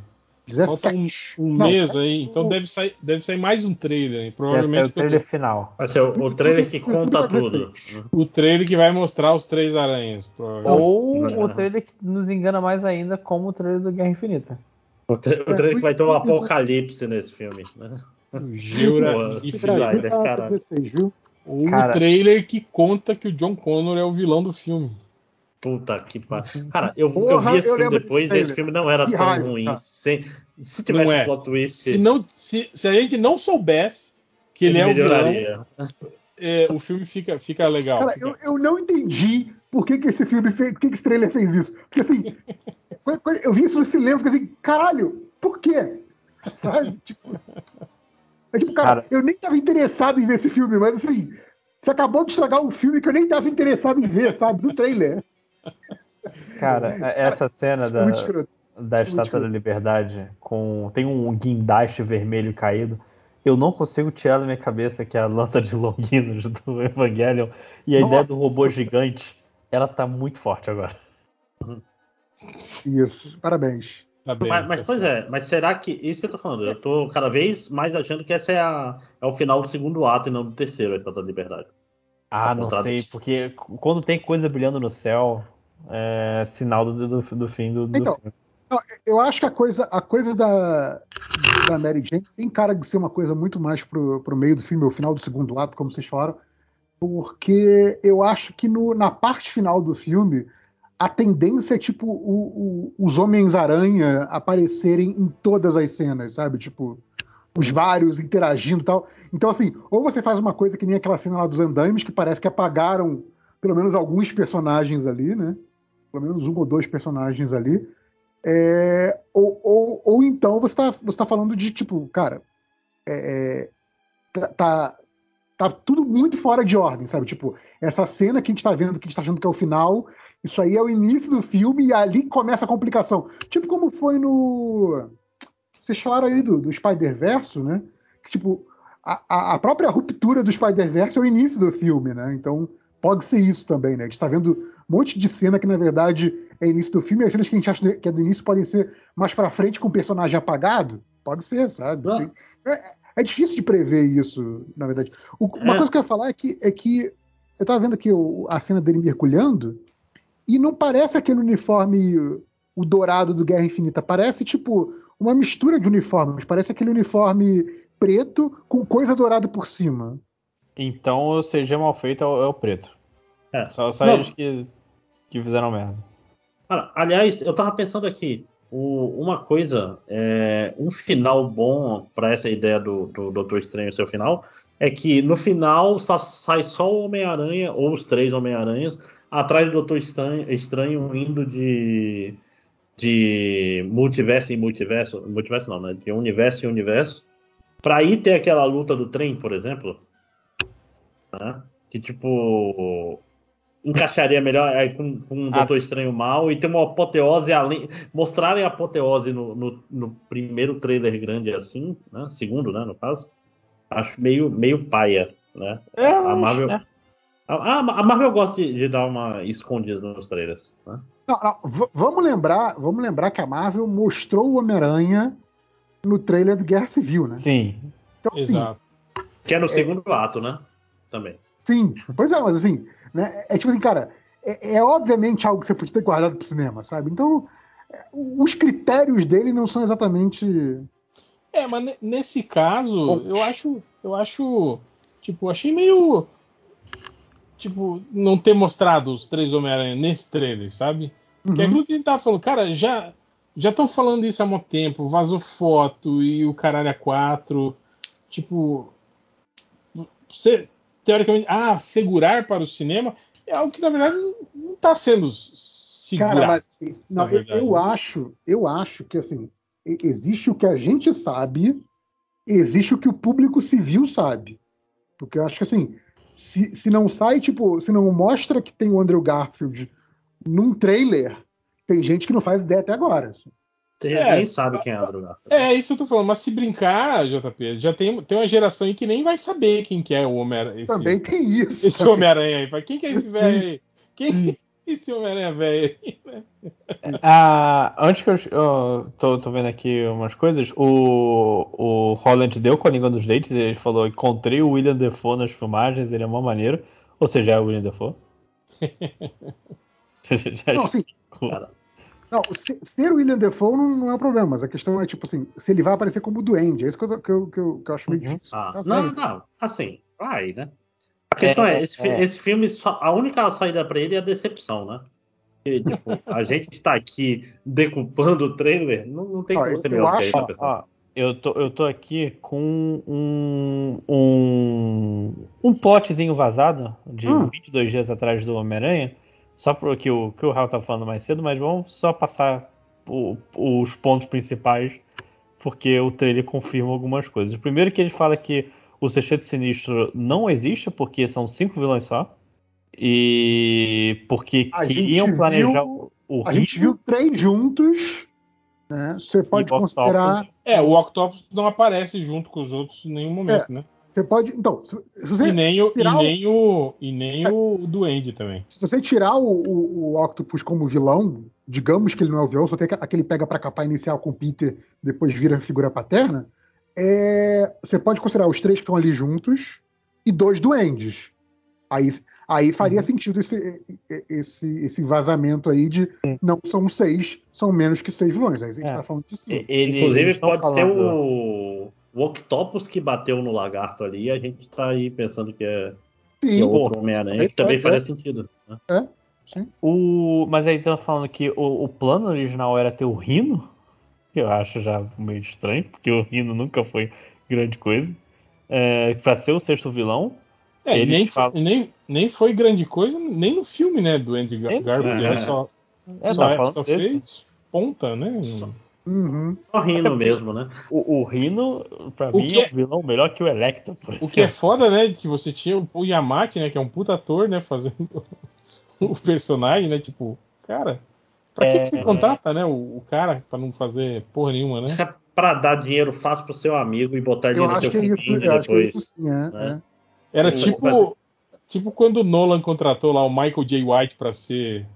Speaker 2: Falta um,
Speaker 4: 17.
Speaker 2: um
Speaker 4: Não,
Speaker 2: mês aí, então
Speaker 4: o-
Speaker 2: deve sair, deve sair mais um trailer, hein?
Speaker 1: Esse é
Speaker 2: provavelmente
Speaker 1: o trailer final.
Speaker 3: Vai ser o, o trailer que conta tudo. né?
Speaker 2: o trailer que vai mostrar os três aranhas. provavelmente.
Speaker 1: Ou
Speaker 3: Não.
Speaker 1: o trailer que nos engana mais ainda, como o trailer do Guerra Infinita.
Speaker 3: O, tra- o trailer que vai ter
Speaker 4: É
Speaker 3: um apocalipse nesse filme. Né?
Speaker 2: O Jura
Speaker 3: Boa.
Speaker 2: e
Speaker 3: Caralho,
Speaker 2: Felipe.
Speaker 3: né, caralho.
Speaker 4: 16, viu?
Speaker 2: Ou o
Speaker 1: Cara.
Speaker 2: trailer que conta que o John Connor é o vilão do filme.
Speaker 3: Puta que pariu. Cara, eu, eu
Speaker 4: Uhum. Porra,
Speaker 3: vi esse
Speaker 4: eu
Speaker 3: filme
Speaker 4: lembro
Speaker 3: depois e
Speaker 4: desse trailer.
Speaker 3: esse filme não era
Speaker 4: Que
Speaker 3: tão
Speaker 4: raiva,
Speaker 3: ruim.
Speaker 4: cara.
Speaker 3: Se, se tivesse
Speaker 2: Não é.
Speaker 3: plot twist,
Speaker 2: Se, não, se, se a gente não soubesse que ele, é o vilão,
Speaker 3: melhoraria.
Speaker 2: é, o filme fica, fica legal.
Speaker 4: Cara,
Speaker 2: fica-
Speaker 4: eu, eu não entendi por que, que esse filme fez, por que, que esse trailer fez isso. Porque assim, quando- quando eu vi isso no cinema, fiquei assim, caralho, por quê? Sabe? Tipo, é tipo, cara,
Speaker 1: Cara.
Speaker 4: eu nem tava interessado em ver esse filme, mas assim, você acabou de estragar um filme que eu nem tava interessado em ver, sabe? No trailer.
Speaker 1: Cara, é, essa cena da,
Speaker 4: é Muito escroto.
Speaker 1: da Estátua da Liberdade com. Tem um guindaste vermelho caído. Eu não consigo tirar da minha cabeça que é a lança de Longinus do Evangelion e a ideia do
Speaker 4: Nossa. Tá
Speaker 1: robô gigante, ela tá muito forte agora.
Speaker 4: Isso, parabéns.
Speaker 2: Tá bem,
Speaker 3: Mas, mas,
Speaker 2: tá
Speaker 3: pois
Speaker 2: certo.
Speaker 3: é, mas será que. Isso que eu tô falando, eu tô cada vez mais achando que esse é, a- é o final do segundo ato e não do terceiro, a Estátua da Liberdade.
Speaker 1: Ah, não
Speaker 3: Contrato.
Speaker 1: sei, porque quando tem coisa brilhando no céu, é sinal do, do- do fim do, do
Speaker 4: Então,
Speaker 1: filme.
Speaker 4: Eu acho que a coisa, a coisa da, da Mary Jane tem cara de ser uma coisa muito mais pro, pro meio do filme, ou final do segundo ato, como vocês falaram, porque eu acho que no- na parte final do filme a tendência é tipo o- o- os Homens-Aranha aparecerem em todas as cenas, sabe? Tipo, os vários interagindo e tal. Então, assim, ou você faz uma coisa que nem aquela cena lá dos andames, que parece que apagaram pelo menos alguns personagens ali, né? Pelo menos um ou dois personagens ali. É, ou, ou- ou então você tá, você tá falando de tipo, cara, é, é, tá, tá, tá tudo muito fora de ordem, sabe? Tipo, essa cena que a gente tá vendo, que a gente tá achando que é o final, isso aí é o início do filme e ali começa a complicação. Tipo como foi no. Vocês falaram aí do, do Spider-Verso, né? Que, tipo, a- a, a própria ruptura do Spider-Verse é o início do filme, né? Então pode ser isso também, né? A gente tá vendo um monte de cena que, na verdade, é início do filme, e as cenas que a gente acha que é do início podem ser mais pra frente com o personagem apagado. Pode ser, sabe?
Speaker 3: Ah.
Speaker 4: Tem- é, é difícil de prever isso, na verdade. O- uma
Speaker 3: É.
Speaker 4: coisa que eu ia falar é que, é que eu tava vendo aqui o- a cena dele mergulhando, e não parece aquele uniforme, o dourado do Guerra Infinita. Parece, tipo, uma mistura de uniformes. Parece aquele uniforme preto com coisa dourada por cima.
Speaker 1: Então, o CG mal feito é o, é o preto.
Speaker 3: É.
Speaker 1: Só, só
Speaker 3: Não.
Speaker 1: eles que, que fizeram merda.
Speaker 3: Cara, aliás, eu tava pensando aqui, o- uma coisa, é, um final bom pra essa ideia do, do Doutor Estranho ser o final, é que no final só sai só o Homem-Aranha, ou os três Homem-Aranhas, atrás do Doutor Estranho, Estranho indo de, de multiverso em multiverso, multiverso não, né? De universo em universo, pra ir ter aquela luta do trem, por exemplo, né? Que tipo encaixaria melhor aí com, com um
Speaker 1: Ah.
Speaker 3: Doutor Estranho mal e ter uma apoteose além. Mostrarem a apoteose no, no, no primeiro trailer grande assim, né? Segundo, né? No caso, acho meio, meio paia, né?
Speaker 1: É,
Speaker 3: a
Speaker 1: mas,
Speaker 3: Marvel.
Speaker 1: né?
Speaker 3: A, a- a Marvel gosta de, de dar uma escondida nos trailers. Né?
Speaker 4: Não, não, v- vamos lembrar, vamos lembrar que a Marvel mostrou o Homem-Aranha no trailer do Guerra Civil, né?
Speaker 1: Sim.
Speaker 4: Então, assim,
Speaker 2: Exato.
Speaker 3: Que é no segundo ato, né? Também.
Speaker 4: Sim, pois é, mas assim, né? É tipo assim, cara, é, é obviamente algo que você podia ter guardado pro cinema, sabe? Então, é, os critérios dele não são exatamente. uhum.
Speaker 2: É, mas ne- nesse caso,
Speaker 1: Bom.
Speaker 2: eu acho. Eu acho. Tipo, achei meio. Tipo, não ter mostrado os três Homem-Aranha nesse trailer, sabe? Que é
Speaker 4: Uhum.
Speaker 2: aquilo que a gente tava falando, cara, já já estão falando isso há muito tempo, vazou foto e o caralho a quatro, tipo, você, teoricamente, ah, segurar para o cinema é algo que na verdade não está sendo segurado.
Speaker 4: Cara, mas, assim,
Speaker 2: na
Speaker 4: não, eu,
Speaker 2: verdade,
Speaker 4: eu
Speaker 2: né?
Speaker 4: acho, eu acho que assim, e- existe o que a gente sabe, existe o que o público civil sabe. Porque eu acho que assim, se, se não sai, tipo, se não mostra que tem o Andrew Garfield num trailer, tem gente que não faz ideia até agora. assim.
Speaker 3: Você
Speaker 2: É.
Speaker 3: nem sabe quem é Andrew Garfield.
Speaker 2: É, isso que eu tô falando, mas se brincar, JP, já tem, tem uma geração aí que nem vai saber quem que é o Homem-Aranha. esse-
Speaker 4: Também tem isso.
Speaker 2: Esse Homem-Aranha aí, fala, quem que é esse
Speaker 4: Sim.
Speaker 2: velho aí? Quem que é esse Homem-Aranha velho aí?
Speaker 1: Ah, antes que eu, eu tô, tô vendo aqui umas coisas, o, o Holland deu com a língua dos dentes, ele falou, encontrei o William Defoe nas filmagens, ele é mó maneiro. Ou seja, é o William Defoe. Já
Speaker 4: Não, assim,
Speaker 1: explicou.
Speaker 4: Não, se- ser o William Defoe não, não é um problema, mas a questão é, tipo assim, se ele vai aparecer como duende, é isso que eu, que eu, que eu, que eu acho meio
Speaker 1: Uhum.
Speaker 4: difícil.
Speaker 3: Ah,
Speaker 4: Tá
Speaker 3: não,
Speaker 4: certo.
Speaker 3: não. Assim, vai, né? A questão é, esse, fi-
Speaker 1: é.
Speaker 3: esse filme, só- a única saída pra ele é a decepção, né? Porque, tipo, a gente tá aqui decupando o trailer, não, não tem
Speaker 4: Ó,
Speaker 3: como
Speaker 4: eu-
Speaker 3: ser
Speaker 4: eu
Speaker 3: melhor do que
Speaker 4: acho-
Speaker 3: isso,
Speaker 1: Ó, ó,
Speaker 3: pessoal.
Speaker 1: eu tô, eu tô aqui com um, um, um potezinho vazado de
Speaker 4: Hum.
Speaker 1: 22 dias atrás do Homem-Aranha, só pro que o, que o Raul tá falando mais cedo, mas vamos só passar o- os pontos principais, porque o trailer confirma algumas coisas. Primeiro é que ele fala que o Sexteto Sinistro não existe, porque são cinco vilões só, e porque
Speaker 4: A gente
Speaker 1: queriam planejar
Speaker 4: viu-
Speaker 1: o
Speaker 4: A gente viu três juntos, né? Você pode considerar.
Speaker 2: É, o Octopus não aparece junto com os outros em nenhum momento,
Speaker 4: É.
Speaker 2: né?
Speaker 4: Você pode. Então, se se
Speaker 2: E
Speaker 4: você,
Speaker 2: nem Né? o, e
Speaker 4: tirar o-
Speaker 2: nem o, e nem o Duende também.
Speaker 4: se você tirar o, o, o Octopus como vilão, digamos que ele não é o vilão, só tem aquele pega para capar inicial com o Peter, depois vira figura paterna, é, você pode considerar os três que estão ali juntos e dois duendes. Aí, aí faria uhum. sentido esse, esse, esse vazamento aí de uhum. não são seis, são menos que seis vilões. Aí a gente é. tá falando disso.
Speaker 3: Ele, Inclusive, pode falando... ser um o, o Octopus que bateu no lagarto ali, a gente tá aí pensando que é, sim, que é outro Homem-Aranha, que também é, faria sentido. Né?
Speaker 4: É, sim.
Speaker 1: O, mas aí estão falando que o, o plano original era ter o Rino, que eu acho já meio estranho, porque o Rino nunca foi grande coisa. É, pra ser o sexto vilão,
Speaker 2: é, nem, fala... nem, nem foi grande coisa, nem no filme, né, do Andy Gar Garfield. É. Ele só, é, só, tá só fez desse. ponta, né?
Speaker 3: Só, uhum. só Rino mesmo, né?
Speaker 1: O, o Rino, pra o mim, é... é um vilão melhor que o Electra,
Speaker 2: por exemplo. O que é foda, né, que você tinha o, o Yamaki, né, que é um puta ator, né, fazendo o personagem, né, tipo, cara... Pra é... que, que você contrata, né, o, o, cara pra não fazer porra nenhuma, né? Isso é
Speaker 3: pra dar dinheiro fácil pro seu amigo e botar dinheiro no seu
Speaker 4: é
Speaker 3: filho depois. é Isso, né?
Speaker 2: Era tipo, tipo quando o Nolan contratou lá o Michael J. White para ser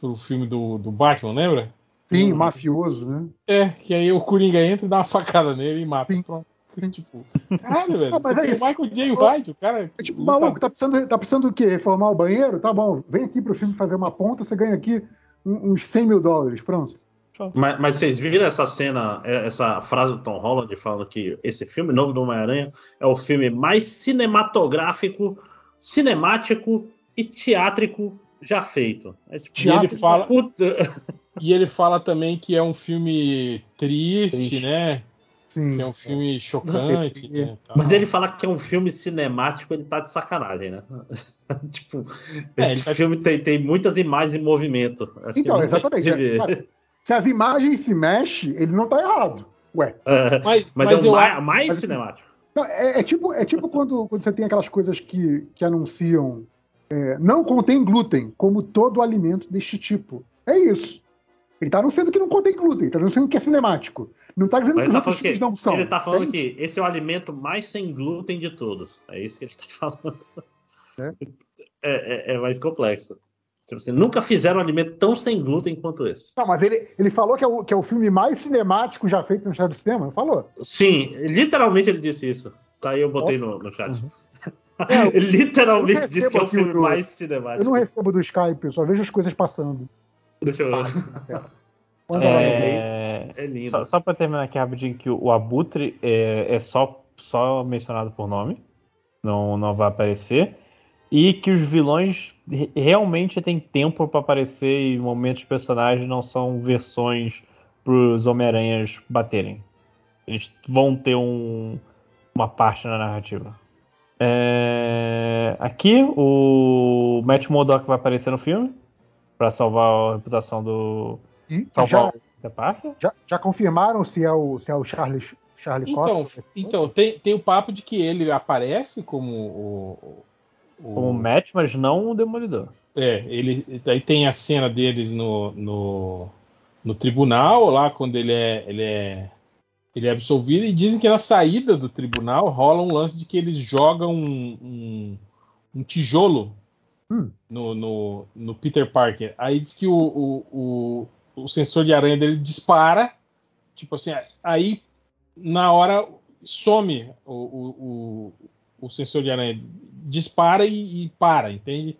Speaker 2: pro filme do, do Batman, lembra?
Speaker 4: Sim, um, mafioso, né?
Speaker 2: É, que aí o Coringa entra e dá uma facada nele e mata. Sim. Pronto. Tipo, caralho, velho. Ah, mas aí, o Michael J. White, o cara.
Speaker 4: É tipo, maluco, tá precisando, tá precisando do quê? Reformar o banheiro? Tá bom, vem aqui pro filme fazer uma ponta, você ganha aqui um, uns 100 mil dólares, pronto.
Speaker 3: Mas, mas, vocês viram essa cena, é, essa frase do Tom Holland falando que esse filme novo do Homem-Aranha é o filme mais cinematográfico, cinemático e teátrico já feito. É
Speaker 2: tipo, e, ele fala, e ele fala também que é um filme triste, triste. né? Sim. Que é um filme chocante. Não, né?
Speaker 3: Mas ele falar que é um filme cinemático, ele tá de sacanagem, né? tipo, é, esse tá... filme tem, tem, muitas imagens em movimento. É
Speaker 4: Acho então, exatamente. Se as imagens se mexem, ele não tá errado. Ué.
Speaker 3: É, mas, mas, mas, é o mais, mais mas, cinemático.
Speaker 4: Não, é, é, tipo, é tipo quando, quando você tem aquelas coisas que, que anunciam é, não contém glúten, como todo alimento deste tipo. É isso. Ele tá anunciando que não contém glúten, tá anunciando que é cinemático. Não tá dizendo
Speaker 3: ele
Speaker 4: que
Speaker 3: tá os que, não são. Ele tá falando que esse é o alimento mais sem glúten de todos. É isso que ele tá falando. é mais complexo. Você nunca fizeram um alimento tão sem glúten quanto esse.
Speaker 4: Não, mas ele, ele falou que é, o, que é o filme mais cinemático já feito no chat do cinema, falou?
Speaker 3: Sim, literalmente ele disse isso. Tá aí eu botei Nossa. no, no chat. Uhum. É, literalmente disse que é o filme do, mais cinemático.
Speaker 4: Eu não recebo do Skype, eu só vejo as coisas passando.
Speaker 3: Deixa eu ver.
Speaker 4: né?
Speaker 1: É, é lindo. Só, só pra terminar aqui rapidinho, que o, o Abutre é, é só, só mencionado por nome. Não, não vai aparecer e que os vilões realmente têm tempo para aparecer e momentos de personagem não são versões para os Homem-Aranhas baterem. Eles vão ter um, uma parte na narrativa. É, aqui o Matt Murdock vai aparecer no filme para salvar a reputação do
Speaker 4: e
Speaker 1: salvar
Speaker 4: já, o já, já confirmaram se é o se é o Charles Charlie
Speaker 2: então, Costa? Então tem, tem o papo de que ele aparece como o
Speaker 1: como o Matt, um mas não o Demolidor.
Speaker 2: É, ele aí tem a cena deles no, no, no, tribunal lá quando ele é ele é ele é absolvido e dizem que na saída do tribunal rola um lance de que eles jogam um, um, um tijolo hum. no, no, no, Peter Parker. Aí diz que o, o, o, o sensor de aranha dele dispara, tipo assim, aí na hora some o, o, o o sensor de aranha dispara e, e para, entende?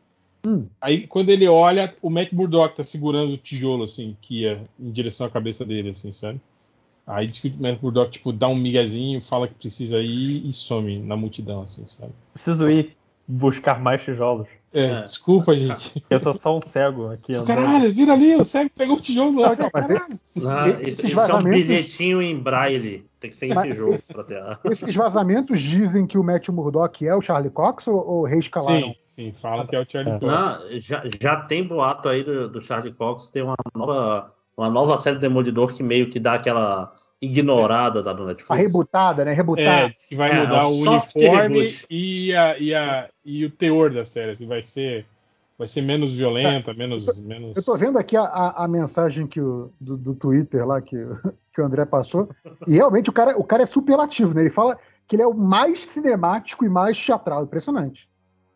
Speaker 2: Hum. Aí quando ele olha, o Matt Murdock tá segurando o tijolo, assim, que ia em direção à cabeça dele, assim, sabe? Aí diz que o Matt Murdock, tipo, dá um migazinho, fala que precisa ir e some na multidão, assim, sabe?
Speaker 1: Preciso ir buscar mais tijolos.
Speaker 2: É, é. desculpa, gente.
Speaker 1: Eu sou só um cego aqui. Andando.
Speaker 2: Caralho, vira ali, o cego pegou o tijolo lá. Caralho.
Speaker 3: Ah, esse, esse é um bilhetinho em braille. Tem que ser em tijolo pra ter.
Speaker 4: Esses vazamentos dizem que o Matt Murdock é o Charlie Cox ou, ou reescalaram?
Speaker 2: Sim, sim, fala que é o Charlie é. Cox.
Speaker 3: Não, já, já tem boato aí do, do Charlie Cox tem uma nova, uma nova série Demolidor que meio que dá aquela ignorada da Netflix.
Speaker 4: A rebutada, né? Rebutada.
Speaker 2: É, diz que vai é, mudar o uniforme e, a, e, a, e o teor da série. Assim, vai ser vai ser menos violenta, tá. menos,
Speaker 4: eu tô,
Speaker 2: menos.
Speaker 4: É. Eu tô vendo aqui a, a, a mensagem que o, do, do, Twitter lá que, que o André passou. E realmente o cara, o cara é superlativo, né? Ele fala que ele é o mais cinemático e mais teatral. Impressionante.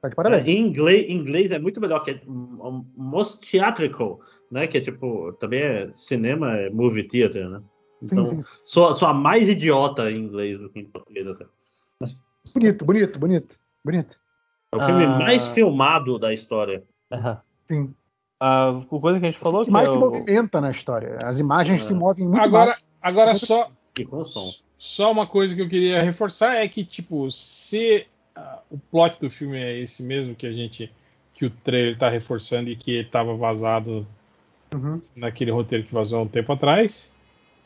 Speaker 4: Tá de parabéns.
Speaker 3: É, em inglês, em inglês é muito melhor, que é um, most theatrical, né? Que é tipo, também é cinema, é movie theater, né? Então,
Speaker 4: sim, sim.
Speaker 3: Sou, sou a mais idiota em inglês do que em português até.
Speaker 4: Bonito, bonito, bonito. Bonito.
Speaker 3: É o filme
Speaker 1: Ah.
Speaker 3: mais filmado da história.
Speaker 4: Sim.
Speaker 1: A coisa que a gente falou
Speaker 4: O que
Speaker 1: que
Speaker 4: mais
Speaker 1: é
Speaker 4: se
Speaker 1: o-
Speaker 4: movimenta na história. As imagens
Speaker 3: É.
Speaker 4: se movem muito mais.
Speaker 2: Agora, agora só,
Speaker 3: E com som.
Speaker 2: Só uma coisa que eu queria reforçar é que, tipo, se ah, o plot do filme é esse mesmo que a gente. que o trailer tá reforçando e que estava vazado
Speaker 4: Uhum.
Speaker 2: naquele roteiro que vazou há um tempo atrás.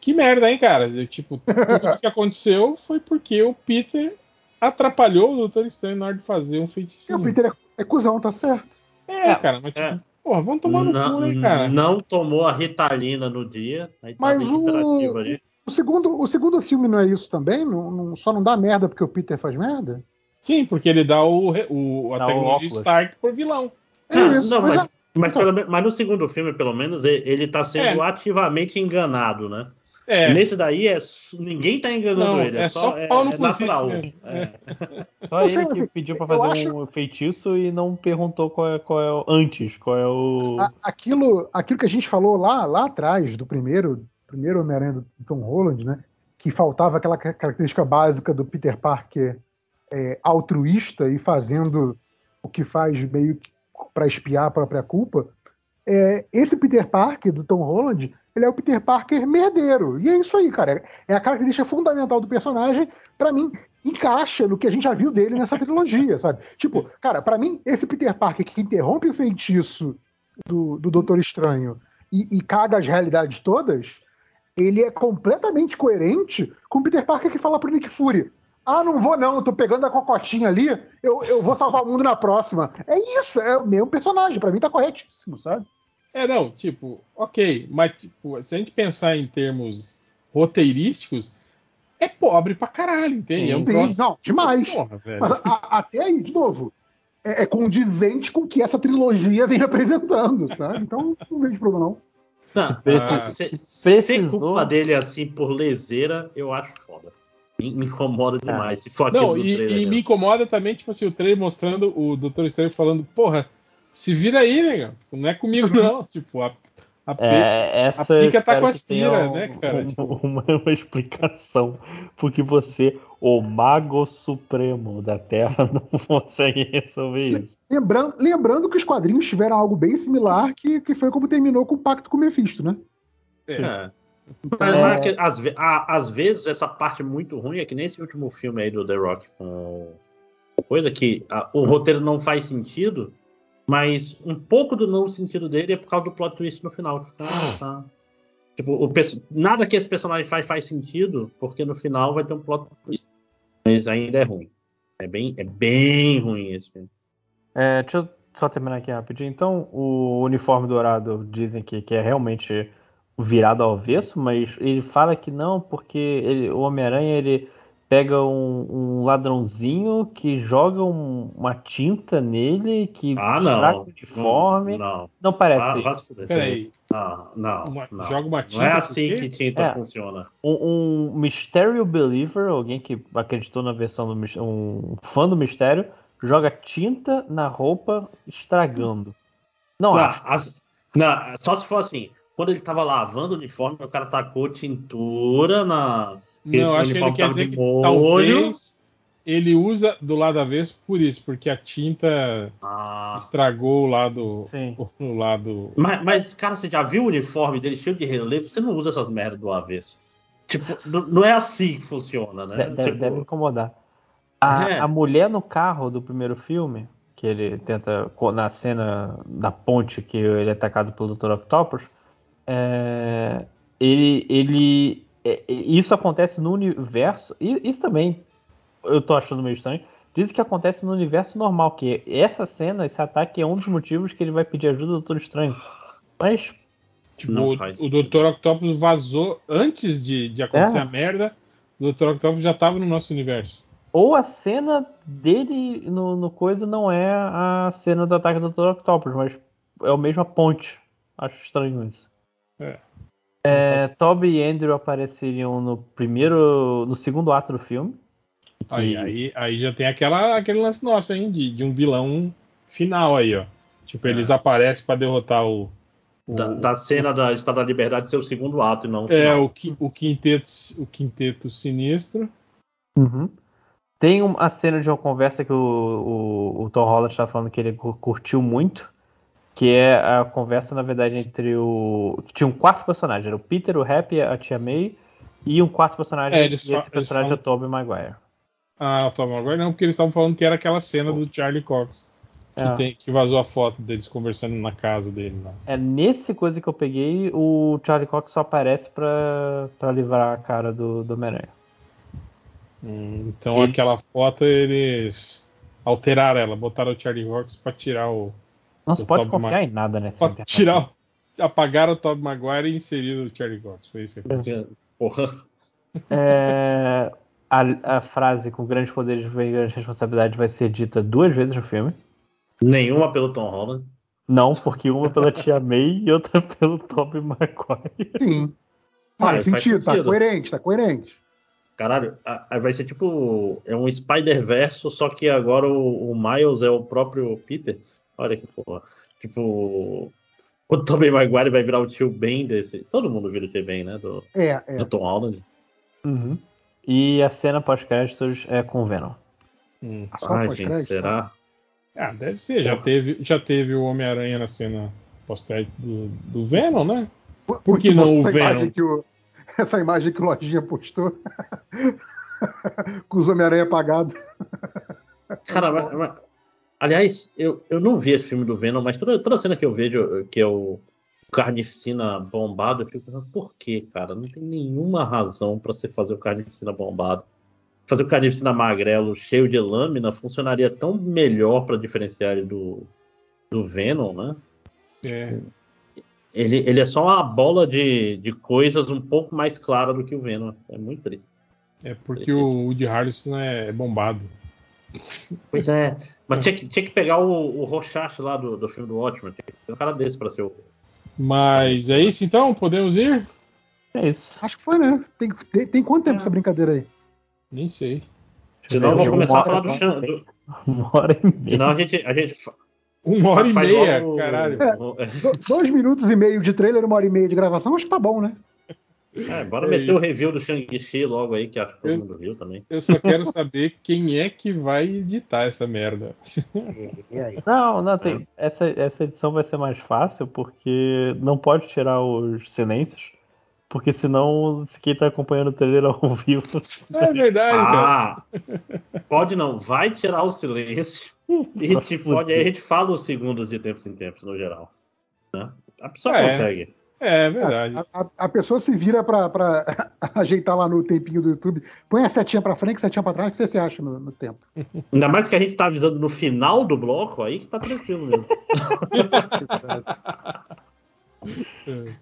Speaker 2: Que merda, hein, cara? Eu, tipo, tudo que aconteceu foi porque o Peter atrapalhou o Doutor Estranho na hora de fazer um
Speaker 4: Seu
Speaker 2: feiticinho.
Speaker 4: Peter é, é cuzão, tá certo.
Speaker 2: É,
Speaker 1: É,
Speaker 2: cara, mas tipo,
Speaker 3: é.
Speaker 2: porra, vamos tomar no
Speaker 3: não,
Speaker 2: cu, né, cara?
Speaker 3: não tomou a Ritalina no dia. Aí
Speaker 4: Mas
Speaker 3: tava
Speaker 4: o-
Speaker 3: hiperativo ali.
Speaker 4: O segundo, o segundo filme não é isso também? Não, não- só não dá merda porque o Peter faz merda?
Speaker 2: Sim, porque ele dá o, re- o, a
Speaker 1: Dá o
Speaker 2: tecnologia
Speaker 1: óculos.
Speaker 2: Stark por vilão.
Speaker 4: É
Speaker 3: Ah,
Speaker 4: isso.
Speaker 3: não,
Speaker 4: mas
Speaker 3: mas,
Speaker 4: é-
Speaker 3: mas, pelo men- mas no segundo filme, pelo menos, ele, ele tá sendo
Speaker 2: É.
Speaker 3: ativamente enganado, né?
Speaker 2: É,
Speaker 3: Nesse daí, é, su- ninguém tá enganando
Speaker 2: Não,
Speaker 3: ele.
Speaker 2: é só pau no
Speaker 3: é
Speaker 2: cozice
Speaker 3: natural.
Speaker 2: mesmo.
Speaker 3: É.
Speaker 1: Só
Speaker 4: Eu
Speaker 1: ele
Speaker 4: sei,
Speaker 1: que
Speaker 4: assim,
Speaker 1: pediu pra
Speaker 4: eu
Speaker 1: fazer
Speaker 4: acho-
Speaker 1: um feitiço e não perguntou qual é, qual é o antes, qual é o.
Speaker 2: Ah,
Speaker 4: a- aquilo, aquilo que a gente falou lá, lá atrás, do primeiro, primeiro Homem-Aranha do Tom Holland, né? Que faltava aquela ca- característica básica do Peter Parker é, altruísta e fazendo o que faz meio que para espiar a própria culpa. É, esse Peter Parker do Tom Holland, ele é o Peter Parker merdeiro. E é isso aí, cara. É a característica fundamental do personagem, pra mim, encaixa no que a gente já viu dele nessa trilogia, sabe? Tipo, cara, pra mim, esse Peter Parker que interrompe o feitiço do, do Doutor Estranho e, e caga as realidades todas, ele é completamente coerente com o Peter Parker que fala pro Nick Fury. Ah, não vou não, tô pegando a cocotinha ali, eu, eu vou salvar o mundo na próxima. É isso, é o mesmo personagem, pra mim tá corretíssimo, sabe?
Speaker 2: É, não, tipo, ok, mas tipo, se a gente pensar em termos roteirísticos, é pobre pra caralho, entende? É um
Speaker 4: Sim,
Speaker 2: troço. né?
Speaker 4: não, demais.
Speaker 2: Porra, velho.
Speaker 4: Mas a- até aí, de novo, é, é condizente com o que essa trilogia vem apresentando, sabe? Então, não vejo problema, não.
Speaker 3: Não,
Speaker 1: Preci-
Speaker 3: Ah. se-
Speaker 1: precisou.
Speaker 3: Ser culpa dele assim por leseira, eu acho foda. Me, me incomoda demais. Se for aquilo
Speaker 2: Não,
Speaker 3: do trailer
Speaker 2: e, e
Speaker 3: mesmo.
Speaker 2: me incomoda também, tipo assim, o trailer mostrando o Doutor Estranho falando, porra, se vira aí, né? Não é comigo, não. tipo, a, a pe-
Speaker 1: É, essa
Speaker 2: a pica tá
Speaker 1: espero
Speaker 2: com a
Speaker 1: que tenha
Speaker 2: aspira,
Speaker 1: um-
Speaker 2: né, cara?
Speaker 1: um-
Speaker 2: Tipo-
Speaker 1: Uma, uma explicação. Porque você, o mago supremo da Terra, não consegue resolver isso.
Speaker 4: Lembran- lembrando que os quadrinhos tiveram algo bem similar, que, que foi como terminou com o pacto com o Mephisto, né?
Speaker 2: é.
Speaker 3: É.
Speaker 4: Então,
Speaker 3: Mas, mas
Speaker 4: é,
Speaker 3: que às, ve- a- às vezes essa parte muito ruim é que nem esse último filme aí do The Rock com o- coisa que a- o roteiro não faz sentido, mas um pouco do não sentido dele é por causa do plot twist no final. que tá- tá- Tipo, o perso- nada que esse personagem faz faz sentido, porque no final vai ter um plot twist. Mas ainda é ruim. É bem, é bem ruim esse filme.
Speaker 1: É, deixa eu só terminar aqui rapidinho. Então, o uniforme dourado dizem que, que é realmente virado ao avesso, mas ele fala que não, porque ele- o Homem-Aranha ele pega um, um ladrãozinho que joga um- uma tinta nele que
Speaker 3: Ah,
Speaker 1: estraga o
Speaker 3: não.
Speaker 1: uniforme. é Não,
Speaker 3: Não.
Speaker 1: parece
Speaker 3: Ah, vai se fuder.
Speaker 2: É, Peraí,
Speaker 3: Não, não,
Speaker 2: uma-
Speaker 3: não.
Speaker 2: joga uma
Speaker 3: Não
Speaker 2: tinta.
Speaker 3: é
Speaker 2: por
Speaker 3: assim
Speaker 2: quê?
Speaker 3: que tinta
Speaker 1: É.
Speaker 3: funciona.
Speaker 1: um, um Mysterio Believer, alguém que acreditou na versão do mis- um fã do mistério, joga tinta na roupa estragando. Não, é.
Speaker 3: Não,
Speaker 1: acho.
Speaker 3: as- não, só se for assim. Quando ele tava lavando o uniforme, o cara tacou tintura na. que
Speaker 2: Não,
Speaker 3: o
Speaker 2: acho que ele
Speaker 3: uniforme
Speaker 2: quer
Speaker 3: tava
Speaker 2: dizer
Speaker 3: de
Speaker 2: que
Speaker 3: molho.
Speaker 2: talvez ele usa do lado avesso por isso, porque a tinta
Speaker 3: Ah.
Speaker 2: estragou o lado.
Speaker 1: Sim.
Speaker 2: O lado.
Speaker 3: Mas, mas, cara, você já viu o uniforme dele cheio de relevo? Você não usa essas merdas do avesso. Tipo, n- não é assim que funciona, né?
Speaker 1: De- de-
Speaker 3: Tipo,
Speaker 1: deve incomodar. A,
Speaker 3: É.
Speaker 1: a mulher no carro do primeiro filme, que ele tenta, co- na cena da ponte que ele é atacado pelo Dr. Octopus, é, ele. ele é- é- isso acontece no universo. e Isso também eu tô achando meio estranho. Dizem que acontece no universo normal, que essa cena, esse ataque é um dos motivos que ele vai pedir ajuda do Doutor Estranho. Mas
Speaker 2: Tipo,
Speaker 3: Não
Speaker 2: o,
Speaker 3: faz
Speaker 2: o Dr. Octopus vazou antes de, de acontecer
Speaker 1: É.
Speaker 2: a merda. O Dr. Octopus já tava no nosso universo.
Speaker 1: Ou a cena dele no, no coisa não é a cena do ataque do Dr. Octopus, mas é a mesma ponte. Acho estranho isso.
Speaker 2: Não
Speaker 1: É,
Speaker 2: faz-
Speaker 1: Toby e Andrew apareceriam no primeiro. no segundo ato do filme.
Speaker 2: Aí, aí, aí já tem aquela, aquele lance nosso, hein? De, de um vilão final aí, ó. Tipo, eles
Speaker 3: É.
Speaker 2: aparecem pra derrotar o. o-
Speaker 3: Da, da cena da Estátua da Liberdade ser o segundo ato e não o
Speaker 2: é,
Speaker 3: final.
Speaker 2: o, qui- o, quinteto, o quinteto sinistro.
Speaker 1: Uhum. Tem uma cena de uma conversa que o, o- o Tom Holland está falando que ele cu- curtiu muito, que é a conversa, na verdade, entre o. que Tinham quatro personagens, era o Peter, o Happy, a Tia May e um quarto personagem,
Speaker 2: É,
Speaker 1: e
Speaker 2: eles
Speaker 1: esse
Speaker 2: fa- eles
Speaker 1: personagem é
Speaker 2: falam-
Speaker 1: o Tobey Maguire.
Speaker 2: Ah, Tom, agora não, porque eles estavam falando que era aquela cena do Charlie Cox. Que,
Speaker 1: É.
Speaker 2: tem- que vazou a foto deles conversando na casa dele lá.
Speaker 1: É nesse coisa que eu peguei, o Charlie Cox só aparece pra, pra livrar a cara do, do Homem-Aranha.
Speaker 2: Hum, Então
Speaker 1: Ele-
Speaker 2: aquela foto eles alteraram ela, botaram o Charlie Cox pra tirar o.
Speaker 1: Não se
Speaker 2: O
Speaker 1: pode
Speaker 2: Tobey
Speaker 1: confiar em nada nessa
Speaker 2: pra
Speaker 1: internet.
Speaker 2: tirar o- Apagaram o Tobey Maguire e inseriram o Charlie Cox. Foi isso aí.
Speaker 3: Porra.
Speaker 1: É, a, a frase com grandes poderes vem grande responsabilidade vai ser dita duas vezes no filme.
Speaker 3: Nenhuma pelo Tom Holland.
Speaker 1: Não, porque uma pela tia May e outra pelo Tobey Maguire.
Speaker 4: Sim.
Speaker 3: Cara,
Speaker 4: Faz,
Speaker 3: faz
Speaker 4: sentido, tá
Speaker 3: sentido.
Speaker 4: coerente, tá coerente.
Speaker 3: Caralho, a- a- vai ser tipo. É um Spider-Verso, só que agora o, o Miles é o próprio Peter. Olha que porra. Tipo. O Tobey Maguire vai virar o tio Ben desse. Todo mundo vira o tio Ben, né? Do,
Speaker 4: É,
Speaker 3: do
Speaker 4: é.
Speaker 3: Tom Holland. Uhum.
Speaker 1: E a cena pós-créditos é com o Venom.
Speaker 2: Hum.
Speaker 4: Ah, Só
Speaker 3: Ai,
Speaker 4: pós-crédito, né?
Speaker 3: gente, será?
Speaker 2: Ah, deve ser. Já teve, já teve o Homem-Aranha na cena pós-crédito do, do Venom, né? Por que não o
Speaker 4: Essa
Speaker 2: Venom?
Speaker 4: imagem que o- Essa imagem que o Lojinha postou com os Homem-Aranha apagados.
Speaker 3: Cara, mas- mas- aliás, eu, eu não vi esse filme do Venom, mas toda, toda cena que eu vejo que é o Carnificina bombado, eu fico pensando, por que, cara? Não tem nenhuma razão pra você fazer o Carnificina bombado. Fazer o Carnificina magrelo, cheio de lâmina, funcionaria tão melhor pra diferenciar ele do, do Venom, né?
Speaker 2: É.
Speaker 3: Ele, ele é só uma bola de, de coisas um pouco mais clara do que o Venom. É muito triste.
Speaker 2: É porque o Woody Harrelson é bombado.
Speaker 3: Pois é. Mas tinha que, tinha que pegar o, o Rochard lá do, do filme do Watchmen. Tinha que ter um cara desse pra ser o,
Speaker 2: Mas é isso então? Podemos ir?
Speaker 1: É isso.
Speaker 4: Acho que foi, né? Tem, tem, tem quanto tempo essa brincadeira aí?
Speaker 2: Nem sei.
Speaker 3: Senão eu
Speaker 1: Deixa
Speaker 3: vou
Speaker 1: eu
Speaker 3: começar a
Speaker 1: ver.
Speaker 3: falar do
Speaker 4: então?
Speaker 3: Xan. do-
Speaker 1: Uma hora e meia.
Speaker 3: Senão a gente. A gente fa-
Speaker 2: Uma hora e
Speaker 3: faz
Speaker 2: meia,
Speaker 3: logo- É,
Speaker 2: caralho.
Speaker 4: Do- dois minutos e meio de trailer, uma hora e meia de gravação, acho que tá bom, né?
Speaker 3: É, bora
Speaker 2: É
Speaker 3: meter
Speaker 2: isso.
Speaker 3: o review do Shang-Chi logo aí, que acho que todo
Speaker 2: Eu-
Speaker 3: mundo viu também.
Speaker 2: Eu só quero saber quem é que vai editar essa merda.
Speaker 4: E aí?
Speaker 1: Não, não, tem.
Speaker 3: É.
Speaker 1: Essa, essa edição vai ser mais fácil porque não pode tirar os silêncios. Porque senão, se quem tá acompanhando o trailer ao vivo.
Speaker 2: É verdade, cara.
Speaker 3: Ah! Pode não, vai tirar o silêncio. E te fode, aí a gente fala os segundos de tempos em tempos, no geral. né? A pessoa
Speaker 2: Ah, é.
Speaker 3: consegue.
Speaker 2: É verdade.
Speaker 4: A, a- a pessoa se vira pra, pra ajeitar lá no tempinho do YouTube. Põe a setinha pra frente, setinha pra trás, o que você acha no, no tempo?
Speaker 3: Ainda mais que a gente tá avisando no final do bloco, aí que tá tranquilo mesmo.
Speaker 2: É.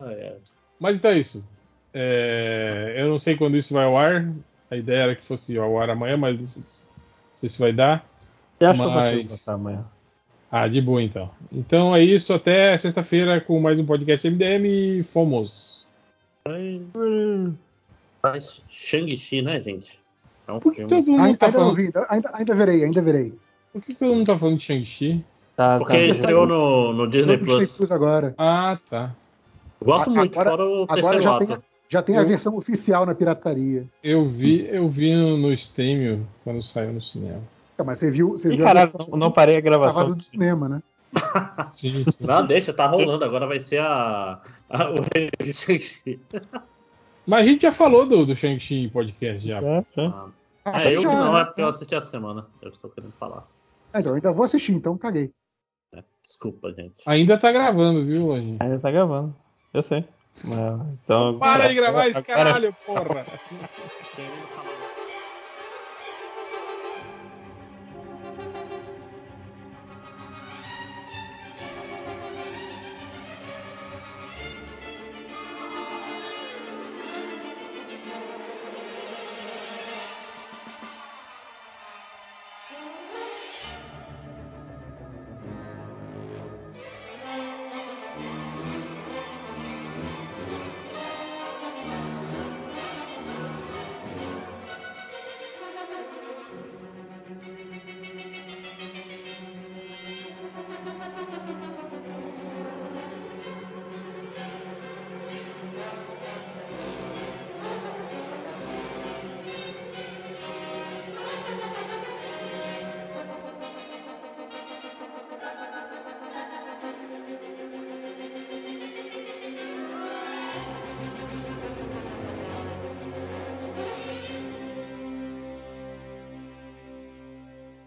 Speaker 3: Ah, é.
Speaker 2: Mas então é isso. É, Eu não sei quando isso vai ao ar. A ideia era que fosse ao ar amanhã, mas não sei se- não sei se vai dar.
Speaker 1: Eu acho que eu consigo
Speaker 2: Mas-
Speaker 1: botar amanhã.
Speaker 2: Ah, de boa então. Então é isso. Até sexta-feira com mais um podcast MDM. e Fomos.
Speaker 3: Mas Shang-Chi, né, gente? É um
Speaker 2: Por que
Speaker 3: filme.
Speaker 2: todo mundo
Speaker 4: ainda,
Speaker 2: tá
Speaker 4: ainda não
Speaker 2: falando?
Speaker 4: vi, ainda, ainda verei, ainda verei.
Speaker 2: Por que todo mundo tá falando de Shang-Chi?
Speaker 1: Tá,
Speaker 3: Porque
Speaker 1: tá,
Speaker 3: estreou no, no Disney
Speaker 4: Vou pro
Speaker 3: Plus.
Speaker 4: Disney agora.
Speaker 2: Ah, tá.
Speaker 3: Gosto muito,
Speaker 4: Agora-
Speaker 3: fora o
Speaker 4: Agora
Speaker 3: terceiro
Speaker 4: já
Speaker 3: ato.
Speaker 4: tem, já tem a
Speaker 2: Eu-
Speaker 4: versão oficial na pirataria.
Speaker 2: Eu vi, eu vi no, no stream quando saiu no cinema.
Speaker 4: Tá, mas você viu, você
Speaker 1: Ih,
Speaker 4: viu
Speaker 1: caralho,
Speaker 4: a versão
Speaker 1: não parei a gravação.
Speaker 4: gravada do cinema, né?
Speaker 2: Sim, sim.
Speaker 3: Não, deixa, tá rolando. Agora vai ser a. a- o review de Shang-Chi.
Speaker 2: Mas a gente já falou do, do Shang-Chi em podcast já.
Speaker 1: É, é.
Speaker 3: Ah,
Speaker 4: Acho
Speaker 3: é, eu que
Speaker 4: já,
Speaker 3: não,
Speaker 4: né?
Speaker 3: é porque eu assisti a semana. Eu estou querendo falar.
Speaker 4: Ah, Então, eu ainda vou assistir, então caguei.
Speaker 3: Desculpa, gente.
Speaker 2: Ainda tá gravando, viu, Lojinha?
Speaker 1: Ainda tá gravando. Eu sei. Mas, então,
Speaker 2: Para de gravar esse
Speaker 1: agora- é
Speaker 2: caralho, porra!
Speaker 3: Querendo falar.